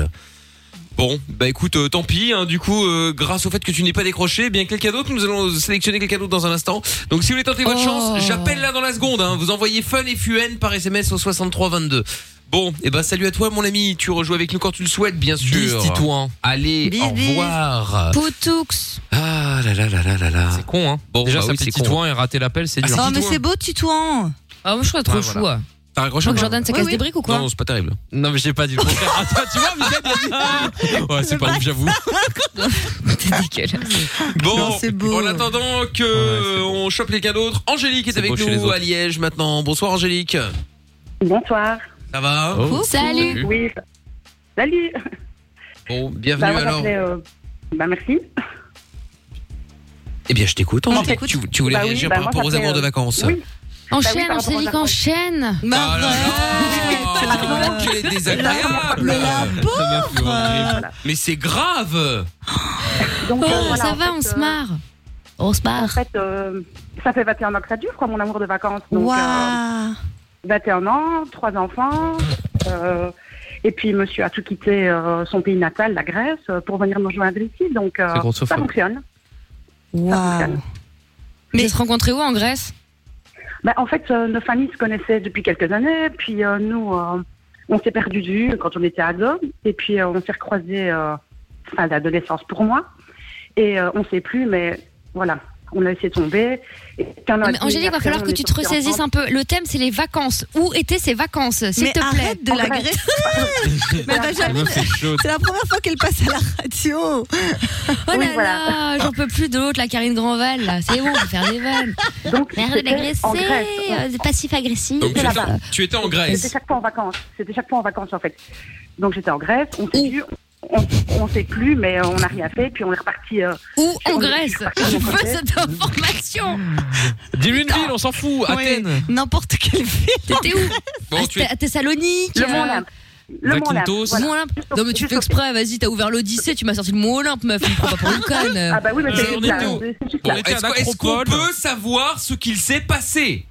B: Bon, bah écoute, euh, tant pis. hein, du coup, euh, grâce au fait que tu n'es pas décroché, eh bien quelqu'un d'autre, nous allons sélectionner quelqu'un d'autre dans un instant. Donc si vous voulez tenter votre
D: Oh.
B: chance, j'appelle là dans la seconde. hein. vous envoyez fun et fun par SMS au 6322. Bon, et ben salut à toi mon ami. Tu rejoues avec nous quand tu le souhaites, bien sûr.
D: Bis, dis-toi.
B: Allez,
D: Bis,
B: au
D: bis.
B: revoir.
E: Poutoux.
B: Ah là là là là là là.
D: C'est con, hein.
B: Bon,
D: Déjà,
B: bah oui,
D: s'appeler
B: c'est con. Ah,
D: Titouan et rater l'appel, c'est dur.
C: Oh, mais c'est beau, Titouan.
E: Ah, moi, je trouve
D: Ouais, voilà.
B: T'as raccroché
D: ou pas
E: ça casse des briques ou quoi
B: Non, non, c'est pas terrible.
D: Non, mais j'ai pas dit le contraire.
B: Ah,
D: Attends, tu vois, Mickaël, il a dit- Ouais, c'est pas ouf, j'avoue.
B: Bon, en attendant que euh, on chope quelqu'un d'autre, Angélique est, avec
D: beau chez les
B: nous
D: autres.
B: à Liège maintenant. Bonsoir Angélique.
M: Bonsoir.
B: Ça va
D: Oh,
B: Oh,
E: Oh,
M: Coucou. Oui. ça- Salut.
B: Bon, bienvenue
M: Bah, moi,
B: alors.
M: j'appelais, euh, Bah merci.
B: Eh bien, je t'écoute.
M: On
B: Angélique.
M: t'écoute.
B: Tu, tu voulais
M: Bah oui,
B: réagir
M: bah,
B: par
M: moi,
B: rapport aux
M: j'appelais,
B: amours de
M: euh,
B: vacances
M: oui.
E: Enchaîne,
M: Bah oui, par rapport à
E: Angélique, enchaîne.
B: Ah là là, oh, quelle est désagréable Mais c'est grave
M: Donc,
E: Oh,
M: euh, voilà,
E: ça
M: en
E: va,
M: fait,
E: on se
M: euh,
E: marre. On se marre.
M: En fait, euh, ça fait 21 ans que ça dure, quoi, mon amour de vacances. Donc,
E: Waouh.
M: euh, 21 ans, trois enfants. euh, et puis, monsieur a tout quitté euh, son pays natal, la Grèce, euh, pour venir nous rejoindre ici. Donc, euh,
D: C'est
M: ça
D: grossophobe.
M: fonctionne.
C: Waouh.
E: Mais se rencontrer où en Grèce
M: Bah, en fait, euh, nos familles se connaissaient depuis quelques années. Puis, euh, nous, euh, on s'est perdu de vue quand on était ados. Et puis, euh, on s'est recroisés euh, à l'adolescence pour moi. Et euh, on ne sait plus, mais voilà, on a laissé tomber. Et qu'un an et
E: Mais
M: demi
E: Angélique, va
M: après,
E: falloir
M: on
E: que
M: est
E: tu te
M: sortis
E: ressaisisses
M: ensemble.
E: un peu. Le thème, c'est les vacances. Où étaient ces vacances, s'il
C: Mais
E: te plaît
C: arrête de la Grèce.
E: Ah,
C: Mais elle va jamais. C'est la première fois qu'elle passe à la radio.
E: Oh là là, j'en peux plus de l'autre, la Karine Grandval, là. C'est bon, on va faire des vannes.
M: Donc,
E: Merde,
M: c'était en Grèce.
E: l'agressé, passif-agressif.
B: Donc, tu,
M: là-bas.
B: étais, tu étais en
M: C'était
B: Grèce.
M: chaque fois en vacances. C'était chaque fois en vacances, en fait. Donc, j'étais en Grèce. On s'est vu. On, on s'est plus, mais on n'a rien fait. Puis, on est reparti. euh,
E: Où
M: on
E: en
M: est
E: Grèce
M: reparti de
E: Je
M: mon
E: veux
M: côté.
E: cette information
D: Dis-lui une ville, on s'en fout. Athènes.
C: N'importe quelle ville.
E: T'étais où
M: Ah,
E: Ah,
D: Bon,
E: T'es à Thessalonique
D: Le Mont
E: euh,
D: Olympe. Le Mont Olympe, Zakynthos. voilà.
E: Mont Olympe. Non, mais tu fais exprès, vas-y, t'as ouvert l'Odyssée, tu m'as sorti le mot Olympe, meuf, tu me prends pas pour une conne.
M: Ah bah oui, mais
E: Euh,
M: c'est
E: on
M: juste là.
E: était où
M: C'est juste
B: Bon,
M: là.
B: Est-ce qu'on- est-ce qu'on peut savoir ce qu'il s'est passé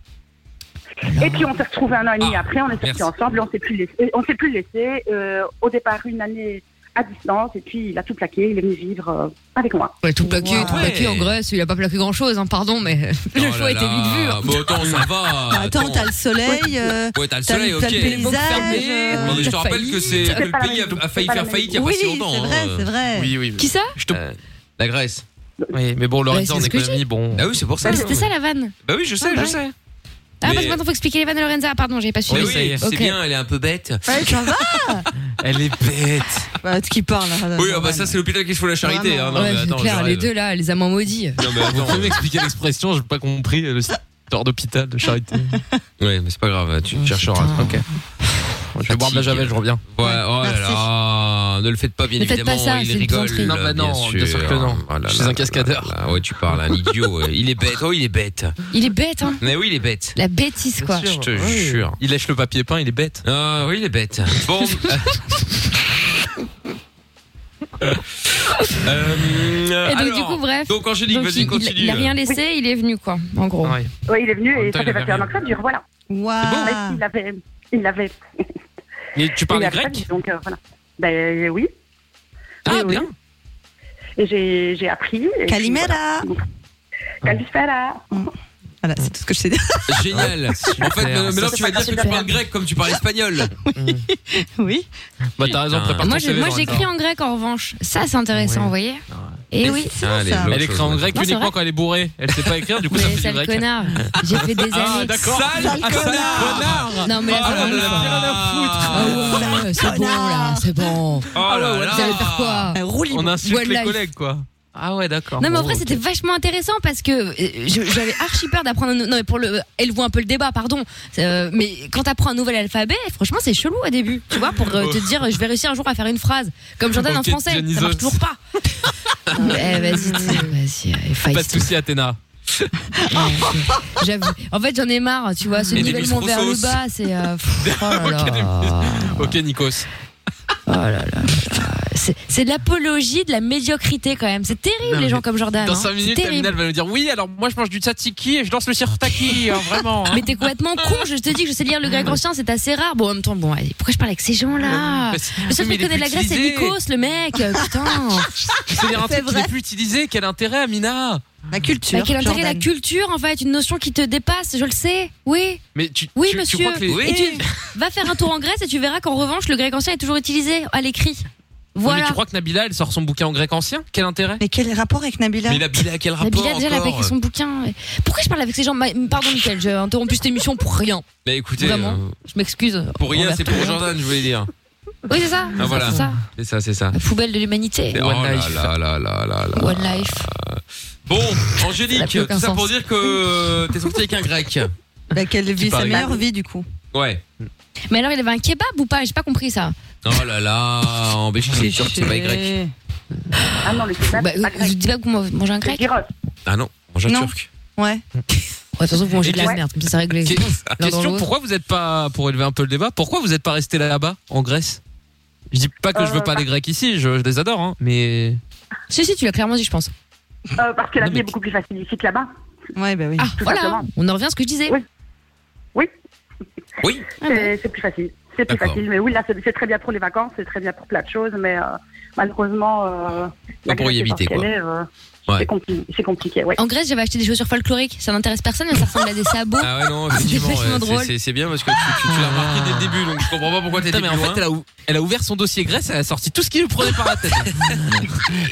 M: Et puis on s'est retrouvés un an et demi après, on est sortis
B: Ah, merci.
M: ensemble, et on s'est plus laissé, on s'est plus laissé. euh, au départ une année à distance, et puis il a tout plaqué, il est venu vivre euh, avec moi.
E: Ouais, tout plaqué, tout
B: Ouais.
E: plaqué en Grèce, il a pas plaqué grand chose, hein, pardon, mais le
B: Oh là
E: choix était vite vu.
B: là. Bon, attends, ça va.
C: hein. Bah, Attends, t'as le soleil. euh,
B: Ouais, t'as le
C: t'as
B: soleil,
C: le-
B: ok.
C: t'as le paysage. euh,
B: Non, mais je te
C: t'as
B: rappelle
C: failli.
B: que c'est que
C: C'est pas la
B: le pays
C: même-
B: a, a failli
C: c'est pas
B: faire
C: la
B: faillite il y a
C: même-
B: pas si
C: Oui,
B: longtemps.
C: c'est vrai,
B: hein.
C: c'est vrai.
D: Oui, oui.
E: Qui ça
B: Euh, La Grèce.
D: Oui, mais bon, Lorenza,
E: Lorenza, Bah, c'est
D: en
E: ce que j'ai.
D: économie, bon.
C: Bah,
B: Ah oui, c'est pour
E: Ah, mais C'était ça la vanne.
B: Bah oui, je sais,
E: Ah, bah
B: je sais.
E: Ah,
B: Mais-
E: parce que maintenant, faut expliquer les vannes de Lorenza. Ah, Pardon, j'avais pas
B: Oui,
E: suivi.
B: oui, c'est
E: Ok.
B: bien, elle est un peu bête.
C: Ouais, ça va
B: Elle est bête.
C: Bah, de qui parle là,
B: Oui, ah bah ça c'est l'hôpital qui se fout la charité. hein. Non,
E: Ouais,
B: mais
E: c'est
B: attends,
E: clair,
B: je
E: les
B: rêve.
E: deux là, les amants maudits.
B: Non, mais
D: Vous
B: attends.
D: pouvez m'expliquer l'expression, j'ai pas compris le secteur d'hôpital de charité.
B: Ouais, mais c'est pas grave, tu chercheras. Ok.
D: Je vais boire de la javel, je reviens.
B: Ouais, oh là là, ne le faites pas, bien
D: Ne faites
B: évidemment.
D: pas ça,
B: il
D: c'est une
B: rigole.
D: plaisanterie. Non, bah non, bien sûr que non. Je suis un
B: cascadeur. ouais, tu parles, un idiot. ouais. Il est bête. Oh, il est bête.
E: Il est bête, hein.
B: Mais oui, il est bête.
E: La bêtise, quoi.
B: Je te jure.
D: Il lèche le papier peint, il est bête.
B: Ah oui, il est bête. Bon. Euh,
D: Euh,
E: Et donc,
B: alors,
E: du coup, bref.
B: Donc, Angélique,
E: Donc,
B: vas-y,
E: il-
B: continue.
E: Il, il a rien laissé, il est venu, quoi, en gros.
M: Oui, il est venu et
D: temps,
M: ça s'est
D: il avait
M: passé en
D: rien.
M: accent dur, voilà.
C: Waouh.
M: Mais Il avait, il avait.
D: Mais tu
M: il
D: parles
M: avait pas dit,
D: grec
M: Donc euh, voilà. Ben oui.
D: Ah,
M: Oui, oui.
D: bien.
M: Et j'ai, j'ai appris. et puis,
C: Kalimera.
M: voilà. Kalimera.
C: Voilà, c'est tout ce que je sais dire.
E: Ah,
B: Génial.
D: Ah,
B: En fait, euh, maintenant tu vas dire que tu parles grec comme tu parles espagnol. Ah.
C: Oui.
D: Bah t'as raison, prépare
E: Moi,
D: ton
E: j'ai-
D: CV,
E: moi,
D: Lorenza.
E: j'écris en grec, en revanche. Ça, c'est intéressant, vous voyez
B: Ah
E: Et Eh oui.
D: Elle écrit en grec
E: Non, c'est
D: uniquement
E: vrai.
D: quand elle est bourrée. Elle sait pas écrire, du coup ça
E: Mais
D: fait du
E: sale
D: grec.
E: connard. J'ai fait des années.
D: Ah, d'accord. Sale- Sale ah, sale connard. connard.
E: Non, mais là,
D: Ah,
E: c'est
D: là,
E: bon.
D: là,
E: ça. Ah ouais, c'est bon, là, c'est bon. Ah
D: Oh là là.
E: Vous allez faire quoi
D: On insulte
E: One
D: les
E: life.
D: collègues quoi. Ah ouais, d'accord.
E: Non mais en
D: Bon,
E: vrai
D: ok.
E: c'était vachement intéressant parce que euh, je- j'avais archi peur d'apprendre un nou- non mais pour le elle voit un peu le débat pardon Euh, mais quand t'apprends un nouvel alphabet franchement c'est chelou au début tu vois pour euh, te dire euh, je vais réussir un jour à faire une phrase comme Jordan
D: Oh. Ok,
E: en français ça
D: Dionysos.
E: marche toujours pas Non, mais, eh, vas-y dis- vas-y
D: Pas de soucis, Athéna.
E: Oh vas-y. J'avoue. en fait j'en ai marre tu vois ce
D: Et des
E: nivellement
D: Miss
E: vers le
D: Roussos.
E: bas c'est euh, pff, oh là là.
D: Ok, Nikos.
E: Oh là là. C'est- c'est de l'apologie de la médiocrité quand même c'est terrible les gens comme Jordan
D: Dans
E: hein.
D: 5
E: C'est
D: minutes,
E: terrible.
D: Amina, elle va nous dire Oui, alors moi je mange du tzatziki et je lance le sirtaki, hein, vraiment. hein.
E: Mais t'es complètement con, je te dis que je sais lire le grec ancien, c'est assez rare. Bon, en même temps, bon, allez, pourquoi je parle avec ces gens-là
D: Mais c'est-
E: Le seul
D: mais il
E: qui
D: est
E: connaît de la Grèce, c'est
D: utilisé.
E: Nikos, le mec. Putain.
D: C'est un
E: C'est
D: truc qui
E: vrai.
D: n'est plus utilisé. Quel intérêt, Amina
C: La culture.
E: Mais quel intérêt
C: Jordan.
E: la culture, en fait, une notion qui te dépasse, je le sais. Oui.
D: Mais tu,
E: Oui,
D: tu- tu
E: monsieur.
D: crois que les-
E: Et tu- va faire un tour en Grèce et tu verras qu'en revanche, le grec ancien est toujours utilisé à l'écrit.
D: Mais
E: Voilà.
D: tu crois que Nabila, elle sort son bouquin en grec ancien Quel intérêt
C: Mais quel rapport avec Nabila
D: Mais Nabila, quel rapport
E: Nabila, déjà, elle a
D: encore
E: avec son bouquin. Pourquoi je parle avec ces gens Ma- Pardon, Michael, j'ai interrompu cette émission pour rien.
B: Bah écoutez,
E: Vraiment.
B: euh,
E: Je m'excuse.
B: pour rien,
E: envers
B: c'est
E: tout le
B: pour
E: monde.
B: Jordan, je voulais dire.
E: Oui, c'est ça.
B: Ah voilà.
E: C'est ça. Ah,
B: C'est ça, c'est ça.
E: La poubelle de l'humanité.
B: Oh là là là là là là.
E: One life.
B: Bon,
D: Oh,
E: Ça n'a
B: Angélique,
E: plus aucun
B: tout ça
E: sens.
B: pour dire que euh, t'es sortie avec un grec.
C: Bah, quelle vie, sa
B: parlais.
C: meilleure vie du coup.
B: Ouais.
E: Mm. Mais alors, il avait un kebab ou pas J'ai pas compris ça.
B: Oh là là, en Belgique, c'est sûr que c'est pas grec.
E: Ah non, le kebab. Bah, je dis pas que vous mangez un grec.
B: Ah non, mange un
E: Non.
B: turc.
C: Ouais.
E: De toute façon, vous mangez de la
D: Ouais.
E: merde, comme ça, c'est réglé.
B: ah,
E: L'un dans
D: Question
E: l'autre.
D: pourquoi vous n'êtes pas, pour élever un peu le débat, pourquoi vous n'êtes pas resté là-bas, en Grèce Je dis pas que
E: Euh,
D: je veux
E: bah
D: pas les Grecs ici, je, je les adore, hein, mais.
E: Si, si, tu l'as clairement dit, je pense.
M: Euh, parce que la vie est beaucoup plus facile ici que là-bas.
C: Ouais, bah oui.
E: Ah,
M: Tout
E: voilà.
M: simplement.
E: On en revient à ce que je disais. Ah
M: Oui. Oui.
B: Oui.
M: C'est c'est plus facile. C'est plus
B: D'accord.
M: facile. Mais oui, là, c'est c'est très bien pour les vacances, c'est très bien pour plein de choses, mais euh, malheureusement. euh, la
B: pour y
M: Grèce
B: éviter, quoi.
M: essentielle, euh,
B: Ouais.
M: C'est compli- c'est compliqué, ouais.
E: En Grèce, j'avais acheté des chaussures folkloriques. Ça n'intéresse personne, mais ça ressemble à des sabots.
B: Ah ouais, non, effectivement,
E: C'est vachement
B: ouais, c'est-
E: drôle.
B: c'est- c'est bien parce que tu, tu- tu l'as remarqué dès le début, donc je comprends pas pourquoi t'étais
D: Putain,
B: plus
D: mais en fait,
B: loin.
D: elle a, ou- elle a ouvert son dossier Grèce, elle a sorti tout ce qui lui prenait par la tête. Et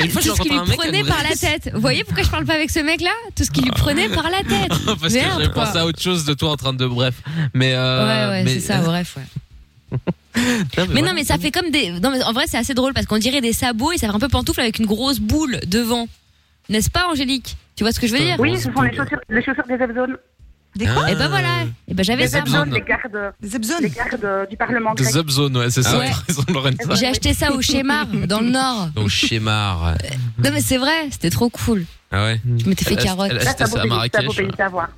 D: une
E: Tout
D: fois, j'ai
E: ce
D: rencontré
E: qui lui
D: un mec.
E: prenait par la tête. Vous voyez pourquoi je parle pas avec ce mec-là Tout ce qui lui prenait par la tête.
D: Ah. Parce que
E: Merde,
D: j'avais
E: quoi.
D: pensé à autre chose de toi en train de. Bref. Mais.
E: Ouais,
D: euh,
E: ouais,
D: mais-
E: c'est ça, bref, ouais.
D: Non,
E: Mais
D: voilà.
E: non, mais ça fait comme des. Non, mais en vrai, c'est assez drôle parce qu'on dirait des sabots et ça fait un peu pantoufle avec une grosse boule devant. N'est-ce pas, Angélique Tu vois ce que je veux dire
M: Oui, ce sont les chaussures, les chaussures des Ebzones.
C: Des
D: Ah.
E: Et ben voilà. Et ben j'avais
M: Les
E: ça. moi.
M: Ebzones, les gardes, les gardes euh, du Parlement
D: De
M: grec.
D: Zubzone, ouais, c'est
B: Ah
D: ça,
E: Ouais.
D: t'as raison, Lorenza.
E: J'ai acheté ça au Schémar, dans le Nord.
B: Donc, schémar.
E: Non, mais c'est vrai, c'était trop cool.
B: Ah ouais
E: Je m'étais fait carotte.
D: Elle a
M: Ça,
D: acheté
M: c'est
D: ça à
M: un beau
D: Marrakech.
B: hein.
M: pays savoir.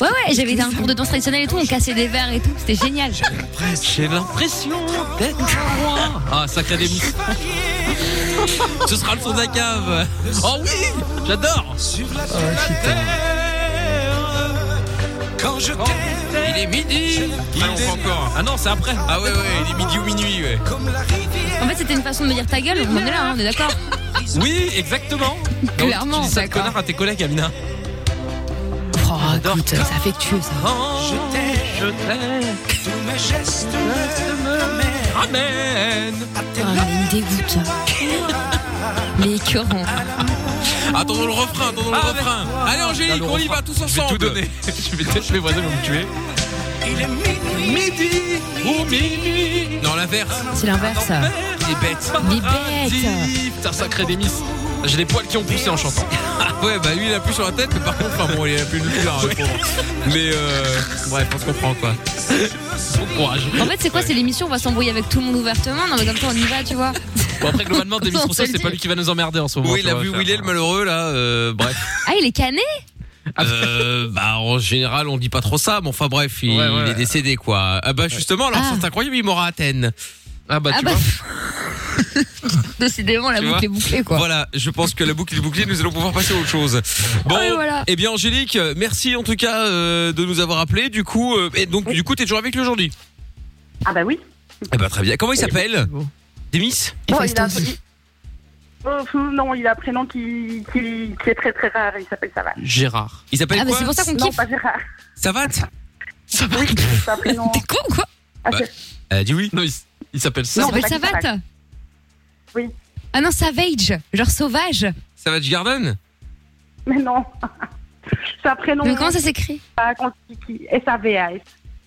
E: Ouais, ouais, j'avais été à un cours de danse traditionnelle et tout, on cassait des verres et tout, c'était génial. Oh,
D: J'ai l'impression d'être un roi. Ah, sacré démis.
B: Ce sera le fond de la cave.
D: Oh oui, j'adore.
B: Quand je Il est midi. Ah non, pas encore. Ah non, c'est après. Ah ouais, ouais, il est midi ou minuit, ouais.
E: En fait, c'était une façon de me dire ta gueule, on en est là, hein, on est d'accord.
D: Oui, exactement. Donc,
E: Clairement,
D: Tu dis ça de
E: d'accord.
D: connard à tes collègues, Amina.
E: Oh, écoute, c'est affectueux ça.
B: Oh,
D: Je t'aime, je t'aime.
O: Tous mes gestes me
D: Ramène.
E: Ah, mais il me dégoûte. Mais écœurant.
B: Attendons le refrain, attendons le
D: Ah, mais-
B: refrain. Allez Angélique, on y va tous
D: Je vais
B: ensemble.
D: tout donner. Je vais peut-être mes voisins vont me tuer.
O: Il est minuit.
B: Midi ou minuit. Non, l'inverse.
E: C'est l'inverse.
B: Il est bête.
E: Il est bête.
D: Putain, sacré des miss. J'ai les poils qui ont poussé en chantant.
B: ouais, bah lui il a plus sur la tête, mais par contre, enfin bon, il a plus le plus là. hein, pour- Mais euh, bref, on se comprend quoi. Bon courage.
E: En fait, c'est quoi C'est l'émission, on va s'embrouiller avec tout le monde ouvertement. Non, mais comme ça, on y va, tu vois.
D: Bon, après, globalement, Demis
E: Comment on
D: Rousseau,
E: peut
D: c'est
E: le
D: pas
E: dire
D: lui qui va nous emmerder en ce moment.
B: Oui,
D: tu
B: il a
D: vois,
B: vu
D: faire-
B: Willy le malheureux là. euh, bref.
E: Ah, il est cané
B: Euh, bah en général, on dit pas trop ça, mais enfin bref, il,
D: Ouais, ouais,
B: il est
D: ouais.
B: décédé quoi. Ah bah justement, alors
E: Ah.
B: c'est incroyable, il mourra à Athènes. Ah bah
E: Ah bah. Décidément, la
B: Tu
E: boucle
B: vois
E: est bouclée, quoi.
B: Voilà, je pense que la boucle est bouclée, nous allons pouvoir passer à autre chose. Bon,
E: Ouais, Ah, voilà.
B: eh bien Angélique, euh, merci en tout cas euh, de nous avoir appelé. Du coup, euh, et donc du coup, t'es toujours avec lui aujourd'hui
M: Ah bah oui.
B: Eh bah très bien. Comment il s'appelle Demis
M: Bon, il a- il- Euh, non, il a un prénom qui, qui, qui est très très rare, il s'appelle Savane.
B: Gérard. Il
E: Ah,
B: s'appelle quoi
M: Non, pas Gérard.
B: Savate
M: Oui, c'est un prénom. T'es
E: con quoi
B: Bah, Elle a dit oui.
D: Non, il, s- il s'appelle
E: Ça
D: ça.
E: s'appelle Savate
M: Oui.
E: Ah non, Savage, genre sauvage.
B: Savage Garden
M: Mais non. C'est un prénom.
E: Mais comment ça s'écrit
M: Ah, quand- qui- qui- S-A-V-A-S.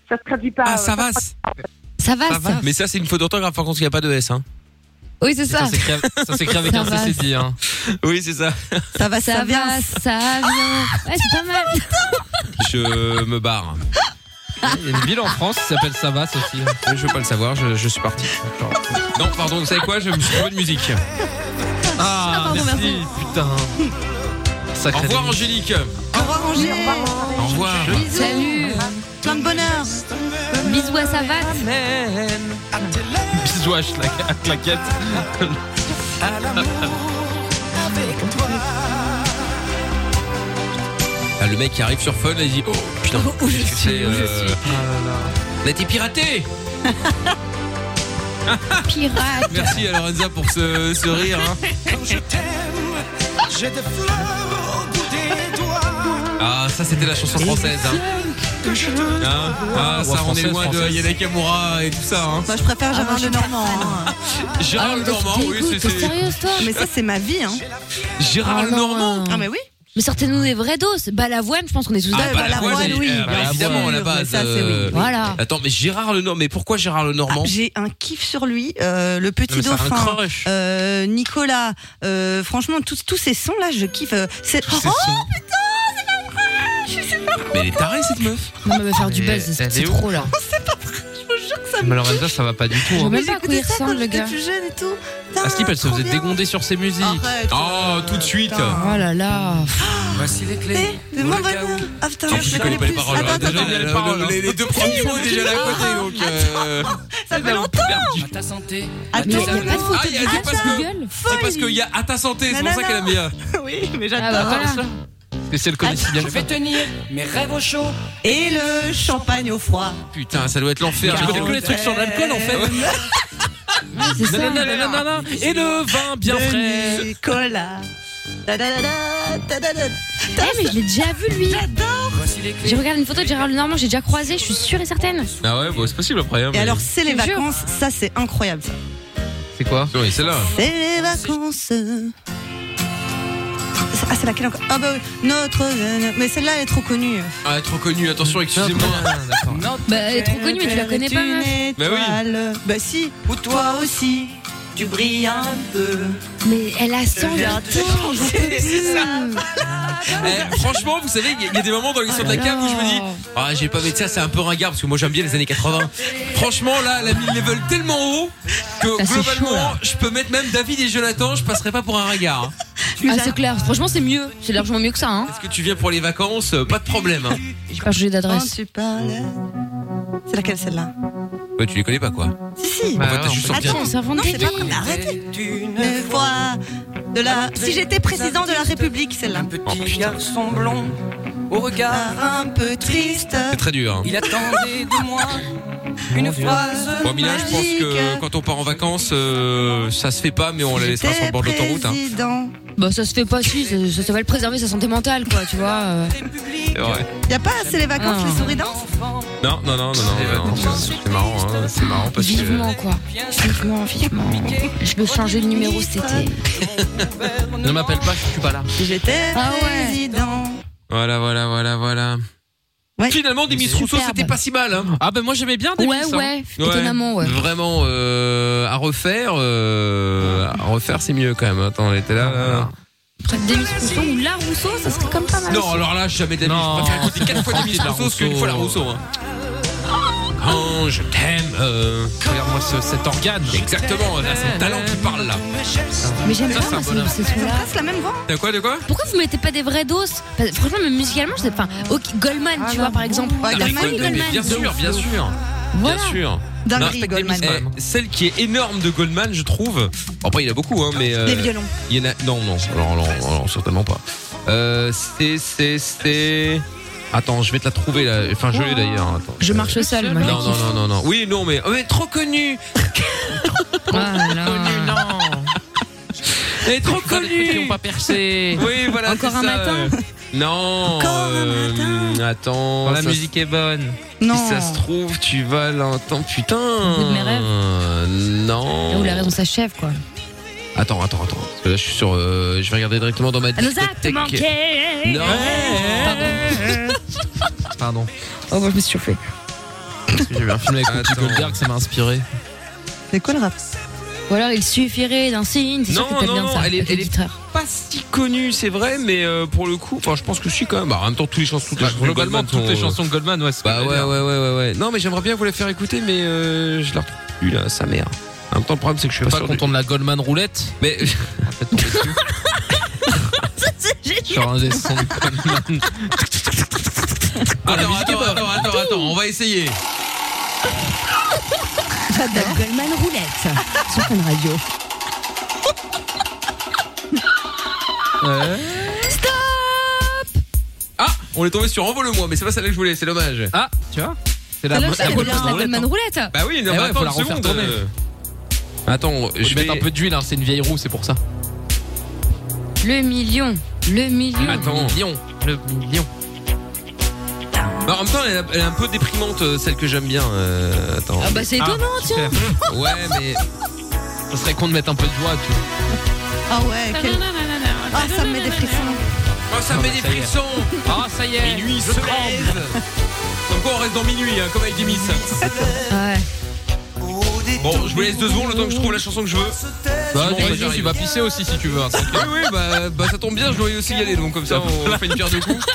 M: Ça se traduit pas. Ah,
B: Savasse.
E: Ça va, ça.
B: Mais ça, c'est une faute d'orthographe, par contre, il n'y a pas de S. Hein.
E: Oui, c'est ça.
D: Ça s'écrit avec un
E: Savate.
D: CCD. Hein.
B: Oui, c'est ça.
E: Ça va, ça vient. Ça vient. Ouais, c'est pas mal.
B: Je me barre.
D: Il y a une ville en France qui s'appelle Savas aussi.
B: Je veux pas le savoir, je, je suis parti. Non, pardon, vous savez quoi Je me suis trouvé de musique.
D: Ah,
B: pardon,
D: merci,
B: merci.
D: putain.
B: Au revoir, Angélique.
C: Au revoir, Angers.
B: Au revoir.
E: Salut.
C: Plein de bonheur.
E: Bisous à Savate.
D: Bisous à Schla- à Claquette.
B: Ah, le mec qui arrive sur Fun, il dit Oh putain,
D: Où je
B: qu'est-ce que
D: suis, Ah
B: c'est,
D: où je
B: euh, On a été piraté
E: Pirate.
B: Merci à Lorenza pour ce, ce rire. hein.
O: Je t'aime, j'ai des fleurs au bout des doigts.
B: Ah, ça, c'était la chanson française. hein.
O: Que je te
B: Hein ah, ça, on est loin de Yannick Amoura et tout ça. Hein.
C: Moi, je préfère Gérard Lenormand. hein.
E: Ah,
B: Gérard Lenormand, oui, c'est- c'est.
C: Mais ça, c'est ma vie. Hein.
B: Gérard Lenormand
C: Ah, mais oui.
E: Mais sortez-nous des vrais doses. Balavoine, je pense qu'on est tous
B: Ah,
E: d'accord.
B: bah, la voix, oui. évidemment, à la base.
C: ça, c'est oui.
B: euh,
E: Voilà.
B: Attends, mais Gérard Lenormand, mais pourquoi Gérard Lenormand
C: Ah, J'ai un kiff sur lui, euh, le petit
B: Non, mais c'est un
C: dauphin,
B: crush.
C: euh, Nicolas. euh, franchement, tous tous ces sons là, je kiffe. euh, c'est- Oh putain, c'est pas vrai, je suis super
B: Mais elle est tarée cette meuf.
E: Non, mais elle va faire du
D: Mais
E: buzz,
D: elle
E: c'est
D: est où
C: Oh
E: trop Oh là.
D: Mais Lorenza, ça va pas du tout.
E: Je
D: hein.
E: vois même pas à quoi il
C: quand
E: ressemble, le
C: j'étais
E: gars.
C: plus jeune et tout.
D: À Skip, elle se faisait dégonder sur ses musiques.
C: Arrête,
B: Oh, tout de suite.
E: Oh là là.
B: Voici les clés.
C: Eh, Mais mon bonheur. Ah putain,
B: Surtout
C: je
B: qu'elle connaît
C: connais
B: pas
C: plus.
B: les paroles.
C: Attends,
B: hein.
C: attends,
B: Déjà,
C: attends.
B: les- le- le- les deux premiers mots déjà là à côté. Donc, euh,
C: Ça fait longtemps.
E: Ah,
O: À ta santé.
C: Attends,
O: Mais
C: mais
O: il y a
C: attends.
O: pas de
B: Ah, il y a- c'est parce que- c'est parce qu'il y a à ta santé, c'est pour ça qu'elle aime bien.
C: Oui, mais
E: Ah bah voilà.
C: j'adore.
D: Mais c'est le connaît si bien.
O: Je vais tenir mes rêves au chaud.
C: Et le champagne au froid.
B: Putain, ça doit être l'enfer.
D: Tu connais que les trucs sur l'alcool en fait.
E: Ah, c'est ça.
D: Nananananana. Et le vin bien
C: de
D: frais. Ah,
C: Nicolas. Da, da, da, da, da, da, da.
E: Eh, mais je l'ai déjà vu lui.
C: J'adore.
O: Voici les clés.
E: J'ai regardé une photo de Gérard Lenormand, j'ai déjà croisé, je suis sûre et certaine.
B: Ah ouais, bon, c'est possible après. hein,
D: bah,
C: Et
B: mais-
C: alors, c'est les
E: Je jure.
C: vacances, ça c'est incroyable. ça.
D: C'est quoi
B: Oui, celle-là.
C: C'est les vacances. Ah, c'est laquelle encore Ah, bah oui, notre. Mais celle-là, elle est trop connue.
B: Ah, trop connu, attention, excusez-moi.
E: Bah, elle est trop connue, mais tu la connais pas, hein. meuf.
B: Bah oui.
C: Bah oui. Bah si. Ou toi aussi, tu brilles un peu.
E: Mais elle a 100 ans.
B: Eh, franchement, vous savez, il y, a- il y a des moments dans l'histoire de la cave où je me dis Ah, j'ai pas mis ça, c'est un peu ringard parce que moi j'aime bien les années 80. Franchement, là, elle a mis le level tellement haut que
E: Ah, c'est chaud,
B: globalement,
E: là.
B: je peux mettre même David et Jonathan, je passerai pas pour un ringard.
E: Ah, c'est clair, franchement, c'est mieux. C'est largement mieux que ça, hein.
B: Est-ce que tu viens pour les vacances Euh, Pas de problème. Hein.
E: Je sais pas changer
C: Quand
E: d'adresse.
C: tu parles. C'est laquelle celle-là
B: Ouais, tu les connais pas quoi.
C: Si, si. Ah,
B: En fait, t'as juste sorti un-
E: Attends, c'est
C: Non,
E: inventé.
C: c'est pas comme arrêtez. Une fois de la. Si j'étais président de la République, celle-là.
B: Oh,
O: Petit garçon blond, au regard,
C: Ah, Un peu triste.
B: C'est très dur. Hein.
O: il attendait de moi une phrase.
B: Bon, Mila, je pense que
C: Magique.
B: quand on part en vacances, euh, ça se fait pas, mais on la laissera sur le bord de l'autoroute. Hein.
C: Président
E: Bah, ça se fait pas si, ça, ça va le préserver sa santé mentale, quoi, tu vois. euh.
B: C'est vrai.
C: Y a pas assez les vacances,
E: Ah.
C: les souris dansent
B: Non, non, non, non, non, non, c'est c'est marrant, hein, c'est marrant parce que.
E: Vivement, quoi. Vivement, vivement. Je veux changer de numéro cet été.
D: Ne m'appelle pas, je suis pas là.
C: J'étais
E: Ah ouais.
C: président.
B: Voilà, voilà, voilà, voilà. Finalement, Demis Rousseau, c'était pas si mal. Hein.
D: Ah ben moi j'aimais bien Demis.
E: Ouais,
D: hein.
E: ouais, étonnamment, ouais.
B: Vraiment, euh, à refaire, euh, à refaire, c'est mieux quand même. Attends, on était là. là.
E: Demis Rousseau ou La Rousseau, ça serait comme pas mal.
B: Non, alors là, jamais Demis. Je préfère écouter 4 fois Demis Rousseau qu'une fois la Rousseau. Hein. Quand je t'aime. euh,
D: Regarde-moi ce- cet organe.
B: Exactement, là, c'est le talent qui parle là.
E: Mais j'aime
B: Ça,
E: pas,
B: c'est
E: moi,
B: un
E: ce-
B: bonheur.
E: ce son-là.
C: la même voix
B: T'as quoi, de quoi
E: Pourquoi vous mettez pas des vrais doses Parce- Franchement, même musicalement, je sais pas. Ok, Goldman,
C: Ah
E: tu vois, par exemple.
B: Non, mais écoute, mais bien sûr, bien sûr.
E: Voilà.
B: Bien sûr.
E: Dinguerie,
B: Non, respecte
E: Goldman.
B: Demis, eh, celle qui est énorme de Goldman, je trouve. Bon, après, il y en a beaucoup, hein, mais.
C: Les violons.
B: Il y en a. Non, non, alors, alors, alors, certainement pas. Euh, c'est, c'est, c'est. Attends, je vais te la trouver là. Enfin, je l'ai d'ailleurs. hein, Attends.
E: Oh.
B: Euh,
E: Je marche seul, moi.
B: Non, non, non, non, non. Oui, non, mais. mais trop connu Elle est trop connue
D: Qui ont pas percé.
B: Oui, voilà.
D: Encore
B: c'est
D: un
B: ça,
D: matin
B: euh. Non. euh, Attends.
D: Quand la
B: ça-
D: musique est bonne.
B: Si ça se trouve, tu vas l'entendre. Putain.
E: bout de mes rêves.
B: Euh,
E: Là
B: Non.
E: où Ah, la raison s'achève, quoi.
B: Attends, attends, attends. Parce que là, je suis sur. euh, je vais regarder directement dans ma
E: Elle nous a
B: discothèque.
E: manqué.
B: Non. Pardon.
E: Oh, moi, je me suis chauffé.
D: J'ai vu un film avec Whoopi Goldberg, ça m'a inspiré.
C: C'est quoi le rap
E: Ou alors, il suffirait d'un signe. C'est sûr
B: Non,
E: que t'aimes
B: non,
E: bien
B: non,
E: ça.
B: elle est-
E: avec
B: elle est-
E: l'éditeur.
B: Pas si connu, c'est vrai, mais euh, pour le coup, enfin, je pense que je suis quand même. Bah, en même temps, toutes les chansons, toutes les chansons de
D: globalement,
B: Goldman sont-
D: toutes les chansons de Goldman, ouais. c'est ce
B: Bah
D: que
B: ouais,
D: j'allais
B: ouais,
D: dire.
B: ouais, ouais, ouais. Non, mais j'aimerais bien vous la faire écouter, mais euh, je la retrouve plus là, sa mère. En même temps, le problème, c'est que je suis pas
D: Pas
B: sûr
D: qu'on
B: du-
D: tourne la Goldman roulette.
B: Mais
D: sur un des sons de Goldman.
B: Alors, attends, attends, attends, attends, on va essayer.
C: J'adore. Goldman Roulette sur Fun Radio.
E: Stop
B: Ah, on est tombé sur Envole-moi, mais c'est pas celle que je voulais, c'est dommage.
D: Ah, tu vois C'est
E: Alors, c'est la Goldman roulette. Ah
B: Bah oui, non,
D: Eh
B: mais
D: ouais,
B: attends
D: faut la
B: une
D: refaire
B: seconde.
D: tourner.
B: euh. Attends,
D: Je
B: je
D: vais
B: vais
D: mettre un peu d'huile, hein, c'est une vieille roue, c'est pour ça.
E: Le million. Le million.
B: Attends.
D: Le million.
B: Bah, en même temps, elle est- elle est un peu déprimante, euh, celle que j'aime bien. euh, attends.
E: Ah bah c'est étonnant tiens
B: Ouais, mais.
D: Ça serait con de mettre un peu de joie, tu vois.
C: Ah ouais, quel- Ah, ça me met des frissons.
B: Oh, ça me met des
D: bah, ça y est.
B: frissons
D: Ah, ça y est
B: Minuit se lève Comme quoi, on reste dans minuit, hein, comme avec Demis. Bon, je vous laisse deux secondes, le temps que je trouve la chanson que je veux.
D: Bah,
B: Sinon,
D: tu vas-
B: j'arrive.
D: tu vas pisser aussi si tu veux. hein,
B: Oui,
D: t'inquiète.
B: oui, bah, bah, ça tombe bien, je dois aussi y aller, donc comme ça, on fait une pierre de coups.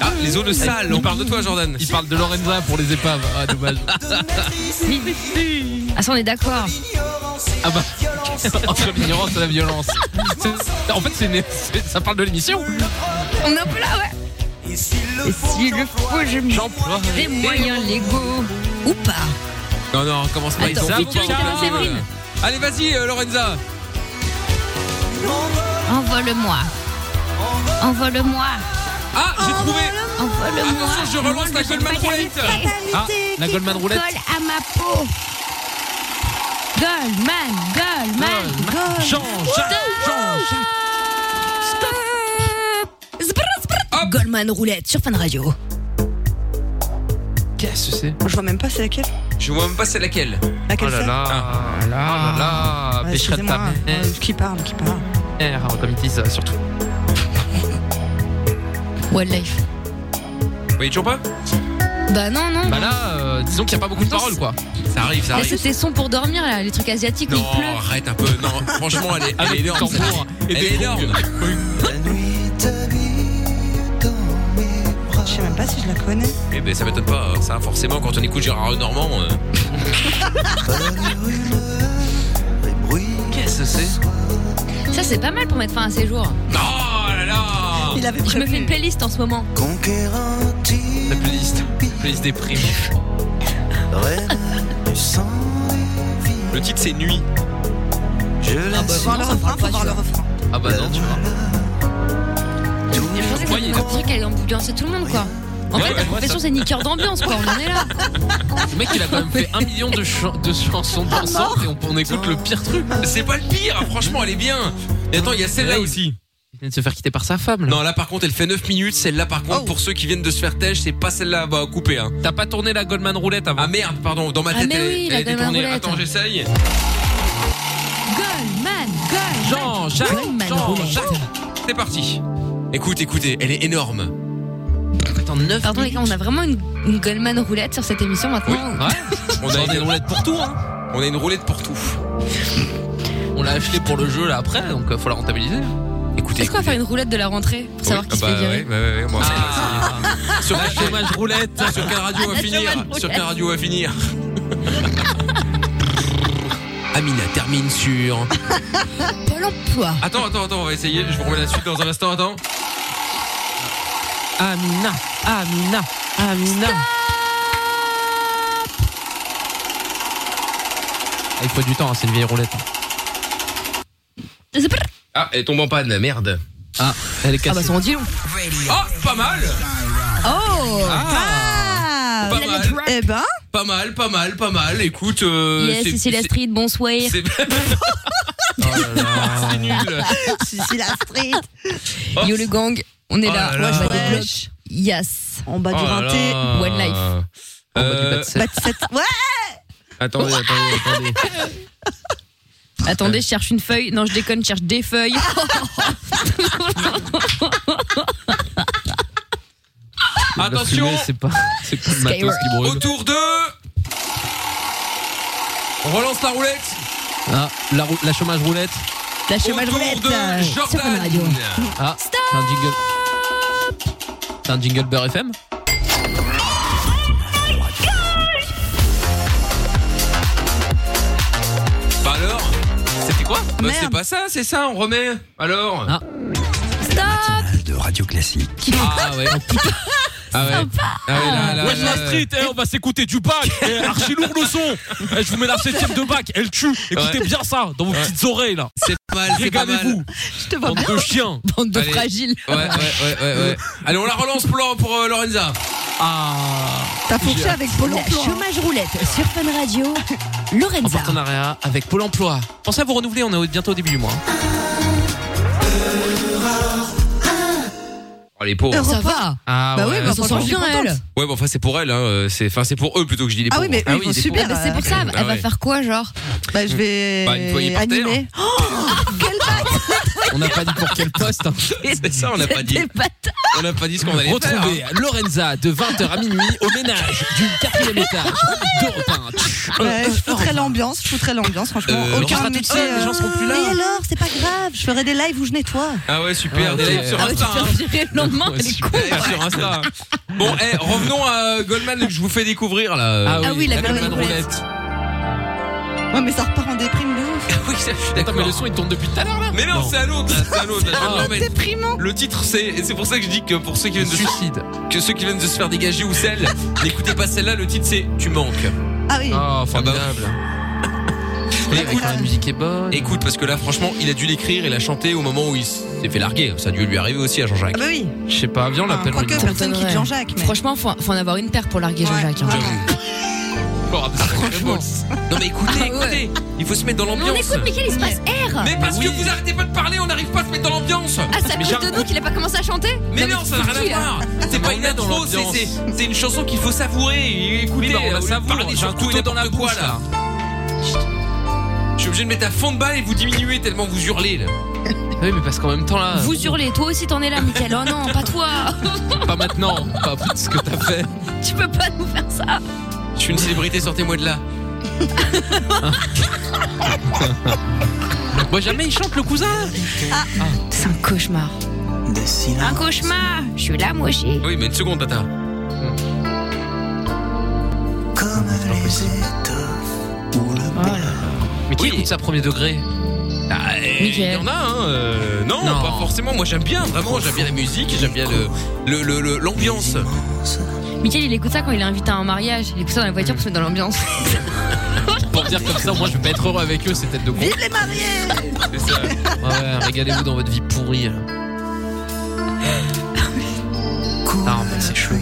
B: Ah, les eaux de sale, on parle de toi, Jordan.
D: Il parle de Lorenza pour les épaves. Ah, dommage.
E: Ah ça on est d'accord
D: Ah bah, entre l'ignorance et la violence. C'est- En fait, c'est une- c'est- ça parle de l'émission.
E: On est un peu là ouais
O: Et s'il
E: Et s'il le faut je mets
D: J'emploie
E: des moyens légaux Ou pas
B: Non, non, commence pas, ils
E: Attends,
B: sont
E: Victor,
B: fous,
E: Victor,
B: hein.
E: Séverine.
B: Allez, vas-y, euh, Lorenza.
E: Envole-moi Envole-moi
B: Ah, j'ai trouvé.
E: Envole-moi
B: Attention, je relance la Goldman Roulette.
D: Ah, la Goldman roulette.
E: Colle à ma peau Goldman Goldman Goldman
D: Jean-Jacques
E: Stop Zbrr, zbrr. Goldman roulette sur Fan Radio
D: Qu'est-ce que c'est
C: Je vois même pas c'est laquelle.
B: Je vois même pas c'est laquelle. Ah.
C: Laquelle
D: Oh là
C: c'est Ah.
D: là, oh là là,
C: Ouais,
D: pêcherait de ta
C: excusez-moi, euh, Qui parle, qui parle.
D: mère, Ah, comme ils disent euh, surtout.
E: Wildlife
B: Vous voyez toujours pas
E: Bah non non
D: Bah là, euh, disons qu'il n'y a pas beaucoup de paroles quoi.
B: Ça arrive, ça
E: Là,
B: arrive.
E: c'était son pour dormir là, les trucs asiatiques où il
B: Non,
E: pleut
B: arrête un peu. Non, franchement, elle est, elle est
D: Avec des
B: énorme.
D: tambours et
B: Elle est
D: des
B: énorme.
C: Je sais même pas si je la connais.
B: Eh ben, ça m'étonne pas, ça, forcément, quand on écoute Gérard Normand. euh. Qu'est-ce que c'est
E: Ça, c'est pas mal pour mettre fin à ses jours.
B: Oh là
D: Ah.
B: là
C: Il avait
E: Je me fais une playlist en ce moment.
D: La playlist, la playlist des primes.
B: Le titre, c'est Nuit.
C: Ah bah, Faut voir le refrain, faut voir le refrain.
D: Ah bah non, tu vois.
E: Je pensais que
D: Voyez.
E: c'était un truc qui allait ambiancer tout le monde, quoi. En
D: Ouais,
E: fait,
D: ouais,
E: ta profession, c'est niqueur d'ambiance, quoi. On en est là.
D: Le mec, il a quand même fait un million de, chan- de chansons
E: Ah,
D: dansantes et on, on écoute le pire truc.
B: C'est pas le pire, hein, franchement, elle est bien. Et attends, il y a celle-là aussi.
D: Il vient de se faire quitter par sa femme.
B: Non, là par contre, elle fait 9 minutes. Celle-là par
E: Oh.
B: contre, pour ceux qui viennent de se faire têche, c'est pas celle-là bah, couper. Hein.
D: T'as pas tourné la Goldman Roulette avant
B: Ah merde, pardon, dans ma
E: Ah,
B: tête,
E: mais
B: elle,
E: oui,
B: elle
E: la
B: est
E: Goldman
B: détournée.
E: Roulette.
B: Attends, j'essaye.
E: Goldman,
D: Jean, Jacques, Jean, Jacques.
B: C'est parti. Écoute, écoutez, elle est énorme.
D: Attends, 9
E: Pardon, les gars, on a vraiment une, une Goldman roulette sur cette émission maintenant.
B: On a une roulette pour tout, hein. On a une roulette pour tout.
D: On l'a acheté pour le jeu là après, donc euh, faut la rentabiliser.
E: Est-ce qu'on va faire une roulette de la rentrée pour savoir qui
B: Ah
E: se
B: bah
E: fait virer
B: ouais, bah ouais, ouais, bon, c'est- Sur
D: Ah. La
B: quelle
D: chômage roulette.
B: Sur quelle radio on va
D: La
B: finir
D: chômage
B: Sur
D: roulette.
B: quelle radio on va finir Amina termine sur.
E: Pôle emploi.
B: Attends, attends, attends, on va essayer. Je vous remets la suite dans un instant. Attends.
D: Amina, Amina, Amina. Ah, Il faut du temps, hein, c'est une vieille roulette.
B: Ah, elle tombe en panne, merde.
D: Ah, elle est cassée.
E: Ah bah, ça en dit long.
B: Oh, pas mal
C: Oh
B: Ah.
C: pas
B: Pas
C: mal.
B: mal.
C: Eh ben
B: Pas mal, pas mal, pas mal. Écoute, euh,
E: yes,
B: c'est-
E: c'est la street, bonsoir.
B: C'est c'est nul. Oh.
C: C'est la street.
E: Yo le gang, on est
C: Oh
E: là.
C: là là.
E: Moi, je vais des
C: Wesh.
E: blocs. Yes.
C: En bas
B: Oh
C: du
B: là
C: rinté.
B: là.
E: One life.
B: Euh,
C: Ouais
B: Attendez, attendez, attendez.
E: Attendez, je cherche une feuille. Non, je déconne, je cherche des feuilles.
B: Attention
D: fumée, c'est pas, c'est pas le matos qui brûle.
B: Autour de. On relance la roulette.
D: Ah, la, rou- la chômage roulette.
E: La chômage
B: Autour
E: roulette.
B: de
E: euh, sur
B: Jordan.
E: Fun Radio.
D: Ah, c'est un jingle. C'est un jingle Beurre FM
B: Bah alors C'était quoi Bah
D: Merde.
B: c'est pas ça, c'est ça, on remet. Alors
D: Ah.
E: Stop
B: De Radio Classique. Ah ouais. Ah ouais. Ah ouais, là, là,
P: Wesh
B: là,
P: la
B: là.
P: street, eh, on va s'écouter du bac. Eh, archi lourd le son. Eh, je vous mets la 7 de bac, elle tue. Écoutez
B: Ouais.
P: bien ça dans vos
B: Ouais.
P: petites oreilles là.
B: C'est pas mal, c'est pas mal.
P: Régalez-vous.
E: Je te
P: Bande de chiens.
E: Bande de
B: Allez.
E: fragiles.
B: Ouais, ouais, ouais, ouais, ouais. Allez, on la relance pour, Laure- pour euh, Lorenza. Ah.
C: T'as fourché avec Pôle
L: La
C: emploi.
L: chômage roulette sur Fun Radio,
D: en
L: Lorenza.
D: partenariat avec Pôle emploi. Pensez à vous renouveler, on est au- bientôt au début du mois. hein. Ah.
B: Oh, les pauvres.
C: Ça va.
B: Ah,
C: Bah oui, bah,
B: ouais.
C: franchement, je suis contente.
B: Ouais,
P: bah,
B: bon, enfin, c'est pour elle, hein. euh, c'est- Enfin, c'est pour eux plutôt que je dis les
C: Ah
B: pauvres.
C: oui, mais eux, ils vont
B: les
C: super.
B: pauvres.
E: Bah, c'est pour ça, elle
B: Ah
E: va
B: ouais.
E: faire quoi, genre
C: Bah, je vais
B: Bah, nettoyer par terre.
C: animer. Oh, quelle
D: On n'a pas dit pour quel poste. hein.
B: C'est ça, on n'a pas dit. On n'a pas dit ce qu'on allait faire.
D: Retrouvez
B: hein.
D: Lorenza de 20h à minuit au ménage du quatrième étage d'Europe 1. Tch,
C: Ouais,
D: euh,
C: je foutrais l'ambiance, je foutrais l'ambiance, franchement.
D: Euh, on sera toute
C: métier,
D: seule, les gens seront plus là.
C: Mais alors, c'est pas grave, je ferai des lives où je nettoie.
B: Ah ouais, super.
D: Ah,
B: Des
D: ok.
B: lives sur
D: Ah ouais,
B: Insta.
D: tu
B: hein.
D: te fais virer
E: le lendemain,
B: Ouais, super, des lives sur Insta. hein. Bon, eh, revenons à Goldman que je vous fais découvrir là.
D: Ah oui, Ah oui, la
B: Goldman
D: Goldman
B: roulette.
C: Ouais, mais ça repart en déprime de ouf.
B: Ah Oui, ça, je suis
D: Attends,
B: d'accord.
D: mais le son il tourne depuis tout à l'heure là.
B: Mais non, c'est à l'autre, là, c'est à l'autre. là, je vais
D: Ah.
B: me le remettre.
C: Déprimant.
B: Le titre, c'est et c'est pour ça que je dis que pour ceux qui viennent de
D: suicide,
B: que ceux qui viennent de se faire dégager ou celle, n'écoutez pas celle-là. Le titre, c'est Tu manques.
C: Ah oui.
D: Oh, formidable.
B: Mais écoute,
D: La musique est bonne.
B: écoute, parce que là, franchement, il a dû l'écrire et la chanter au moment où il s'est fait larguer. Ça a dû lui arriver aussi à Jean-Jacques.
C: Ah bah oui.
D: Je sais pas, viens, on l'appelle.
C: Quoique, personne quitte
E: Ouais.
C: Jean-Jacques. mais-
E: Franchement, faut, faut en avoir une paire pour larguer Jean-Jacques. hein.
B: Franchement. Non mais écoutez,
C: Ah
B: écoutez, il faut se mettre dans
E: Mais on
B: l'ambiance.
E: écoute, mais quel espace R
B: Mais
C: Ah
B: parce que vous arrêtez pas de parler, on n'arrive pas à se mettre dans l'ambiance.
E: Ah, ça
B: mais
E: cause de nous qu'il a pas commencé à chanter
B: Mais non,
E: tu
B: ça
E: fous
B: n'a
E: qui,
B: rien à
E: là
B: voir. C'est pas une intro, c'est- c'est c'est une chanson qu'il faut savourer. Et écoutez,
D: Oui, bah, on la
B: au lieu de
D: savoure,
B: parler
D: j'ai
B: sur
D: un
B: tout
D: couteau
B: et
D: dans la
B: n'importe quoi,
D: bouche,
B: là. Je suis obligé de mettre à fond de balle et vous diminuer tellement vous hurlez là.
D: Oui, mais parce qu'en même temps là.
E: Vous hurlez, toi aussi t'en es là, Michael. Oh non, pas toi
D: Pas maintenant, pas après ce que t'as fait.
E: Tu peux pas nous faire ça
B: Je suis une célébrité, sortez-moi de là.
D: Moi jamais il chante le cousin.
E: Ah, C'est un cauchemar. Un cauchemar Ah, Je suis là, moi aussi.
B: Oui, mais une seconde, Tata.
O: Comme les étoffes ou le
D: Mais qui écoute ça premier degré
B: Ah, eh, Il y en a, hein. euh, non,
D: Non.
B: pas forcément. Moi, j'aime bien, vraiment. J'aime bien la musique, j'aime bien l'ambiance. Le, le, le- l'ambiance.
E: Michael, il écoute ça quand il est invité à un mariage. Il écoute ça dans la voiture pour se mettre dans l'ambiance.
D: Pour dire comme ça, moi je vais pas être heureux avec eux, c'est tête de con.
C: Vive les mariés
B: C'est ça.
D: Ouais, régalez-vous dans votre vie pourrie. là. Ah, mais c'est chaud.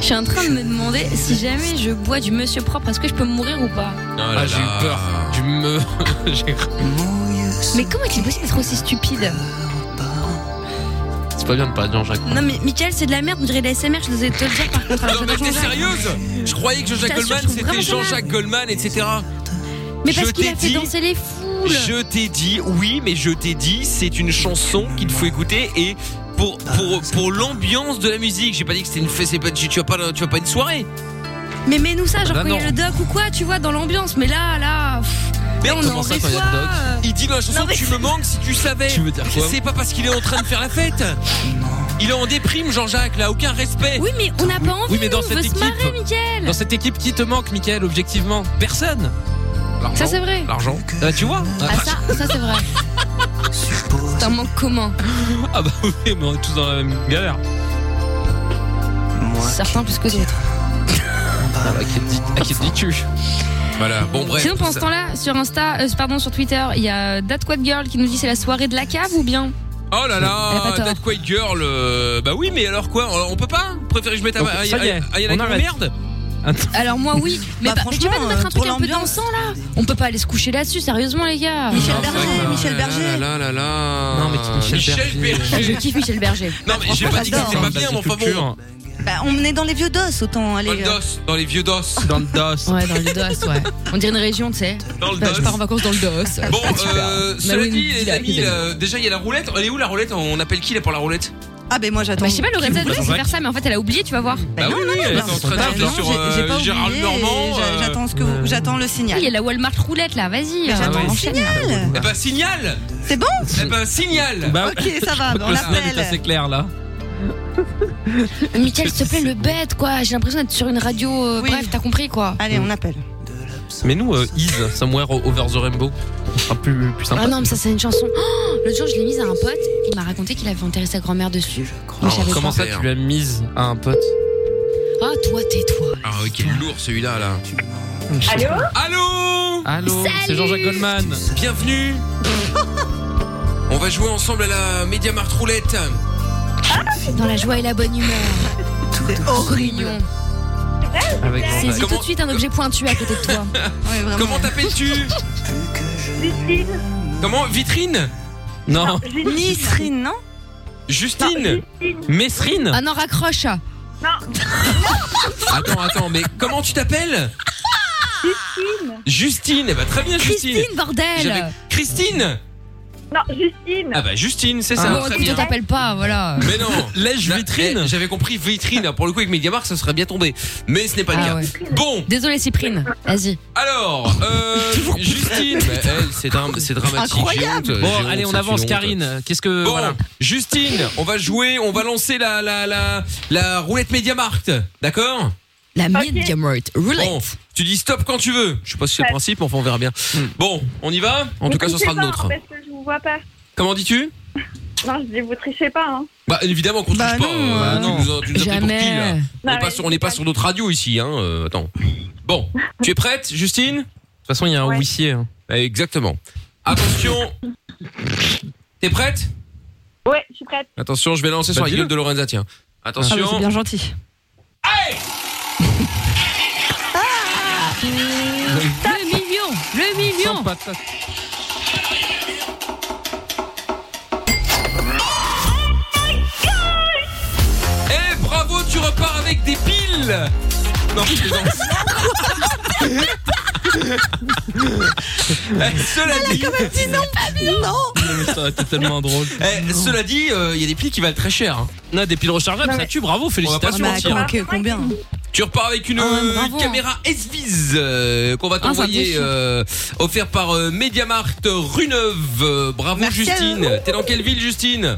E: suis en train de me demander si jamais je bois du monsieur propre, est-ce que je peux mourir ou pas
D: ah, j'ai eu peur. Tu me. j'ai-
E: Mais comment est-il possible d'être aussi stupide
D: C'est pas bien de pas dire Jacques.
E: Non mais Michael, c'est de la merde, on dirait des SMR, je devais te le dire par contre. alors
B: Non mais
E: j'adore
B: t'es
E: Jean-Jacques.
B: sérieuse Je croyais que
E: Je
B: Jean-Jacques
E: t'assure,
B: Goldman
E: je trouve
B: c'était
E: vraiment ça
B: Jean-Jacques Goldman, etc.
E: Mais parce
B: Je
E: qu'il
B: t'ai
E: a fait
B: dit-
E: danser les foules.
B: Je t'ai dit, oui, mais je t'ai dit, c'est une chanson qu'il faut écouter et pour pour pour l'ambiance de la musique. J'ai pas dit que c'était une fête, c'est pas tu tu vas pas tu vas pas une soirée.
E: Mais mets-nous ça, genre
B: Bah
E: quand il y
B: non.
E: a le doc ou quoi, tu vois, dans l'ambiance. Mais là, là, pff, là, on est en
B: quand il y a
E: réfois,
B: le doc
E: euh.
B: Il dit bah, dans la chanson
E: Non, mais
B: tu me manques si tu savais.
D: Tu veux dire quoi
B: C'est pas parce qu'il est en train de faire la fête. Il est en déprime Jean-Jacques là, aucun respect.
E: Oui mais on n'a pas envie,
D: Oui, mais dans
E: nous, on
D: cette
E: veut se
D: équipe-
E: marrer, Michael.
D: Dans cette équipe, qui te manque, Michael, objectivement Personne
E: Ça, c'est vrai.
D: L'argent. Ah, tu vois
E: Ah ça, ça c'est vrai. C'est un manque commun.
D: Ah bah oui, mais on est tous dans la même galère.
E: Certains plus que d'autres.
D: Ah bah, qui te dit- à qui te dis-tu
B: Voilà, bon bref.
E: Sinon, pendant
B: tout
E: ce
B: ça-
E: temps-là, sur Insta, euh, pardon, sur Twitter, il y a That Quad Girl qui nous dit c'est la soirée de la cave ou bien
B: Oh là
E: Elle a
B: là,
E: pas tort.
B: That Quiet Girl. euh, Bah oui, mais alors quoi On peut pas Préférez que je mette à
D: Donc, ça y est, on arrête.
B: merde
E: Alors moi oui, mais,
C: Bah,
E: pas- mais tu vas
C: franchement,
E: nous mettre
C: euh,
E: un
C: pour
E: truc un peu
C: l'ambiance.
E: dansant là On peut pas aller se coucher là-dessus, sérieusement les gars
C: Michel Berger, Michel Berger.
B: Ah Là, là, là.
D: Non, mais qui- Michel
B: Michel
D: Berger.
E: Ah, Je
B: Berger.
E: kiffe Michel Berger.
B: Non, mais j'ai pas dit que
C: j'adore.
B: c'était pas bien,
D: Base
B: mon
D: de culture.
B: favori.
C: Bah, on est dans les euh, vieux dos, autant
B: Dans
C: aller.
B: le dos, dans les vieux dos.
D: Dans le dos.
E: Ouais, dans le DOS, ouais. On dirait une région, tu sais.
B: Dans le
E: Bah, Je
B: dos.
E: pars en vacances dans le DOS.
B: Bon,
E: Ah, super.
B: euh,
E: Bah
B: cela
E: oui,
B: dit,
E: nous
B: les
E: dit la-
B: amis,
C: euh,
B: là, déjà il y a la roulette. Elle est où la roulette On appelle qui là pour la roulette
C: Ah, ben moi j'attends.
E: Bah, je sais pas, Lorenza
B: Qui vous
E: devait
B: voit
E: faire ça, mais en fait, elle a oublié, tu vas voir.
B: Bah oui, oui, elle est en train
C: Bah,
B: d'appeler
C: non,
B: sur
C: j'ai- j'ai
B: euh,
C: pas
B: Gérard
C: oublié,
B: Normand.
C: j'a-
B: euh,
C: J'attends ce que vous- j'attends le
E: Oui, Il y a
C: signal.
E: la Walmart roulette là, vas-y.
D: Ah
C: Mais
E: euh,
C: j'attends le
E: enchaîne.
C: signal.
B: Eh bah signal
C: C'est bon
B: Eh bah signal
D: Bah,
C: Ok, ça va, bah, on
D: le signal est
C: l'appelle.
D: assez clair là.
E: Michael, s'il te plaît, le bête quoi. J'ai l'impression d'être sur une radio. euh,
C: Oui.
E: Bref, t'as compris quoi.
C: Allez, on appelle.
D: Mais nous, euh, Is, Somewhere Over the Rainbow. Un plus, plus sympa.
E: Ah non, mais ça, c'est une chanson. Oh, L'autre jour, je l'ai mise à un pote. Il m'a raconté qu'il avait enterré sa grand-mère dessus. Mais je savais
D: comment
E: pas.
D: ça, tu l'as mise à un pote
E: Ah, toi, tais-toi.
B: Ah, ok, lourd celui-là là.
D: Allô
B: Allô
D: Allô, c'est
E: Salut
D: Jean-Jacques Goldman.
B: Bienvenue On va jouer ensemble à la Mediamart Roulette.
E: Dans la joie et la bonne humeur.
C: C'est
E: Oh,
C: horrible.
E: mignon.
D: Avec
E: Saisis
B: Comment-
E: tout de suite un objet pointu à côté de toi.
C: Ouais, vraiment.
B: Comment t'appelles-tu
G: Justine,
B: Comment Vitrine
D: Non,
G: Justine.
C: Nisrine, non
B: Justine
G: Justine.
D: Mesrine
E: Ah non, raccroche.
G: Non,
B: Attends, attends, mais comment tu t'appelles
G: Justine.
B: Justine Eh bah très bien Justine
E: Christine, bordel.
B: J'avais- Christine
G: Non, Justine.
B: Ah bah Justine, c'est ça,
E: Bon,
B: très
E: écoute, on
B: bien.
E: t'appelle pas, voilà.
B: Mais non
D: Lèche
B: Là,
D: vitrine.
B: eh, J'avais compris vitrine, pour le coup avec Mediamart ça serait bien tombé. Mais ce n'est pas le
E: Ah
B: cas.
E: ouais.
B: Bon,
E: Désolé Cyprine, vas-y.
B: alors, euh, Justine, bah, elle c'est dram- c'est dramatique. j'ai
C: Incroyable.
B: honte, j'ai
D: Bon,
B: honte,
D: allez, on
B: c'est
D: avance,
B: une honte.
D: Karine. Qu'est-ce que.
B: Bon,
D: Voilà.
B: Justine, on va jouer, on va lancer la, la, la, la roulette Mediamarkt, d'accord
E: La
G: Ok.
E: Mediamart Roulette.
B: Bon, tu dis stop quand tu veux. Je sais pas si c'est le principe, mais enfin on verra bien.
D: Hmm.
B: Bon, on y va En tout cas, ce sera le nôtre.
G: Parce que je vous vois pas.
B: Comment dis-tu
G: Non, je dis vous trichez pas. Hein.
B: Bah évidemment qu'on
C: Bah
B: touche pas.
C: non,
B: euh,
C: bah
B: tu
D: non.
B: nous as- tu nous as pris pour qui, là
E: Jamais.
B: On n'est
G: Ouais,
B: pas sur, on est pas
G: c'est
B: sur d'autres radios ici, hein. euh, attends. Bon, tu es prête, Justine Eh,
D: De toute façon, il y a un
G: Ouais.
D: huissier. hein.
B: Exactement. Attention. T'es prête
G: Ouais, je suis prête.
B: Attention, je vais lancer sur
D: Bah,
B: la
D: dis-le.
B: gueule de Lorenza, tiens.
C: Ah, bah, c'est
B: Attention.
C: bien gentil.
E: Le million, le million.
B: Eh bravo, tu repars avec des piles Non, je plaisante. Eh, cela dit,
C: Non
D: C'était tellement drôle.
B: eh, cela dit, il y a des piles qui valent très cher. hein.
D: On a des piles rechargeables,
G: Non,
D: ça
G: mais-
D: tue, bravo, félicitations.
C: Bah,
B: mentir.
C: ok, combien
B: Tu repars avec une
E: Ah ouais,
B: euh,
E: bravo, hein.
B: caméra S-Viz euh, qu'on va
E: Ah, ça me
B: t'envoyer
E: déchire.
B: euh, offert par euh, Mediamart Runeuve. Euh, bravo
C: Merci à
B: Justine. T'es dans quelle ville Justine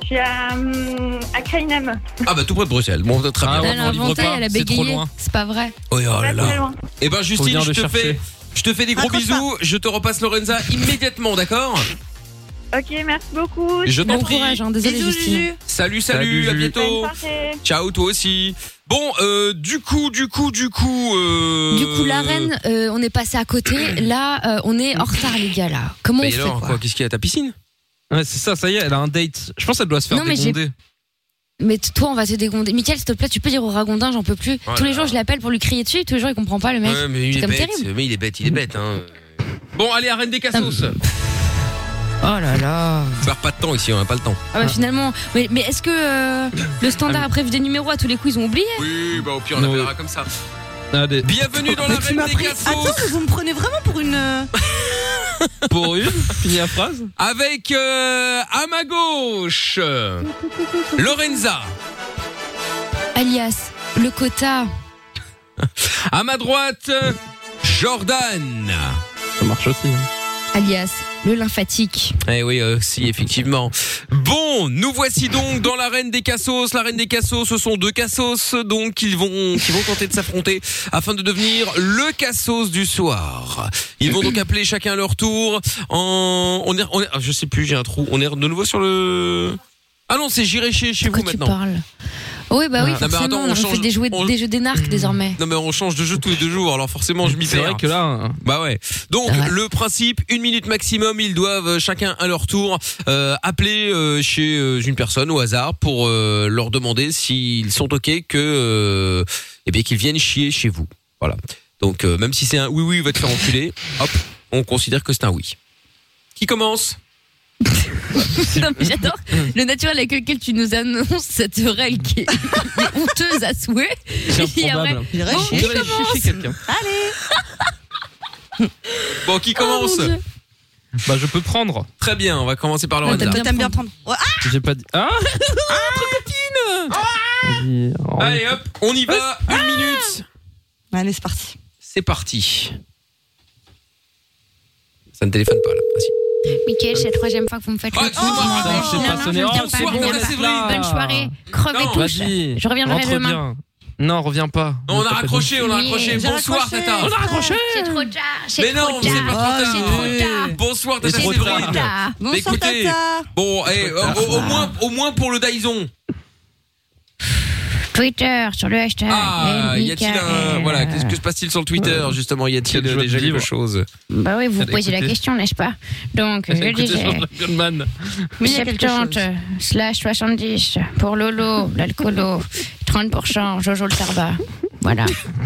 G: Je suis à, hum, à Krainem.
B: Ah bah tout près de Bruxelles. Bon très bien.
D: Ah, ouais,
E: Elle
D: on
E: a
D: livre
E: inventé,
D: pas,
E: elle a
D: c'est trop
E: bégayé.
D: loin.
E: C'est pas vrai.
B: Oh, là
G: Pas
B: là
G: très
B: là.
G: loin.
B: Eh ben Justine,
D: venir
B: je
D: le
B: te
D: chercher.
B: fais je te fais des gros
C: Raccroche pas.
B: bisous, je te repasse Lorenza immédiatement, d'accord
G: Ok, merci beaucoup.
B: Je t'en
E: Bon
B: prie.
E: courage, hein. désolé
C: Bisous,
E: Justine.
C: Juju.
B: Salut, salut,
D: Salut,
B: à
D: Jules.
B: bientôt.
G: Bonne soirée.
B: Ciao toi aussi. Bon, euh, du coup, du coup, du coup. Euh...
E: Du coup, la reine, euh, on est passé à côté. Là, euh, on est en retard, les gars. Là, comment on
B: Mais
E: fait
B: alors,
E: quoi
B: quoi Qu'est-ce qu'il y a Ta piscine
D: Ouais, c'est ça, ça y est, elle a un date. Je pense qu'elle doit se faire
E: Non, mais j'ai-
D: débonder.
E: Mais t- toi, on va te dégonder. Michael, s'il te plaît, tu peux dire au ragondin, j'en peux plus.
B: Oh
E: tous les
B: là
E: jours,
B: là.
E: je l'appelle pour lui crier dessus, et tous les jours, il comprend pas le mec.
B: Ouais, mais il
E: c'est
B: est
E: comme
B: bête.
E: terrible.
B: Mais il est bête, il est bête. Hein. Bon, allez, arène des cassos.
E: Oh là là.
B: Tu perds pas de temps ici, on a pas le temps.
E: Ah bah finalement, mais, mais est-ce que euh, le standard a prévu des numéros à tous les coups, ils ont oublié
B: Oui, bah au pire, on appellera comme ça. Bienvenue dans
C: Mais
B: la
C: tu
B: reine
C: m'as
B: des
C: pris.
B: cassos.
C: Attends, mais vous me prenez vraiment pour une. euh,
B: Pour une, finis la phrase. Avec euh, à ma gauche, euh, Lorenza.
E: Alias, le quota.
B: À ma droite, euh, Jordan.
D: Ça marche aussi.
E: Alias, le lymphatique.
B: Eh oui, euh, si, effectivement. Bon, nous voici donc dans l'arène des Cassos. L'arène des Cassos, ce sont deux Cassos, donc ils vont, qui vont tenter de s'affronter afin de devenir le Cassos du soir. Ils vont donc appeler chacun à leur tour. En, on est, on est- ah, je sais plus, j'ai un trou. On est de nouveau sur le. Ah non, c'est j'irai chez, chez vous maintenant.
E: Oui, bah oui,
B: Ah, bah
E: forcément,
B: attends, on
E: on, fait
B: change-
E: des, jouets-
B: on- Hmm.
E: des jeux d'énarques désormais.
B: Non mais on change de jeu tous les deux jours, alors forcément je m'y
D: C'est vrai
B: perds.
D: que là.
B: Bah ouais. Donc
D: Ah
B: le principe, une minute maximum, ils doivent euh, chacun à leur tour euh, appeler euh, chez euh, une personne au hasard pour euh, leur demander s'ils sont ok que euh, eh bien qu'ils viennent chier chez vous. Voilà. Donc euh, même si c'est un oui oui, va te faire enculer, hop, on considère que c'est un oui. Qui commence
E: non, mais j'adore le naturel avec lequel tu nous annonces cette règle qui est honteuse à souhait. Et après,
D: improbable.
E: bon,
D: On
E: qui
D: dirait
E: commence
D: chier quelqu'un.
B: Bon, qui commence
D: Oh, mon Dieu. Bah, je peux prendre.
B: Très bien, on va commencer par
C: Toi,
B: Lorenza.
C: T'aimes bien prendre. Ouais, ah
D: J'ai pas dit. Ah
B: Ah.
D: Vas-y, en-
B: Allez hop, on y va,
D: Ah.
B: une minute.
C: Allez, c'est parti.
B: C'est parti. Ça ne téléphone pas là. Ah, si.
E: Mickaël, c'est la troisième fois que vous me faites le coup.
B: excuse-moi,
E: Non,
B: je sais pas
E: non,
B: sonner.
E: je
B: Oh,
E: viens
B: c'est bon,
E: je viens
B: laissez-le.
E: Bonne soirée. Creve et touche.
D: Vas-y.
E: Je reviendrai
D: Rentre
E: demain.
D: bien. Non, reviens pas.
B: Non, on a raccroché, on a raccroché.
E: J'ai
B: Bonsoir,
E: raccroché.
B: Tata.
E: On a raccroché.
B: C'est
E: trop tard. c'est
B: Mais non,
E: trop
B: c'est
E: tard.
B: pas trop tard.
E: C'est trop tard.
B: Bonsoir, Tata
D: C'est trop tard.
B: Séverine.
E: Tata.
B: Mais
E: Bonsoir,
B: écoutez,
E: Tata.
B: Bon, eh, euh, au, au moins, au moins pour le Dyson.
E: Twitter, sur le hashtag.
B: Ah,
E: Eh,
B: y a-t-il un. Voilà, qu'est-ce que se passe-t-il sur le Twitter, justement Y a-t-il
D: joie de
B: déjà quelque
D: vivre.
B: chose
E: Bah oui, vous
B: Allez,
E: posez la
B: écoutez.
E: question, n'est-ce pas Donc, je
D: Écoutez,
E: disais.
D: Jean-Claude Goldman.
E: 70 slash 70 pour Lolo, l'alcoolo, 30% Jojo le tarbat. Voilà,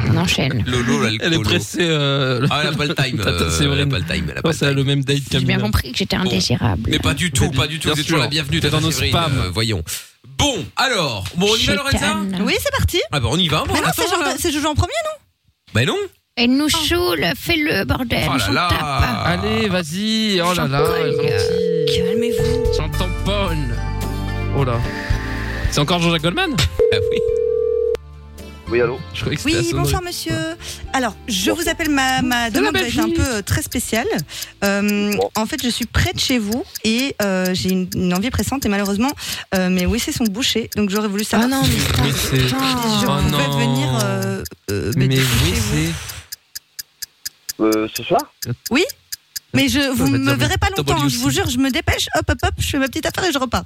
E: on enchaîne.
B: Lolo, l'alcool.
D: Elle est pressée. euh,
B: Ah, elle a pas le time.
D: Tata
B: euh, elle a
D: Séverine.
B: pas le time. elle a pas
D: Non,
B: le
D: c'est le même date
E: J'ai bien
D: Camille.
E: compris que j'étais
B: Bon.
E: indésirable.
B: Mais pas du tout, pas du tout.
D: Bien
B: Vous êtes
D: sûr.
B: toujours la bienvenue,
D: C'est
B: Tata
D: dans nos
B: Séverine,
D: spams.
B: euh, Voyons. Bon, alors, bon, on y va, Lorenza
C: Oui, c'est parti.
B: Ah, bah, on y va. bon,
C: Mais non,
B: attends,
C: c'est genre-
B: là.
C: c'est Jojo en premier, non
B: Bah, non.
E: Elle nous saoule, fais-le, bordel.
B: Oh là là.
D: Allez, vas-y. Oh là là. gentille. J'en tamponne. Oh là. C'est encore Jean-Jacques Goldman
B: Ah oui.
K: Oui, allô
D: Je croyais que c'était la
C: Oui,
D: sonnerie.
C: bonsoir monsieur. Alors, je vous appelle, ma, ma
D: De la
C: demande va être un
D: Belgique.
C: peu euh, très spéciale. Euh, En fait, je suis près de chez vous et euh, j'ai une, une envie pressante et malheureusement, euh, mes WC sont bouchés, donc j'aurais voulu savoir
E: non,
C: si
D: Mais c'est.
C: je
D: Oh
C: pouvais
D: non.
C: venir... euh, euh,
D: Mais
C: bêter
D: oui,
C: chez vous.
D: c'est.
K: Euh, ce soir
C: Oui mais je, vous
K: Ouais, mais
C: me
K: double-
C: verrez pas longtemps, hein,
K: double
C: je vous
K: aussi.
C: jure, je me dépêche, hop hop hop, je fais ma petite affaire et je repars.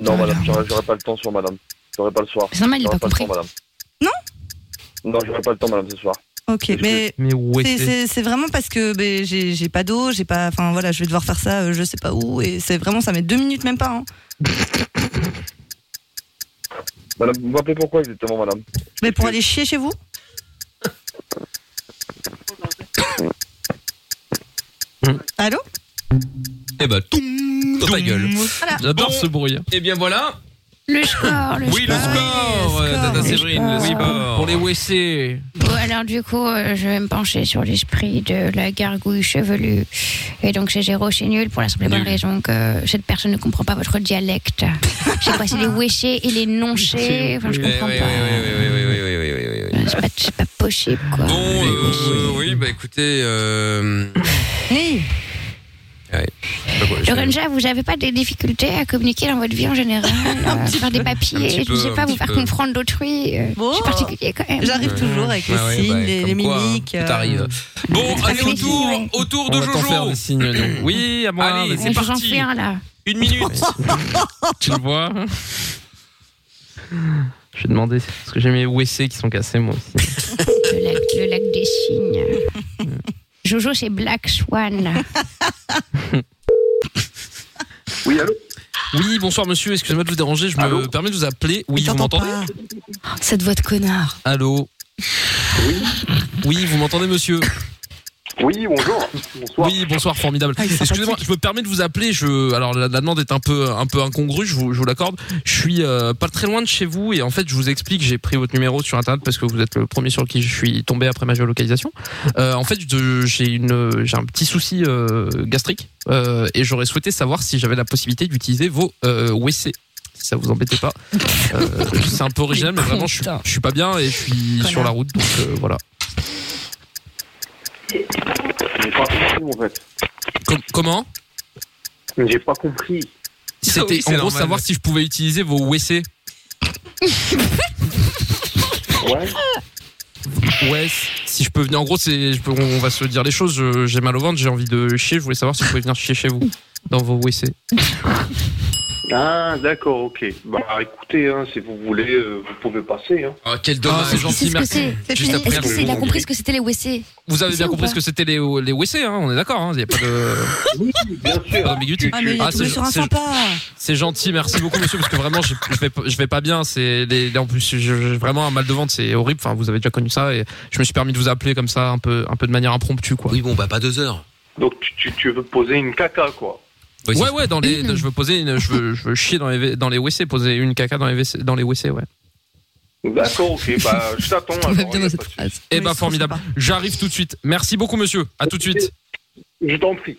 K: Non, madame, j'aurai j'aurai pas le temps sur madame. J'aurai pas le soir.
C: C'est normal, il a
K: J'aurai
C: pas
K: le temps, madame. Non Non, j'aurai pas le temps, madame, ce soir.
C: Ok, mais,
D: Mais où
C: c'est-
D: est-ce
C: c'est c'est vraiment parce que ben, j'ai j'ai pas d'eau, j'ai pas, enfin voilà, je vais devoir faire ça, euh, je sais pas où, et c'est vraiment ça met deux minutes même pas. hein.
K: Madame, vous m'appelez pourquoi exactement, madame
C: Mais Ben, pour aller chier chez vous Allô
B: Eh bah, tout dans ta gueule.
D: J'adore
B: Bon,
D: ce bruit.
B: Eh bien, voilà.
E: Le score, le
B: Oui, le score, euh, Tata Séverine, le
D: Oui,
B: score.
D: pour les WC.
E: Bon, alors du coup, euh, je vais me pencher sur l'esprit de la gargouille chevelue. Et donc c'est zéro, c'est nul pour la simple et bonne
D: Nul.
E: raison que cette personne ne comprend pas votre dialecte. Je sais pas, c'est les wéchés et les non-chés. Enfin, je
B: Eh oui,
E: comprends
B: oui,
E: pas.
B: oui, oui, oui, oui, oui, oui, oui, oui.
E: C'est pas, c'est pas possible, quoi.
B: Bon, euh, oui, bah écoutez, euh,
E: Oui.
B: ouais, je sais pas quoi, je-
E: Lorenza, vous n'avez pas des difficultés à communiquer dans votre vie en général euh, Faire des papiers,
B: petit
E: je ne sais
B: peu,
E: pas,
B: un
E: vous
B: petit
E: faire
B: peu.
E: comprendre d'autrui. euh, C'est particulier quand même.
C: J'arrive toujours avec les
B: Ah ouais,
C: signes,
B: bah,
C: les,
B: comme
C: les
B: quoi, hein,
C: mimiques. euh.
B: tout arrive. Bon, allez, autour, autour de
D: On va t'en faire
B: Jojo.
D: des signes, nous. Oui, à moi.
B: Allez,
D: vas-y.
B: c'est
E: J'en
B: parti.
E: fais un hein, là.
B: Une minute.
D: Tu le vois Je vais demander, parce que j'ai mes WC qui sont cassés, moi aussi.
E: Le lac, le lac des cygnes. Jojo, c'est Black Swan.
K: Oui, allô
D: Oui, bonsoir monsieur, excusez-moi de vous déranger, je me permets de vous appeler. Oui, vous m'entendez
E: Cette voix de connard.
D: Allô Oui, vous m'entendez monsieur
K: Oui, bonjour. Bonsoir.
D: Oui, bonsoir, formidable. Excusez-moi, je me permets de vous appeler. Je, alors la, la demande est un peu, un peu incongrue. Je vous, je vous l'accorde. Je suis euh, pas très loin de chez vous et en fait, je vous explique. J'ai pris votre numéro sur internet parce que vous êtes le premier sur qui je suis tombé après ma géolocalisation. Euh, en fait, je- j'ai une, j'ai un petit souci euh, gastrique euh, et j'aurais souhaité savoir si j'avais la possibilité d'utiliser vos euh, WC. Si ça vous embêtez pas. Euh, c'est un peu original, mais vraiment, je, suis- je suis pas bien et je suis sur la route. Donc euh, voilà.
K: J'ai pas compris, en fait.
D: comment
K: J'ai pas compris.
D: C'était
K: Ah oui, c'est
D: en gros
K: normal.
D: savoir si je pouvais utiliser vos WC. ouais. Ouais, si je peux venir. En gros, c'est, je peux- on va se dire les choses. je- J'ai mal au ventre, j'ai envie de chier. Je voulais savoir si je pouvais venir chier chez vous, dans vos WC.
K: Ah, d'accord, ok. Bah, écoutez, hein, si vous voulez, euh, vous pouvez passer. Hein.
D: Ah, quel dommage. c'est gentil,
E: Qu'est-ce que c'est
D: Juste après,
E: Est-ce que c'est- il a compris ce que c'était les WC
D: Vous avez bien
E: ou
D: compris
E: pas
D: ce que c'était les, les WC, hein, on est d'accord. hein, Il n'y a pas de.
K: bien sûr.
C: Ah, mais il est tombé sur un sympa.
D: C'est gentil, merci beaucoup monsieur, parce que vraiment je, je vais, je vais pas bien. C'est les- les- en plus je- j'ai vraiment un mal de ventre, c'est horrible. Enfin, vous avez déjà connu ça et je me suis permis de vous appeler comme ça, un peu, un peu de manière impromptue quoi. Oui
B: bon, bah pas deux heures.
K: Donc, tu, tu, tu veux poser une caca, quoi.
D: ouais ouais, dans les, je veux poser, une, je veux, je veux chier dans les, vé- dans les WC, poser une caca dans les WC, dans les WC, ouais.
K: D'accord, ok. Bah, je t'attends. alors, y a pas de souci.
D: Eh ben formidable, j'arrive tout de suite. Merci beaucoup monsieur, à tout de suite.
K: Je t'en prie.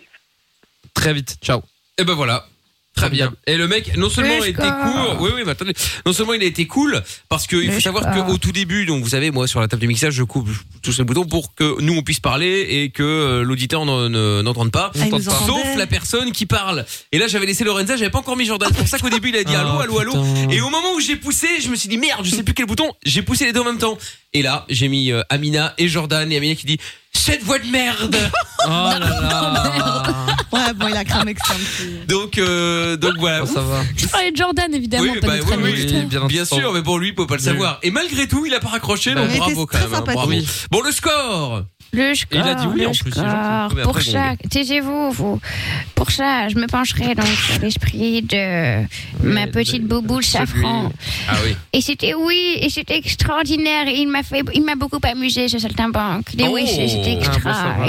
D: Très vite, ciao. Eh
B: Et ben voilà. Très bien. Et le mec, non seulement il a été cool, oui oui, mais attendez, non seulement il a été cool parce que il faut savoir qu'au tout début, donc vous savez, moi sur la table de mixage, je coupe tous les boutons pour que nous on puisse parler et que euh, l'auditeur n'en- ne- n'entende pas,
D: Ah, il nous entendait.
B: sauf la personne qui parle. Et là, j'avais laissé Lorenza, j'avais pas encore mis Jordan. C'est pour ça qu'au début, il a dit
D: Ah,
B: allô, allô, allô.
D: putain.
B: Et au moment où j'ai poussé, je me suis dit merde, je sais plus quel bouton. J'ai poussé les deux en même temps. Et là, j'ai mis euh, Amina et Jordan et Amina qui dit cette voix de merde.
D: oh là
C: Ouais, bon, il a cramé que ça. un petit-
B: Donc euh, donc voilà.
D: ça va.
E: Je parlais de Jordan évidemment,
B: Oui,
E: pas
B: bah
E: de
B: oui,
E: Fred
B: oui,
E: Astaire.
B: bien, sûr, mais bon, lui, il peut pas le savoir. Et malgré tout, il a pas raccroché,
E: Bah,
B: donc
E: il était
B: bravo quand
E: très
B: même. hein,
E: sympathique.
B: bravo.
E: Oui.
B: Bon, le score
Q: Le score,
B: Et il a dit oui,
Q: le
B: en plus, c'est
Q: score.
B: gentil. Mais
Q: Pour
B: après, bon,
Q: chaque, taisez-vous, vous. Pour ça, je me pencherai donc sur l'esprit de ma petite bouboule safran.
B: Ah oui.
Q: Et c'était oui, et c'était extraordinaire. Et il m'a fait, il m'a beaucoup amusé ce saltimbanque. Les oui,
B: Oh.
Q: c'était extra.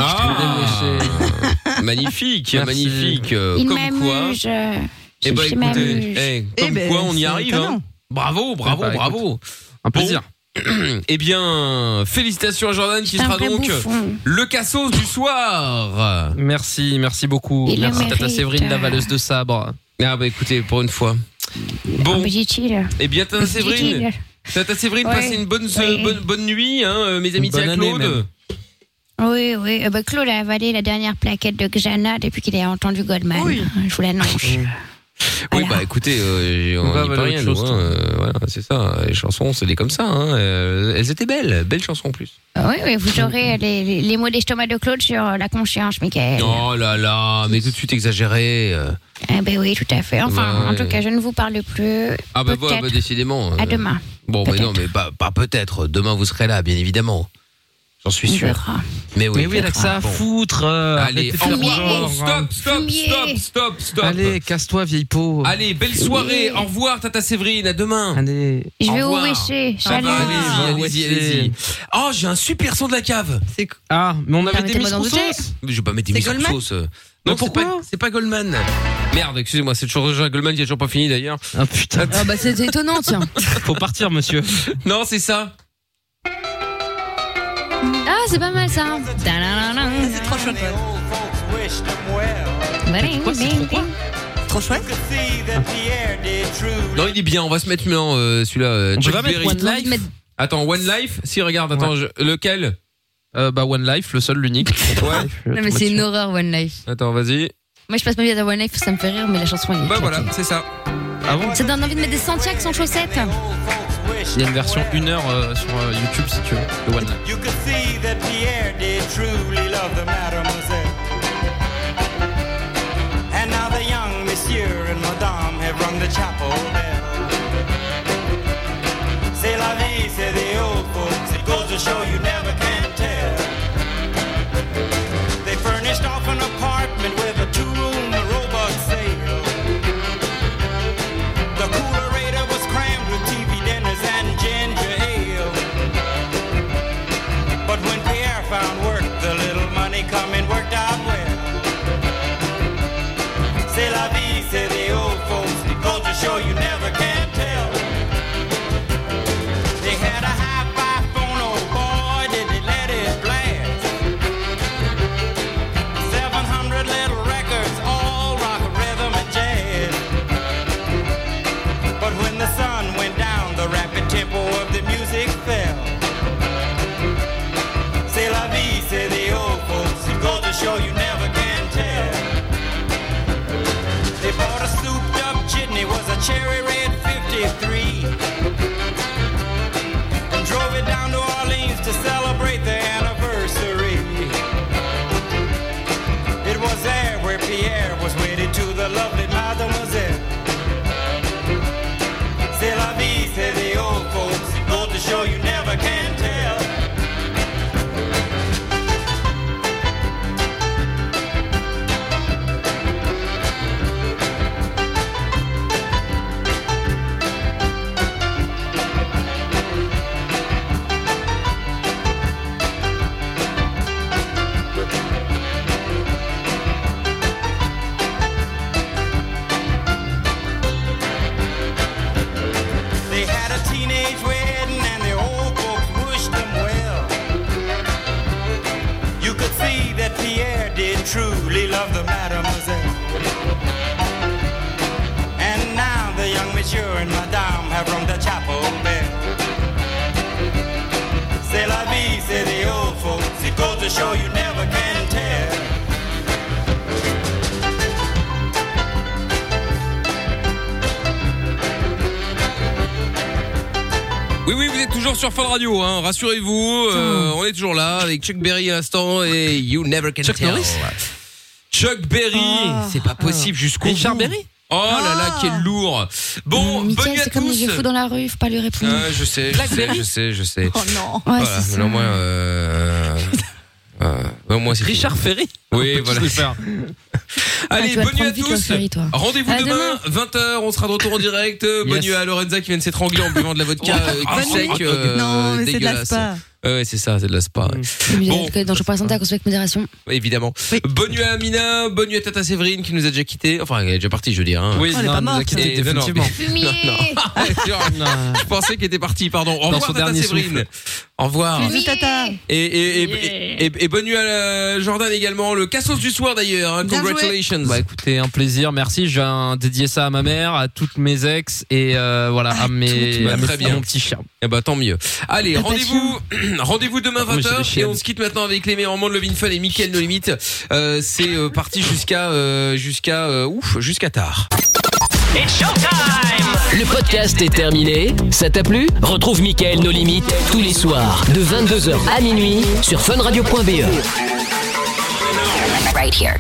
B: Ah, magnifique,
D: Merci.
B: magnifique. euh,
Q: il
B: comme quoi.
Q: m'amuse. euh,
B: Eh ben,
Q: je
B: écoutez,
Q: m'amuse.
B: eh,
Q: Eh
B: comme
Q: ben,
B: quoi, on y
Q: c'est
B: arrive.
Q: étonnant.
B: hein. bah, Bravo, bravo,
D: Eh ben,
B: bravo.
D: Un plaisir.
B: eh bien, félicitations à Jordan qui
Q: C'est un
B: sera
Q: vrai
B: donc
Q: bouffon.
B: le cassos du soir.
D: Merci, merci beaucoup.
Q: Il le
D: merci Tata
Q: mérite.
D: Séverine, la valeuse de sabre.
B: Ah bah écoutez, pour une fois.
Q: Ah,
B: Bon,
Q: mais dit-il.
B: eh bien, Tata Séverine.
Q: Dit-il.
B: Tata Séverine,
Q: Ouais.
B: passez une bonne, euh, bonne, bonne nuit, hein, euh, mes amis,
D: Bonne
B: tiens,
D: année
B: Claude.
D: même.
Q: Oui, oui. Euh, bah, Claude a avalé la dernière plaquette de Xana depuis qu'il a entendu Goldman. Euh, Je vous l'annonce.
B: Oui, bah écoutez, euh,
D: On va
B: on n'y peut
D: avaler
B: rien,
D: autre
B: nous,
D: chose,
B: hein, euh, voilà, c'est ça. Les chansons, c'est des comme ça. hein, euh, elles étaient belles, belles chansons en plus.
Q: Euh, Oui, oui, vous aurez les, les- les mots d'estomac de Claude sur euh, la conscience, Michael.
B: Oh là là, mais tout de suite exagéré. euh.
Q: Eh ben oui, tout à fait. Enfin,
B: Ouais.
Q: en tout cas, je ne vous parle plus.
B: Ah bah
Q: Peut-être.
B: voilà, bah, décidément. euh.
Q: À demain.
B: Bon, mais non, mais pas, pas peut-être. Demain, vous serez là, bien évidemment. J'en suis sûr. Mais oui,
D: Mais oui, elle a que
A: Ah,
D: ça à
B: Bon.
D: foutre. euh.
B: Allez,
D: arrêtez de
B: au
D: faire
B: revoir.
D: genre, hein.
B: Stop, stop, stop, stop, stop.
D: Allez, casse-toi, vieille peau.
B: Allez, belle soirée. Au revoir, Tata Séverine. À demain.
D: Allez.
Q: Je vais
B: Au
Q: au
B: revoir.
Q: WC.
B: Ah
Q: Salut.
B: bah, Allez-y, allez-y, allez-y. Oh, j'ai un super son de la cave.
D: Ah, mais on avait des
B: Mettez-moi
D: mises
B: dans
D: en
B: le
D: sauce.
B: jet. Mais Je vais pas mettre des
D: C'est
B: mises en
D: Goldman
B: sauce. euh. Non, c'est pas, c'est pas Goldman. Merde, excusez-moi, c'est toujours déjà Goldman qui a toujours pas fini d'ailleurs.
D: Ah putain.
E: Ah bah c'est étonnant tiens.
D: Faut partir, monsieur.
B: non, c'est ça.
E: Ah c'est pas mal ça. C'est trop chouette.
C: Trop chouette
D: Ah.
B: Non, il est bien. On va se mettre maintenant euh, celui-là. euh,
D: Je
B: Chuck
D: vais mettre
B: Berry.
D: One Life.
B: Attends, One Life. Si regarde, attends, je- lequel Euh,
D: Bah One Life, le seul, l'unique.
E: Non mais c'est une horreur One Life.
B: Attends, vas-y.
E: Moi je passe ma vie à dire One Life, ça me fait rire mais la chanson elle est
B: Bah
E: éclatée.
B: voilà, c'est ça.
D: Ah bon
E: Ça donne envie de mettre des Santiago sans chaussettes.
D: Il y a une version 1 heure euh, sur euh, YouTube si tu veux de One Life.
O: You could see that Pierre did truly love the mademoiselle. And now the young monsieur and madame have rung the chapel bell. C'est la vie, say the old folks. It goes to show you never can tell. They furnished off an apartment with a two-room robot sale. found work, the little money coming worked out well. C'est la vie, c'est the old folks. The culture show you never can tell. They had a high five phone, oh boy, did they let it blast. 700 little records, all rock, rhythm, and jazz. But when the sun went down, the rapid tempo of the music fell. C'est la vie, c'est the old folks. It goes to show you never can tell. They bought a souped up chitney, was a cherry red 53. And drove it down to Orleans to celebrate the anniversary. It was there where Pierre was wedded to the lovely mademoiselle. C'est la vie, c'est the old folks. It goes to show you never can tell. They had a teenage wedding and the old folks wished them well. You could see that Pierre did truly love the mademoiselle. And now the young monsieur and madame have rung the chapel bell. C'est la vie, c'est the old folks. It goes to show you never can tell.
B: Oui, oui, vous êtes toujours sur Fun Radio, hein, rassurez-vous. euh, on est toujours là avec Chuck Berry à l'instant et You Never Can Chuck Tell. Chuck Berry, c'est pas possible jusqu'au Richard Berry Oh là là, quel lourd Bon, bonne nuit à
Q: c'est comme les
B: tous.
Q: vieux fous dans la rue, faut pas lui répondre.
B: Ah, je sais, je sais,
Q: Blackberry
B: je sais, je sais.
Q: Oh non.
B: Voilà,
Q: Ouais, c'est
B: mais au moins, euh, euh, au moins, c'est Richard Ferry. Oui, voilà. Allez,
D: Ah,
Q: tu vas
B: bonne
Q: te
B: nuit à
Q: prendre vite, toi,
B: tous.
Q: Ferry, toi.
B: Rendez-vous
Q: À
B: demain, 20h. On sera de retour en direct. Euh, Bonne
D: Yes.
B: nuit à Lorenza qui vient de s'étrangler en buvant de la vodka euh,
D: Ah,
B: qui
D: bonne
B: sec.
D: nuit.
B: euh,
D: Non, mais c'est de la
B: dégueulasse.
D: spa.
B: Ouais, c'est ça, c'est de la spa. ouais.
Q: Début de l'alcool, donc je pourrais santé à consommer avec modération.
B: Évidemment. Bonne nuit à Amina, bonne nuit à Tata Séverine qui nous a déjà quitté. Enfin, elle est déjà partie, je veux dire. Hein.
D: Oui, Oh, elle non, est pas elle nous a morte. quittés,
B: Et- non, non,
D: définitivement.
B: mais-
E: Eh,
B: Je pensais qu'elle était partie, pardon. Au
D: Dans
B: revoir,
D: son
B: Tata
D: dernier
B: Séverine.
D: souffle.
B: Au revoir.
C: Bisous, tata.
B: Et, et, et, et- et- et bonne nuit à la- Jordan également, le cassos du soir d'ailleurs. hein. Congratulations.
D: Bah écoutez, un plaisir, merci. Je viens dédier ça à ma mère, à toutes mes ex et euh, voilà, à mes,
B: Bah,
D: à mes-
B: très bien.
D: à mon petit chien.
B: Et bah tant mieux. Allez, rendez-vous rendez-vous demain
D: Oui, c'est des
B: 20h et
D: chiennes.
B: on se quitte maintenant avec les meilleurs moments de Lovin Fun et Mickaël No Limite. Euh, c'est euh, parti jusqu'à euh, jusqu'à euh, ouf, jusqu'à tard.
A: Le podcast est terminé. Ça t'a plu Retrouve Mickaël nos limites tous les soirs E. de 22h à minuit sur funradio.be.
R: Right here.